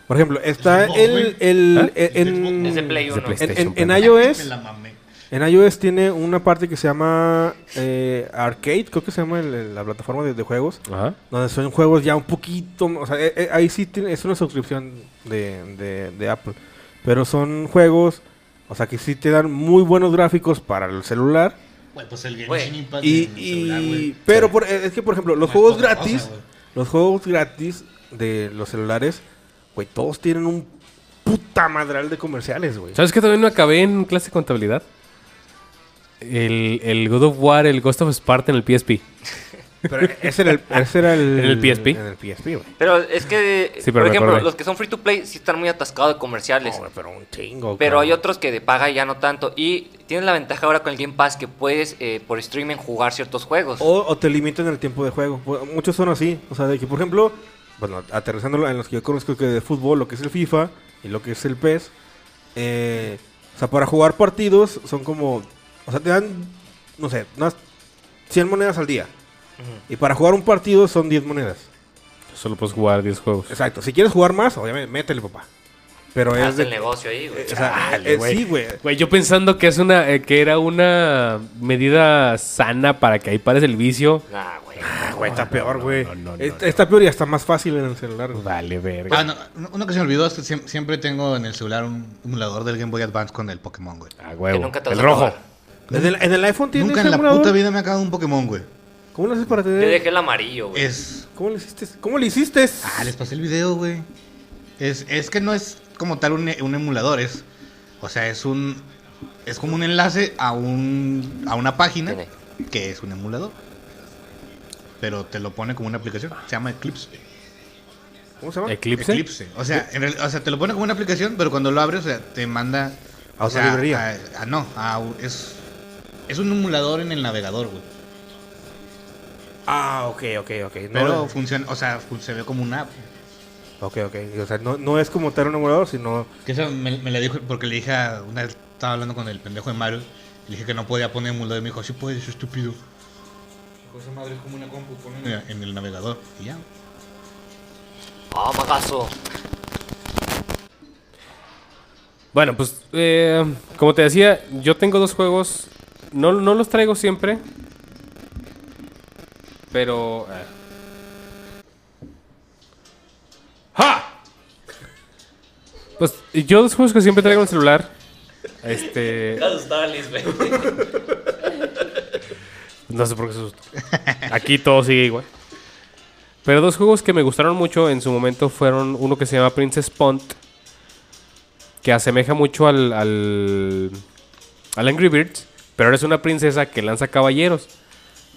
[SPEAKER 3] Por ejemplo, está
[SPEAKER 5] Es de
[SPEAKER 3] el,
[SPEAKER 5] Xbox,
[SPEAKER 3] el,
[SPEAKER 1] ¿Eh?
[SPEAKER 3] en,
[SPEAKER 2] Es de Play
[SPEAKER 1] Es de
[SPEAKER 2] 1.
[SPEAKER 1] PlayStation.
[SPEAKER 3] en, en- en
[SPEAKER 1] perdón.
[SPEAKER 5] Me
[SPEAKER 3] iOS,
[SPEAKER 5] la mamé.
[SPEAKER 3] en iOS tiene una parte que se llama eh, Arcade, creo que se llama el- el- la plataforma de, de juegos,
[SPEAKER 1] Ajá.
[SPEAKER 3] donde son juegos ya un poquito, o sea, eh, eh, ahí sí tiene- es una suscripción de, de- de Apple, pero son juegos, o sea, que sí te dan muy buenos gráficos para el celular.
[SPEAKER 5] Güey, pues el
[SPEAKER 2] Güey,
[SPEAKER 5] Genshin Impact
[SPEAKER 3] Y,
[SPEAKER 5] en el
[SPEAKER 3] y-
[SPEAKER 5] celular, güey.
[SPEAKER 3] pero por- eh, es que por ejemplo los
[SPEAKER 5] No es
[SPEAKER 3] juegos
[SPEAKER 5] poca
[SPEAKER 3] gratis,
[SPEAKER 5] cosa, güey.
[SPEAKER 3] los juegos gratis de los celulares, güey, todos tienen un puta madral de comerciales, güey.
[SPEAKER 1] ¿Sabes qué también me acabé en clase de contabilidad? El, el God of War, el Ghost of Sparta en el PSP.
[SPEAKER 3] Pero e-, ese era el, ese era el,
[SPEAKER 1] En el PSP.
[SPEAKER 3] En el PSP, güey.
[SPEAKER 2] Pero es que,
[SPEAKER 1] Sí, pero
[SPEAKER 2] por
[SPEAKER 1] me
[SPEAKER 2] ejemplo,
[SPEAKER 1] acordé.
[SPEAKER 2] los que son free to play sí están muy atascados de comerciales.
[SPEAKER 3] No, güey, pero un chingo.
[SPEAKER 2] Pero
[SPEAKER 3] cabrón.
[SPEAKER 2] hay otros que de paga ya no tanto. Y tienes la ventaja ahora con el Game Pass que puedes eh, por streaming jugar ciertos juegos.
[SPEAKER 3] O, o te limitan el tiempo de juego. Pu- Muchos son así. O sea, de que, por ejemplo, bueno, aterrizando en los que yo conozco que de fútbol, lo que es el FIFA y lo que es el PES. eh, o sea, para jugar partidos son como. O sea, te dan, no sé, unas 100 monedas al día. Y para jugar un partido son 10 monedas.
[SPEAKER 1] Solo puedes jugar 10 juegos.
[SPEAKER 3] Exacto. Si quieres jugar más, obviamente, métele, papá. Pero es.
[SPEAKER 2] Haz
[SPEAKER 3] de-
[SPEAKER 2] el negocio ahí, güey.
[SPEAKER 3] eh, o sea,
[SPEAKER 1] Chale,
[SPEAKER 3] eh,
[SPEAKER 1] güey.
[SPEAKER 3] sí, güey.
[SPEAKER 1] Güey, yo pensando que es una eh, que era una medida sana para que ahí pares el vicio.
[SPEAKER 2] Nah, güey.
[SPEAKER 3] Ah, güey, está peor, güey.
[SPEAKER 1] no, no, no,
[SPEAKER 3] Está está peor y está más fácil en el celular. güey.
[SPEAKER 1] Vale,
[SPEAKER 5] Ah,
[SPEAKER 1] verga.
[SPEAKER 5] no, uno que se me olvidó es que siem- siempre tengo en el celular un emulador del Game Boy Advance con el Pokémon, güey.
[SPEAKER 1] Ah, huevo.
[SPEAKER 2] que nunca te
[SPEAKER 1] el
[SPEAKER 2] vas a
[SPEAKER 1] rojo.
[SPEAKER 2] acabar.
[SPEAKER 3] ¿En el, en el iPhone tienes
[SPEAKER 5] Nunca en la
[SPEAKER 3] emulador?
[SPEAKER 5] puta vida me ha cagado un Pokémon, güey.
[SPEAKER 3] ¿Cómo lo haces para
[SPEAKER 2] Yo
[SPEAKER 3] tener?
[SPEAKER 2] dejé el amarillo, güey.
[SPEAKER 5] Es.
[SPEAKER 3] ¿Cómo le hiciste? ¿Cómo le hiciste?
[SPEAKER 5] Ah, les pasé el video, güey. Es, es que no es como tal un, un emulador, es. O sea, es un. Es como un enlace a un. a una página
[SPEAKER 2] Tiene.
[SPEAKER 5] que es un emulador. Pero te lo pone como una aplicación. Se llama Eclipse.
[SPEAKER 3] ¿Cómo se llama?
[SPEAKER 1] Eclipse.
[SPEAKER 5] O sea, en real- o sea, te lo pone como una aplicación, pero cuando lo abres, o sea, te manda.
[SPEAKER 3] A
[SPEAKER 5] o
[SPEAKER 3] otra
[SPEAKER 5] sea,
[SPEAKER 3] librería.
[SPEAKER 5] a- a- no, a un- es. Es un emulador en el navegador, güey.
[SPEAKER 3] Ah, ok, ok, ok. No,
[SPEAKER 5] Pero funciona, o sea, fun- se ve como una app.
[SPEAKER 3] Ok, ok. O sea, no, no es como tal un emulador, sino.
[SPEAKER 5] Que esa me, me la dijo porque le dije a una vez estaba hablando con el pendejo de Mario, le dije que no podía poner emulador y me dijo, sí puedes, estúpido. Cosa madre es como una compu, ponen en el navegador y ya.
[SPEAKER 2] Ah, magazo.
[SPEAKER 1] Bueno, pues eh, como te decía, yo tengo dos juegos. No, no los traigo siempre. Pero. eh. ¡Ja! Pues yo dos juegos que siempre traigo en el celular. Este. No sé por qué se asustó. Aquí todo sigue igual. Pero dos juegos que me gustaron mucho en su momento fueron uno que se llama Princess Pond, que asemeja mucho al, al, al Angry Birds, pero eres una princesa que lanza caballeros.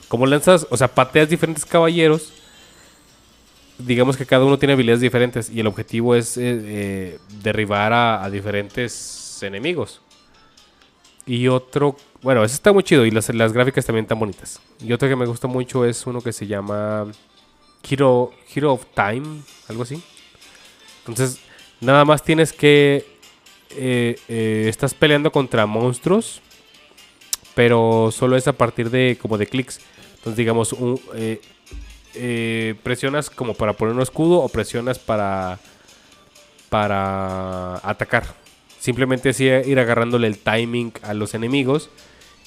[SPEAKER 1] Como lanzas, o sea, pateas diferentes caballeros, digamos que cada uno tiene habilidades diferentes y el objetivo es eh, eh, derribar a- a diferentes enemigos. Y otro, bueno, ese está muy chido y las, las gráficas también están bonitas. Y otro que me gusta mucho es uno que se llama Hero, Hero of Time, algo así. Entonces, nada más tienes que... eh, eh, estás peleando contra monstruos, pero solo es a partir de como de clics. Entonces, digamos, un- eh, eh, presionas como para poner un escudo o presionas para para atacar. Simplemente es ir ir agarrándole el timing a los enemigos.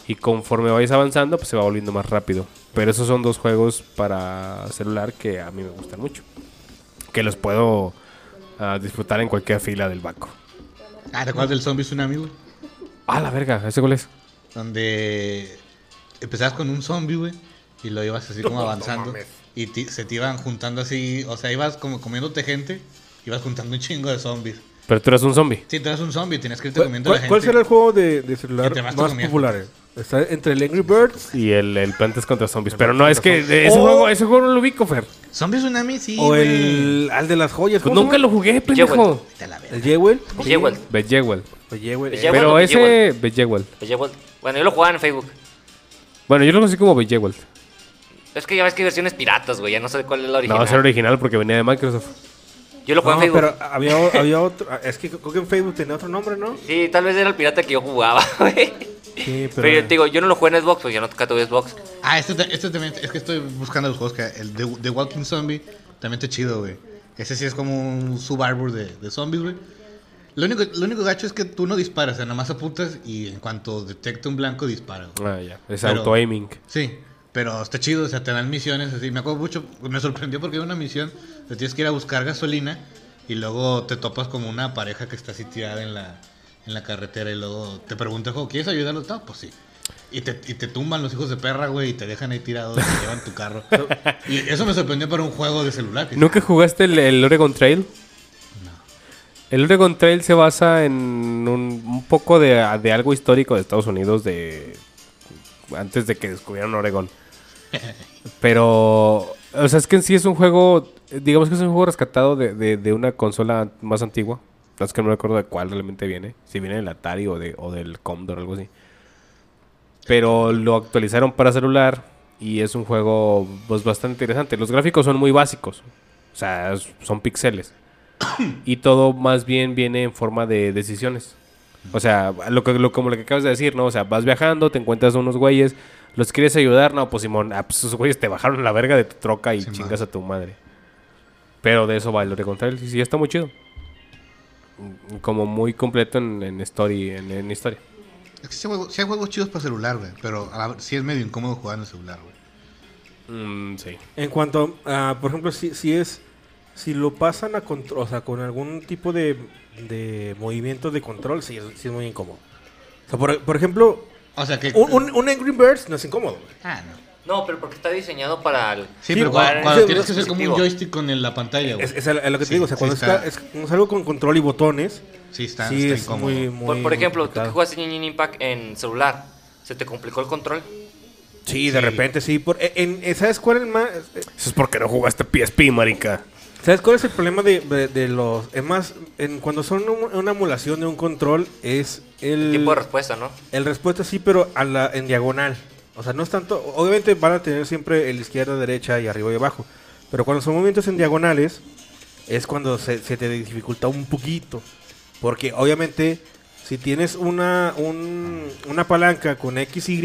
[SPEAKER 1] Y conforme vayas avanzando, pues se va volviendo más rápido. Pero esos son dos juegos para celular que a mí me gustan mucho. Que los puedo ah, disfrutar en cualquier fila del banco.
[SPEAKER 5] Ah, ¿te acuerdas del Zombie Tsunami, güey?
[SPEAKER 1] Ah, la verga, ese gol es.
[SPEAKER 5] Donde empezabas con un zombie, güey, y lo ibas así como avanzando. y ti- se te iban juntando así, o sea, ibas como comiéndote gente, ibas juntando un chingo de zombies.
[SPEAKER 1] Pero tú eres un zombie.
[SPEAKER 5] Si tú eres un zombie, tenías que irte
[SPEAKER 3] ¿Cuál,
[SPEAKER 5] comiendo a la gente.
[SPEAKER 3] cuál será el juego de, de
[SPEAKER 5] Que te
[SPEAKER 3] celular
[SPEAKER 5] vas
[SPEAKER 3] más
[SPEAKER 5] tú comiendo.
[SPEAKER 3] popular? Está entre el Angry Birds
[SPEAKER 1] Y el, el Plantas contra Zombies.
[SPEAKER 3] El
[SPEAKER 1] Pero no, es
[SPEAKER 3] Plantas
[SPEAKER 1] que
[SPEAKER 3] contra
[SPEAKER 1] eh, ese,
[SPEAKER 3] Oh.
[SPEAKER 1] juego, ese juego no lo ubico, Fer.
[SPEAKER 5] ¿Zombie Tsunami? Sí,
[SPEAKER 3] o
[SPEAKER 5] güey.
[SPEAKER 3] el al de las joyas.
[SPEAKER 1] Pues
[SPEAKER 3] ¿cómo se
[SPEAKER 1] nunca lo
[SPEAKER 3] llama?
[SPEAKER 1] jugué, pendejo.
[SPEAKER 5] Vete a la verga.
[SPEAKER 3] El Jewel.
[SPEAKER 4] Bejeweled.
[SPEAKER 1] Bejewel.
[SPEAKER 3] El Jewel. eh.
[SPEAKER 4] Jewel.
[SPEAKER 1] Pero
[SPEAKER 4] o
[SPEAKER 1] ese. Bejewel.
[SPEAKER 4] Bejeweled. Bueno, yo lo jugaba en Facebook.
[SPEAKER 1] Bueno, yo lo conocí como Bejewel.
[SPEAKER 4] Es que ya ves que hay versiones piratas, güey. Ya no sé cuál es la original.
[SPEAKER 1] No, ese era original porque venía de Microsoft.
[SPEAKER 4] Yo lo jugaba
[SPEAKER 3] No,
[SPEAKER 4] en Facebook.
[SPEAKER 3] pero había, o- había otro. ah, Es que creo que en Facebook tenía otro nombre, ¿no?
[SPEAKER 4] Sí, tal vez era el pirata que
[SPEAKER 2] <laughs>
[SPEAKER 4] yo jugaba, güey.
[SPEAKER 3] Sí,
[SPEAKER 4] Pero yo te digo, yo no lo jugué en Xbox, pues yo no toca tuve Xbox.
[SPEAKER 5] Ah, este, ta- este también, es que estoy buscando los juegos que el de, de Walking Zombie también está chido, güey. Ese sí es como un subarbour de, de zombies, güey. Lo único, lo único gacho es que tú no disparas, o sea, nomás apuntas y en cuanto detecta un blanco dispara. güey.
[SPEAKER 1] Ah, ya. Es
[SPEAKER 5] Pero-
[SPEAKER 1] auto-aiming.
[SPEAKER 5] Sí, pero está chido, o sea, te dan misiones así. Me acuerdo mucho, me sorprendió porque hay una misión donde tienes que ir a buscar gasolina y luego te topas como una pareja que está así tirada en la, en la carretera y luego te preguntas, "Jo, ¿quieres ayudarlos? No, pues sí. Y te, y te tumban los hijos de perra, güey, y te dejan ahí tirado y te llevan tu carro. Y eso me sorprendió para un juego de celular. que-
[SPEAKER 1] ¿Nunca jugaste el, el Oregon Trail? El Oregon Trail se basa en un, un poco de, de algo histórico de Estados Unidos de antes de que descubrieran Oregón. Pero, o sea, es que en sí es un juego, eh, digamos que es un juego rescatado de, de- de una consola más antigua. No, Es que no me acuerdo de cuál realmente viene. Si viene del Atari o, de, o del Commodore o algo así. Pero lo actualizaron para celular y es un juego pues, bastante interesante. Los gráficos son muy básicos. O sea, es- son píxeles. y todo más bien viene en forma de decisiones. O sea, lo que, lo, como lo que acabas de decir, ¿no? O sea, vas viajando, te encuentras a unos güeyes, los quieres ayudar, no, pues Simón, ah, pues, esos güeyes te bajaron la verga de tu troca y
[SPEAKER 5] Simón.
[SPEAKER 1] chingas a tu madre. Pero de eso va el Oregon Trail, sí, sí, está muy chido. Mm, Como muy completo en, en story, en, en historia.
[SPEAKER 5] Es que sí, hay juegos- sí hay juegos chidos para celular, güey, pero a la- sí es medio incómodo jugar en el celular, güey.
[SPEAKER 1] Mm, sí.
[SPEAKER 3] En cuanto a, por ejemplo, si, si es. Si lo pasan a control, o sea, con algún tipo de, de movimiento de control, sí, es- sí es muy incómodo. O sea, por, por ejemplo,
[SPEAKER 5] O sea que...
[SPEAKER 3] un, un, un Angry Birds no es incómodo, güey.
[SPEAKER 5] Ah, no.
[SPEAKER 4] No, pero porque está diseñado para el.
[SPEAKER 3] Sí,
[SPEAKER 5] Sí, pero
[SPEAKER 3] igual,
[SPEAKER 5] cuando, cuando
[SPEAKER 3] sí,
[SPEAKER 5] tienes
[SPEAKER 3] es
[SPEAKER 5] que hacer como un
[SPEAKER 4] positivo.
[SPEAKER 5] joystick con el- la pantalla, güey.
[SPEAKER 3] Es, es a lo- a lo que
[SPEAKER 5] Sí,
[SPEAKER 3] te digo, o sea,
[SPEAKER 5] sí
[SPEAKER 3] cuando está,
[SPEAKER 5] está.
[SPEAKER 3] es, es algo con control y botones,
[SPEAKER 5] Sí, está,
[SPEAKER 3] sí
[SPEAKER 5] está
[SPEAKER 3] es
[SPEAKER 5] incómodo.
[SPEAKER 3] muy, muy...
[SPEAKER 4] por, por ejemplo, tú que
[SPEAKER 3] complicado.
[SPEAKER 4] jugaste Genshin Impact en celular, ¿se te complicó el control?
[SPEAKER 3] Sí, de repente, sí. Por, e, en, en- ¿Sabes cuál es el más...?
[SPEAKER 1] Eso es porque no jugaste PSP, marica.
[SPEAKER 3] ¿Sabes cuál es el problema de, de- de los... Es más, en, cuando son un- una emulación de un control, es el...
[SPEAKER 4] Tipo de respuesta, ¿no?
[SPEAKER 3] El respuesta sí, pero a la, en diagonal. O sea, no es tanto. Obviamente van a tener siempre el izquierda, derecha y arriba y abajo. Pero cuando son movimientos en diagonales, es cuando se, se te dificulta un poquito. Porque obviamente, si tienes una, un- una palanca con X, Y,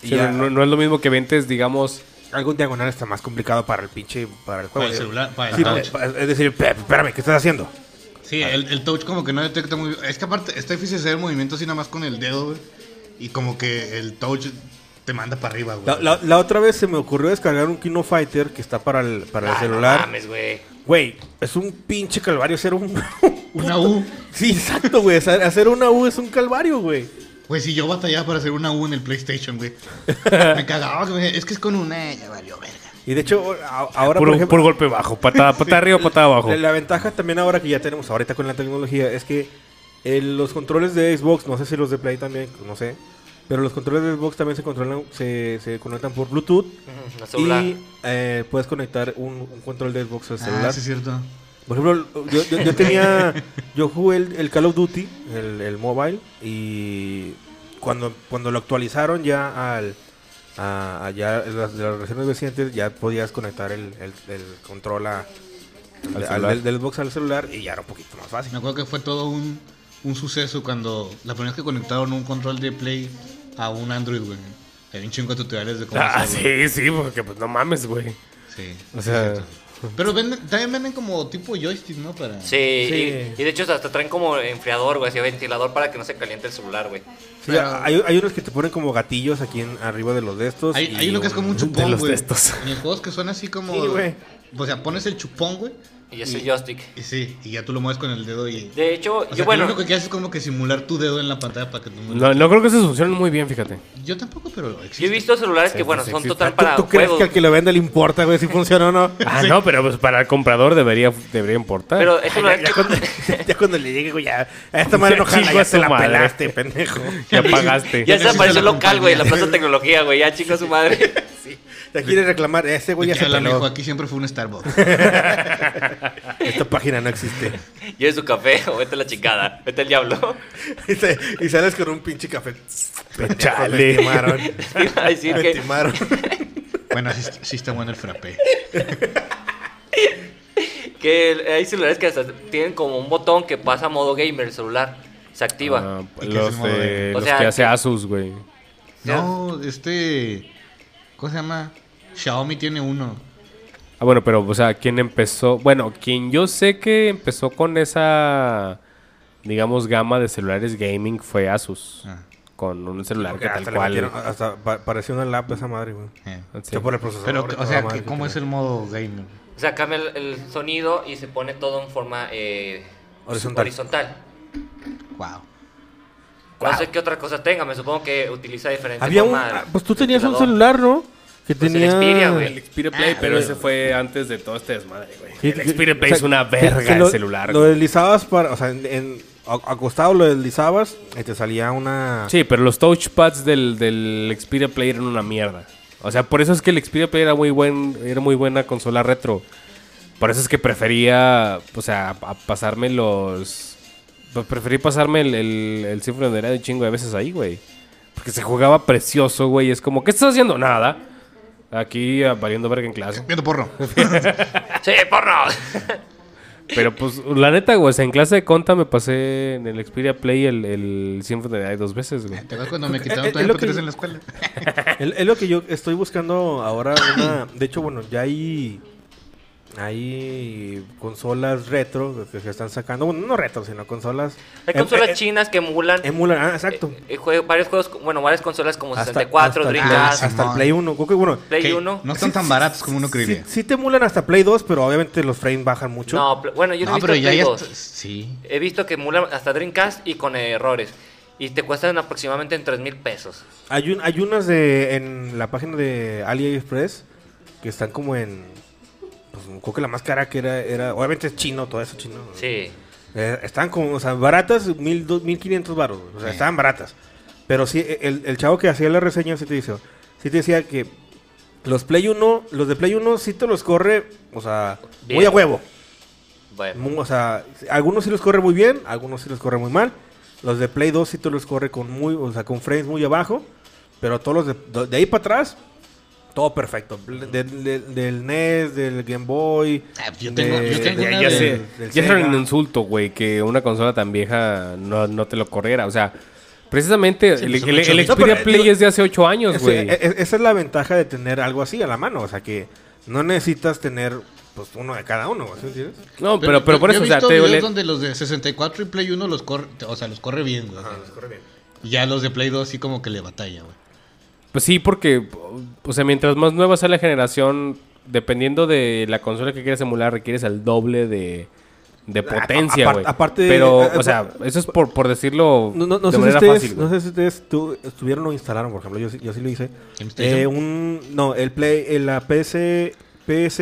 [SPEAKER 1] Sí,
[SPEAKER 3] ya-
[SPEAKER 1] no, no es lo mismo que ventes, digamos.
[SPEAKER 3] algo en diagonal está más complicado para el pinche. Para el juego.
[SPEAKER 5] el celular, para el
[SPEAKER 3] Sí,
[SPEAKER 5] touch.
[SPEAKER 3] pa- es decir, pe- espérame, ¿qué estás haciendo?
[SPEAKER 5] Sí, el, el touch como que no detecta muy bien. Es que aparte está difícil hacer el movimiento así nada más con el dedo, güey. Y como que el touch te manda para arriba, güey.
[SPEAKER 3] La, la- la otra vez se me ocurrió descargar un Kino Fighter que está para el, para
[SPEAKER 5] Ah,
[SPEAKER 3] el celular.
[SPEAKER 4] Ah, No mames, güey. <laughs>
[SPEAKER 3] Güey, es un pinche calvario hacer un. <laughs>
[SPEAKER 5] Una U.
[SPEAKER 3] sí, exacto, güey. Hacer hacer una U es un calvario, güey.
[SPEAKER 5] Güey, si yo batallaba para hacer una U en el PlayStation, güey. Me cagaba. que me decía, Es que es con una... Ya valió, verga.
[SPEAKER 3] Y de hecho, a- ahora,
[SPEAKER 1] puro,
[SPEAKER 3] por ejemplo,
[SPEAKER 1] puro golpe bajo,
[SPEAKER 3] <laughs>
[SPEAKER 1] patada, patada arriba, patada abajo.
[SPEAKER 3] la, la ventaja también ahora que ya tenemos ahorita con la tecnología es que eh, los controles de Xbox, no sé si los de Play también, no sé. Pero los controles de Xbox también se controlan, se, se conectan por Bluetooth.
[SPEAKER 4] Ujú, En el celular.
[SPEAKER 3] Y eh, puedes conectar un, un control de Xbox al celular.
[SPEAKER 5] Ah, sí es cierto.
[SPEAKER 3] Por ejemplo, yo, yo- yo tenía. Yo jugué el, el Call of Duty, el, el mobile, y cuando, cuando lo actualizaron ya al. A, a ya las, de las versiones recientes ya podías conectar el, el, el control a, al,
[SPEAKER 1] celular.
[SPEAKER 3] del, del box al celular y ya era un poquito más fácil.
[SPEAKER 5] Me acuerdo que fue todo un, un suceso cuando la primera vez que conectaron un control de Play a un Android, güey. Había un chingo de tutoriales de cómo
[SPEAKER 1] Ah, sí,
[SPEAKER 5] hacerlo.
[SPEAKER 1] sí, porque pues no mames, güey.
[SPEAKER 5] Sí.
[SPEAKER 1] O sea,
[SPEAKER 5] Pero venden, también venden como tipo joystick, ¿no? Para...
[SPEAKER 4] Sí,
[SPEAKER 3] Sí.
[SPEAKER 4] Y, y de hecho hasta traen como enfriador, güey, así ventilador para que no se caliente el celular, güey.
[SPEAKER 3] Sí, hay, hay unos que te ponen como gatillos aquí en, arriba de los de estos.
[SPEAKER 5] Hay,
[SPEAKER 3] y
[SPEAKER 5] hay uno que es como un
[SPEAKER 1] de
[SPEAKER 5] chupón,
[SPEAKER 1] los
[SPEAKER 5] güey.
[SPEAKER 1] de estos.
[SPEAKER 5] En los juegos que son así como.
[SPEAKER 3] Sí, güey.
[SPEAKER 5] O sea, pones el chupón, güey.
[SPEAKER 2] Y ese joystick.
[SPEAKER 5] Y sí, y ya tú lo mueves con el dedo y...
[SPEAKER 4] De hecho,
[SPEAKER 5] O sea,
[SPEAKER 4] yo
[SPEAKER 5] que
[SPEAKER 4] bueno,
[SPEAKER 5] lo único que quieres es como que simular tu dedo en la pantalla para que tú...
[SPEAKER 1] No, no creo que se funcionen muy bien, fíjate.
[SPEAKER 5] Yo tampoco, pero existe.
[SPEAKER 4] yo he visto celulares
[SPEAKER 1] Sí,
[SPEAKER 4] que, bueno,
[SPEAKER 1] sí,
[SPEAKER 4] son
[SPEAKER 1] sí.
[SPEAKER 4] total
[SPEAKER 3] Ah, ¿Tú,
[SPEAKER 4] para
[SPEAKER 3] tú crees
[SPEAKER 4] juegos.
[SPEAKER 3] que al que lo vende le importa, güey, si funciona o no?
[SPEAKER 1] <laughs> Ah, no, pero pues para el comprador debería, debería importar.
[SPEAKER 4] Pero es celular
[SPEAKER 1] <laughs>
[SPEAKER 4] <laughs>
[SPEAKER 3] Ya cuando, ya cuando le llegue, güey, ya. A esta madre no jala,
[SPEAKER 1] Chingo
[SPEAKER 3] ya
[SPEAKER 1] a
[SPEAKER 3] se
[SPEAKER 1] su
[SPEAKER 3] la
[SPEAKER 1] madre. <laughs>
[SPEAKER 3] pelaste,
[SPEAKER 5] <laughs>
[SPEAKER 3] pendejo.
[SPEAKER 1] Ya pagaste.
[SPEAKER 4] Ya se
[SPEAKER 5] Necesita
[SPEAKER 4] apareció
[SPEAKER 5] la
[SPEAKER 4] local, güey, en la
[SPEAKER 5] compañía.
[SPEAKER 4] plaza de tecnología, güey. Ya, chico, su madre. <laughs>
[SPEAKER 3] Ya quiere reclamar, ese güey ya se
[SPEAKER 5] Ya la dijo,
[SPEAKER 3] <laughs> peló.
[SPEAKER 5] aquí siempre fue un Starbucks.
[SPEAKER 3] <laughs> Esta página no
[SPEAKER 5] <laughs>
[SPEAKER 3] existe.
[SPEAKER 4] Lleve su café o vete a la chingada. Vete al diablo.
[SPEAKER 3] Y, se- y sales con un pinche café. Pendejo,
[SPEAKER 1] Chale.
[SPEAKER 3] Me timaron.
[SPEAKER 4] Iba a decir
[SPEAKER 3] Me
[SPEAKER 4] que.
[SPEAKER 5] <laughs>
[SPEAKER 3] timaron.
[SPEAKER 5] bueno, sí, sí está bueno el frappé.
[SPEAKER 4] Que el- hay celulares que hasta tienen como un botón que pasa a modo gamer el celular. Se activa.
[SPEAKER 1] Ah,
[SPEAKER 5] ¿Y qué es el
[SPEAKER 1] los,
[SPEAKER 5] modo
[SPEAKER 1] de-
[SPEAKER 4] O
[SPEAKER 1] los
[SPEAKER 4] sea,
[SPEAKER 1] que hace
[SPEAKER 4] que-
[SPEAKER 1] Asus, güey.
[SPEAKER 5] No, este... ¿Cómo se llama? Xiaomi tiene uno.
[SPEAKER 1] Ah, bueno, pero, o sea, ¿quién empezó? Bueno, quien yo sé que empezó con esa, digamos, gama de celulares gaming fue Asus.
[SPEAKER 5] Ah,
[SPEAKER 1] Con un celular que tal
[SPEAKER 3] Hasta le
[SPEAKER 1] cual.
[SPEAKER 3] ah,
[SPEAKER 1] Ah,
[SPEAKER 3] metieron- hasta pa- parecía una lap esa madre, güey.
[SPEAKER 5] eh.
[SPEAKER 1] Sí.
[SPEAKER 3] Yo por el procesador.
[SPEAKER 5] Pero,
[SPEAKER 3] y
[SPEAKER 5] o
[SPEAKER 3] toda
[SPEAKER 5] sea,
[SPEAKER 3] madre
[SPEAKER 5] que-
[SPEAKER 3] que
[SPEAKER 5] ¿cómo es
[SPEAKER 3] tiene.
[SPEAKER 5] el modo gamer?
[SPEAKER 4] O sea, cambia el, el sonido y se pone todo en forma eh,
[SPEAKER 3] Horizontal.
[SPEAKER 4] horizontal.
[SPEAKER 5] Wow.
[SPEAKER 4] No sé qué otra cosa tenga, me supongo que utiliza diferentes
[SPEAKER 3] Había un. ah, Pues tú tenías un celular, ¿no? Que
[SPEAKER 4] Pues el
[SPEAKER 3] tenía.
[SPEAKER 4] Xperia, güey.
[SPEAKER 1] El Xperia Play, pero ese fue antes de todo este desmadre, güey.
[SPEAKER 3] Sí,
[SPEAKER 1] el Xperia
[SPEAKER 3] o
[SPEAKER 1] Play
[SPEAKER 3] sea,
[SPEAKER 1] es una
[SPEAKER 3] que-
[SPEAKER 1] verga
[SPEAKER 3] que
[SPEAKER 1] el
[SPEAKER 3] lo-
[SPEAKER 1] celular.
[SPEAKER 3] Lo
[SPEAKER 1] güey.
[SPEAKER 3] deslizabas para. O sea, en, en- a- acostado lo deslizabas y te salía una.
[SPEAKER 1] Sí, pero los touchpads del, del Xperia Play eran una mierda. O sea, por eso es que el Xperia Play era muy, buen, era muy buena consola retro. Por eso es que prefería, o sea, a- a pasarme los... pues, Preferí pasarme el, el, el Symphony of the Night un chingo de veces ahí, güey. Porque se jugaba precioso, güey. Es como, ¿qué estás haciendo? Nada. Aquí ah, valiendo verga en clase.
[SPEAKER 5] Viendo porno.
[SPEAKER 4] Sí, porno.
[SPEAKER 3] <laughs>
[SPEAKER 1] Pero pues, la neta, güey, o sea, en clase de conta me pasé en el Xperia Play el, el Symphony of the Night dos veces, güey.
[SPEAKER 5] ¿Te acuerdas cuando me
[SPEAKER 3] Eh, eh,
[SPEAKER 5] quitaron todas
[SPEAKER 3] es
[SPEAKER 5] las
[SPEAKER 3] lo que
[SPEAKER 5] patillas
[SPEAKER 3] yo-
[SPEAKER 5] en la escuela?
[SPEAKER 3] Es, es lo que yo estoy buscando ahora. Una, de hecho, bueno, ya hay. Hay consolas retro que se están sacando. Bueno, no retro, sino consolas.
[SPEAKER 4] Hay
[SPEAKER 3] em-
[SPEAKER 4] consolas
[SPEAKER 3] em-
[SPEAKER 4] chinas que emulan
[SPEAKER 3] Emulan, ah, exacto.
[SPEAKER 4] eh, jue- varios juegos, bueno, varias consolas como
[SPEAKER 3] Hasta-
[SPEAKER 4] 64,
[SPEAKER 3] hasta el Play-
[SPEAKER 4] Dreamcast,
[SPEAKER 3] Hasta el
[SPEAKER 5] Simón.
[SPEAKER 3] Play 1. Creo que, bueno,
[SPEAKER 4] Play
[SPEAKER 5] Que
[SPEAKER 4] 1.
[SPEAKER 5] No están tan
[SPEAKER 3] <laughs>
[SPEAKER 5] baratos como uno
[SPEAKER 3] sí,
[SPEAKER 5] creería.
[SPEAKER 3] sí te emulan hasta Play 2, pero obviamente los frames bajan mucho.
[SPEAKER 4] No, pl- bueno, yo no,
[SPEAKER 5] No,
[SPEAKER 4] he visto
[SPEAKER 5] pero ya
[SPEAKER 4] Play
[SPEAKER 5] ya...
[SPEAKER 4] 2.
[SPEAKER 5] está- Sí.
[SPEAKER 4] He visto que emulan hasta Dreamcast y con errores. Y te cuestan aproximadamente en 3 mil pesos.
[SPEAKER 3] Hay, un- hay unas de, en la página de AliExpress que están como en. Pues, creo que la más cara que era. era obviamente es chino, todo eso chino.
[SPEAKER 4] Sí.
[SPEAKER 3] Eh, están como, o sea, baratas, mil, dos- 1500 baros. O sea,
[SPEAKER 5] Sí.
[SPEAKER 3] estaban baratas. Pero sí, e, el, el chavo que hacía la reseña sí te dice, sí te decía que los Play 1, los de Play 1 sí te los corre, o sea, muy
[SPEAKER 4] Bien.
[SPEAKER 3] a huevo.
[SPEAKER 4] Bueno.
[SPEAKER 3] Mu- O sea, algunos sí los corre muy bien, algunos sí los corre muy mal. Los de Play 2 sí te los corre con muy, o sea, con frames muy abajo, pero todos los de, de ahí para atrás todo perfecto. De- de- del NES, del Game Boy.
[SPEAKER 5] Ah, yo tengo- yo tengo
[SPEAKER 1] Ya,
[SPEAKER 5] una
[SPEAKER 1] ya
[SPEAKER 5] del-
[SPEAKER 1] sé.
[SPEAKER 3] del
[SPEAKER 1] Ya era un
[SPEAKER 3] Sega.
[SPEAKER 1] insulto, güey, que una consola tan vieja no, no te lo corriera. O sea, precisamente el,
[SPEAKER 5] pues,
[SPEAKER 1] el-
[SPEAKER 5] mucho
[SPEAKER 1] el
[SPEAKER 5] gusto.
[SPEAKER 1] Xperia
[SPEAKER 3] No, pero,
[SPEAKER 1] Play
[SPEAKER 3] digo,
[SPEAKER 1] es de hace 8 años,
[SPEAKER 3] Sí,
[SPEAKER 1] güey.
[SPEAKER 5] eh,
[SPEAKER 3] e- e- esa es la ventaja de tener algo así a la mano. O sea, que no necesitas tener pues uno de cada uno. ¿sí entiendes?
[SPEAKER 1] no, pero, pero por
[SPEAKER 5] yo
[SPEAKER 1] eso,
[SPEAKER 5] he
[SPEAKER 1] o sea,
[SPEAKER 5] visto
[SPEAKER 1] te digo,
[SPEAKER 5] videos
[SPEAKER 1] le-
[SPEAKER 5] donde los de 64 y Play 1 los corre, o sea, los corre bien, güey. Y ya los de Play 2 sí como que le batalla, güey.
[SPEAKER 1] Pues sí, porque, o sea, mientras más nueva sea la generación, dependiendo de la consola que quieras emular, requieres el doble de, de
[SPEAKER 3] Apa-
[SPEAKER 1] potencia,
[SPEAKER 3] apar-
[SPEAKER 1] güey.
[SPEAKER 3] Ah, aparte-
[SPEAKER 1] Pero,
[SPEAKER 3] eh,
[SPEAKER 1] o sea, eso es por, por decirlo
[SPEAKER 3] No, no-
[SPEAKER 1] de
[SPEAKER 3] no sé si
[SPEAKER 1] manera
[SPEAKER 3] ustedes,
[SPEAKER 1] fácil.
[SPEAKER 3] no
[SPEAKER 1] güey.
[SPEAKER 3] sé si ustedes tu- estuvieron o instalaron, por ejemplo. Yo, sí- yo sí lo hice.
[SPEAKER 5] ¿GameStation?
[SPEAKER 3] Eh, un, no, el Play, el, la PS,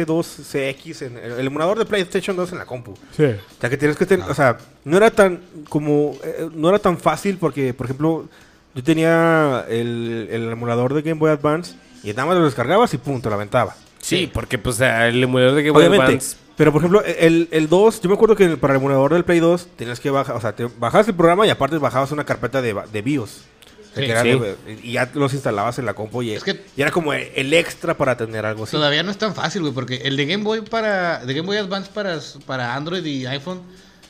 [SPEAKER 3] PS2CX, en- el, el emulador de PlayStation 2 en la compu. O sea, que tienes que
[SPEAKER 1] Ah.
[SPEAKER 3] tener, o sea, no era tan como, eh, no era tan fácil porque, por ejemplo, yo tenía el, el emulador de Game Boy Advance y nada más lo descargabas y punto, lo aventaba.
[SPEAKER 1] Sí, porque, pues, o sea, el emulador de Game Boy
[SPEAKER 3] Obviamente.
[SPEAKER 1] Advance...
[SPEAKER 3] Pero, por ejemplo, el, el 2, yo me acuerdo que en el- para el emulador del Play 2 tenías que bajar, o sea, te bajabas el programa y aparte bajabas una carpeta de, ba- de BIOS. O sea,
[SPEAKER 5] Sí.
[SPEAKER 3] que era
[SPEAKER 1] Sí.
[SPEAKER 3] de- y ya los instalabas en la compu y,
[SPEAKER 5] Es que-
[SPEAKER 3] y era como el, el extra para tener algo así.
[SPEAKER 5] Todavía no es tan fácil, güey, porque el de Game Boy para de Game Boy Advance para, para Android y iPhone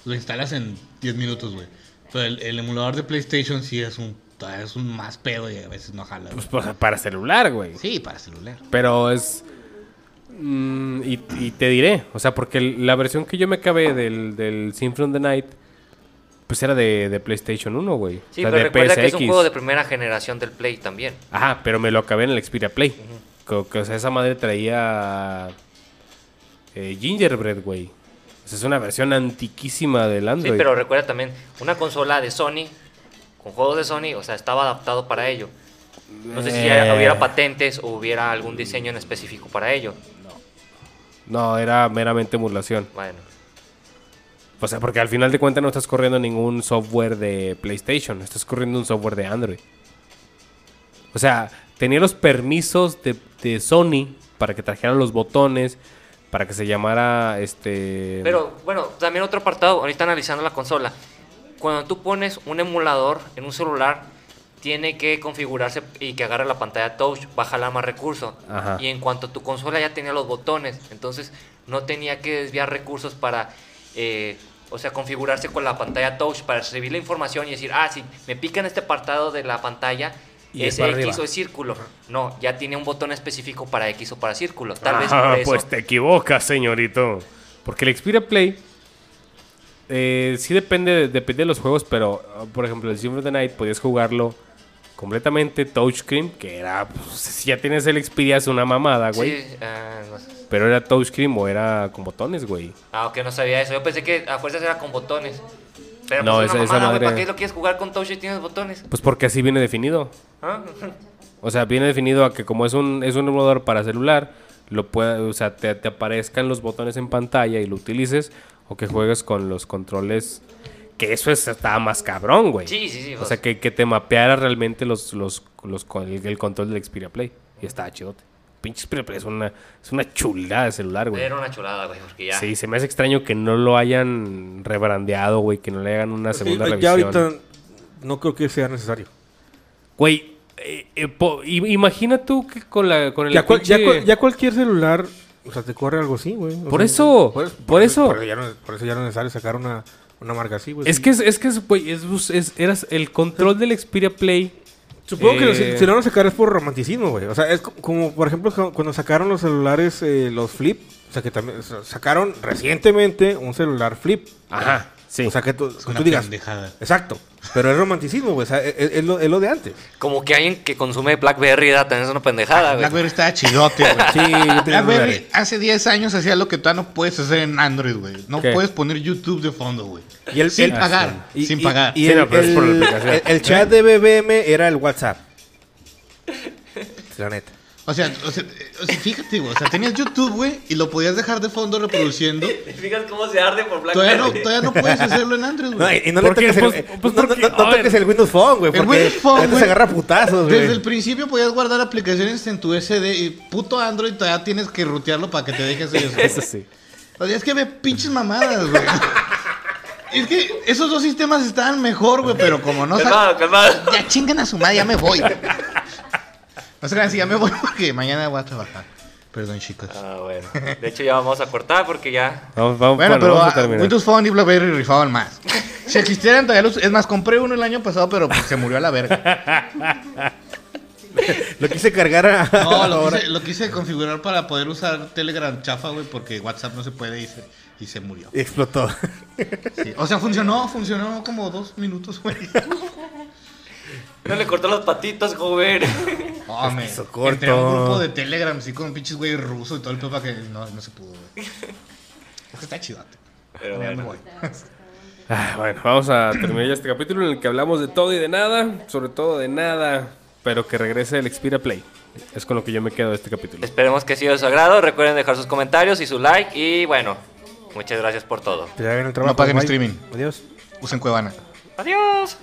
[SPEAKER 5] lo instalas en 10 minutos, güey. Pero el, el emulador de PlayStation sí es un todavía es un más pedo y a veces no jala. güey.
[SPEAKER 1] Pues, o sea, para celular, güey.
[SPEAKER 5] Sí, para celular.
[SPEAKER 1] Pero es. mm, y, y te diré. O sea, porque el- la versión que yo me acabé del, del Symphony of the Night. Pues era de, de PlayStation 1, güey.
[SPEAKER 4] Sí,
[SPEAKER 1] o sea,
[SPEAKER 4] pero
[SPEAKER 1] de
[SPEAKER 4] recuerda que es un
[SPEAKER 1] PSX.
[SPEAKER 4] juego de primera generación del Play también.
[SPEAKER 1] Ajá, pero me lo acabé en el Xperia Play. Co- que, o sea, esa madre traía. eh, gingerbread, güey. Esa es una versión antiquísima del
[SPEAKER 4] Sí,
[SPEAKER 1] Android.
[SPEAKER 4] pero recuerda también, una consola de Sony, con juegos de Sony, o sea, estaba adaptado para ello. No sé si
[SPEAKER 1] Eh.
[SPEAKER 4] ya hubiera patentes o hubiera algún diseño en específico para ello.
[SPEAKER 1] No, era meramente emulación.
[SPEAKER 4] Bueno,
[SPEAKER 1] O sea, porque al final de cuentas no estás corriendo ningún software de PlayStation, estás corriendo un software de Android. O sea, tenía los permisos de, de Sony para que trajeran los botones, para que se llamara este...
[SPEAKER 4] pero bueno, también otro apartado, ahorita analizando la consola. Cuando tú pones un emulador en un celular, tiene que configurarse y que agarre la pantalla touch, bajarla más recursos.
[SPEAKER 1] Ajá.
[SPEAKER 4] Y en cuanto a tu consola ya tenía los botones, entonces no tenía que desviar recursos para, eh, o sea, configurarse con la pantalla touch para recibir la información y decir, ah, si me pica en este apartado de la pantalla,
[SPEAKER 1] Y es
[SPEAKER 4] es
[SPEAKER 1] para
[SPEAKER 4] X
[SPEAKER 1] arriba.
[SPEAKER 4] o es círculo. No, ya tiene un botón específico para X o para círculo. Tal vez
[SPEAKER 1] Ah,
[SPEAKER 4] por eso.
[SPEAKER 1] pues te equivocas, señorito. Porque el Xperia Play eh, sí depende, depende de los juegos, pero ah, por ejemplo el Symphony of the Night podías jugarlo completamente touchscreen, que era, pues, si ya tienes el Xperia es una mamada, güey.
[SPEAKER 4] Sí, ah, no sé.
[SPEAKER 1] Pero era touchscreen o era con botones, güey.
[SPEAKER 4] Ah, ok, no sabía eso. Yo pensé que a fuerzas era con botones. Pero pues
[SPEAKER 1] No,
[SPEAKER 4] no,
[SPEAKER 1] esa- esa madre-
[SPEAKER 4] ¿Para qué lo quieres jugar con touch y tienes botones?
[SPEAKER 1] Pues porque así viene definido.
[SPEAKER 4] ¿Ah?
[SPEAKER 1] O sea, viene definido a que como es un, es un emulador para celular, lo pueda, o sea, te, te aparezcan los botones en pantalla y lo utilices, o que juegues con los controles. Que eso es, estaba más cabrón, güey.
[SPEAKER 4] Sí, sí, sí.
[SPEAKER 1] O
[SPEAKER 4] pues.
[SPEAKER 1] sea, que, que te mapeara realmente los, los, los, con el, el control del Xperia Play. Y estaba chidote. Pinche Xperia Play es una, es una chulada de celular, güey.
[SPEAKER 4] Era una chulada, güey, porque ya.
[SPEAKER 1] Sí, se me hace extraño que no lo hayan rebrandeado, güey. Que no le hagan una segunda
[SPEAKER 3] Sí, ya
[SPEAKER 1] revisión.
[SPEAKER 3] ahorita no creo que sea necesario.
[SPEAKER 1] Güey, eh, eh, po- i- imagina tú que con, la, con el
[SPEAKER 3] Ya, cual- ya
[SPEAKER 1] pinche-
[SPEAKER 3] cual- ya cualquier celular, o sea, te corre algo así, güey. O
[SPEAKER 1] Por
[SPEAKER 3] sea,
[SPEAKER 1] eso, por eso.
[SPEAKER 3] Por, ya no, por eso ya no es necesario sacar una, una marca así, güey.
[SPEAKER 1] Es que, es, es que, es, güey, es, es- eras el control del Xperia Play.
[SPEAKER 3] Supongo que
[SPEAKER 1] eh,
[SPEAKER 3] si, si no lo sacar es por romanticismo, güey. O sea, es co- como, por ejemplo, cu- cuando sacaron los celulares, eh, los flip. O sea, que también o sea, sacaron recientemente un celular flip.
[SPEAKER 1] Ajá, sí.
[SPEAKER 3] O sea, que tú,
[SPEAKER 5] Es
[SPEAKER 3] que
[SPEAKER 5] una
[SPEAKER 3] tú digas.
[SPEAKER 5] pendejada.
[SPEAKER 3] Exacto. Pero es romanticismo, güey. O sea, es, es lo, es lo
[SPEAKER 1] <laughs>
[SPEAKER 3] de antes.
[SPEAKER 4] Como que alguien que consume Blackberry da también es una pendejada, güey.
[SPEAKER 5] BlackBerry estaba chidote, güey.
[SPEAKER 3] Sí, yo tenía
[SPEAKER 5] BlackBerry
[SPEAKER 3] BlackBerry.
[SPEAKER 5] hace 10 años hacía lo que tú no puedes hacer en Android, güey. No
[SPEAKER 1] ¿Qué?
[SPEAKER 5] puedes poner YouTube de fondo, güey.
[SPEAKER 3] Y el-
[SPEAKER 5] Sin
[SPEAKER 3] el-
[SPEAKER 5] pagar,
[SPEAKER 3] Y-
[SPEAKER 5] sin
[SPEAKER 3] y-
[SPEAKER 5] pagar.
[SPEAKER 3] Y
[SPEAKER 1] Sí,
[SPEAKER 3] el,
[SPEAKER 1] no, pero es por la
[SPEAKER 3] el-
[SPEAKER 1] aplicación.
[SPEAKER 3] el- el chat de BBM era el WhatsApp. La neta.
[SPEAKER 5] O sea, o sea, eh, o sea, fíjate, güey. O sea, tenías YouTube, güey, y lo podías dejar de fondo reproduciendo.
[SPEAKER 4] <laughs> ¿Te fijas cómo se arde por
[SPEAKER 5] Todavía no,
[SPEAKER 4] Blackberry?
[SPEAKER 5] todavía no puedes hacerlo en
[SPEAKER 3] <laughs>
[SPEAKER 5] Android,
[SPEAKER 3] No,
[SPEAKER 5] güey.
[SPEAKER 3] y, y no le
[SPEAKER 1] ¿Por qué?
[SPEAKER 3] toques, el,
[SPEAKER 1] Pues-
[SPEAKER 3] eh,
[SPEAKER 1] pues
[SPEAKER 3] no- no-
[SPEAKER 1] porque-
[SPEAKER 3] no
[SPEAKER 1] a ver.
[SPEAKER 3] toques el Windows Phone, güey.
[SPEAKER 5] El
[SPEAKER 3] Porque
[SPEAKER 5] Windows Phone,
[SPEAKER 3] la neta se
[SPEAKER 5] güey.
[SPEAKER 3] agarra a putazos, güey.
[SPEAKER 5] Desde el principio podías guardar aplicaciones en tu SD y puto Android todavía tienes que rutearlo para que te dejes eso.
[SPEAKER 3] <laughs>
[SPEAKER 5] güey.
[SPEAKER 1] Eso sí.
[SPEAKER 5] O sea, es que ve pinches mamadas, güey. Es que esos dos sistemas estaban mejor, güey, pero como no sa-
[SPEAKER 4] Calmado, calmado.
[SPEAKER 5] Ya chingan a su madre, ya me voy. <laughs> No se crean, sí, ya me voy porque mañana voy a trabajar. Perdón, chicos.
[SPEAKER 4] Ah, bueno. De hecho, ya vamos a cortar porque ya.
[SPEAKER 1] Vamos, vamos,
[SPEAKER 5] bueno,
[SPEAKER 1] bueno,
[SPEAKER 5] pero
[SPEAKER 1] vamos a
[SPEAKER 5] ah,
[SPEAKER 1] terminar.
[SPEAKER 5] Windows Phone y BlackBerry rifaban más. Si existieran todavía los... Es más, compré uno el año pasado, pero pues, se murió a la verga.
[SPEAKER 3] Lo quise cargar a.
[SPEAKER 5] No,
[SPEAKER 3] <laughs>
[SPEAKER 5] lo quise, lo quise configurar para poder usar Telegram chafa, güey, porque WhatsApp no se puede y se, y se murió.
[SPEAKER 3] y explotó.
[SPEAKER 5] Sí, O sea, funcionó, funcionó como dos minutos, güey.
[SPEAKER 4] No le cortó las patitas,
[SPEAKER 5] <laughs>
[SPEAKER 4] joven.
[SPEAKER 5] No, me
[SPEAKER 3] hizo corto.
[SPEAKER 5] entré a un grupo de Telegram, así con pinches güey ruso y todo el pedo para que no, no se pudo, güey. Es que Está chidote.
[SPEAKER 4] Pero
[SPEAKER 5] Ya me
[SPEAKER 4] bueno.
[SPEAKER 5] voy.
[SPEAKER 1] Ah, bueno, vamos a terminar ya este capítulo en el que hablamos de todo y de nada. Sobre todo de nada. Pero que regrese el Xperia Play. Es con lo que yo me quedo de este capítulo.
[SPEAKER 4] Esperemos que haya sido de su agrado. Recuerden dejar sus comentarios y su like. Y bueno, muchas gracias por todo.
[SPEAKER 3] Ya ven el trabajo,
[SPEAKER 5] No paguen
[SPEAKER 3] bye.
[SPEAKER 5] streaming.
[SPEAKER 3] Adiós.
[SPEAKER 5] Usen Cuevana.
[SPEAKER 4] Adiós.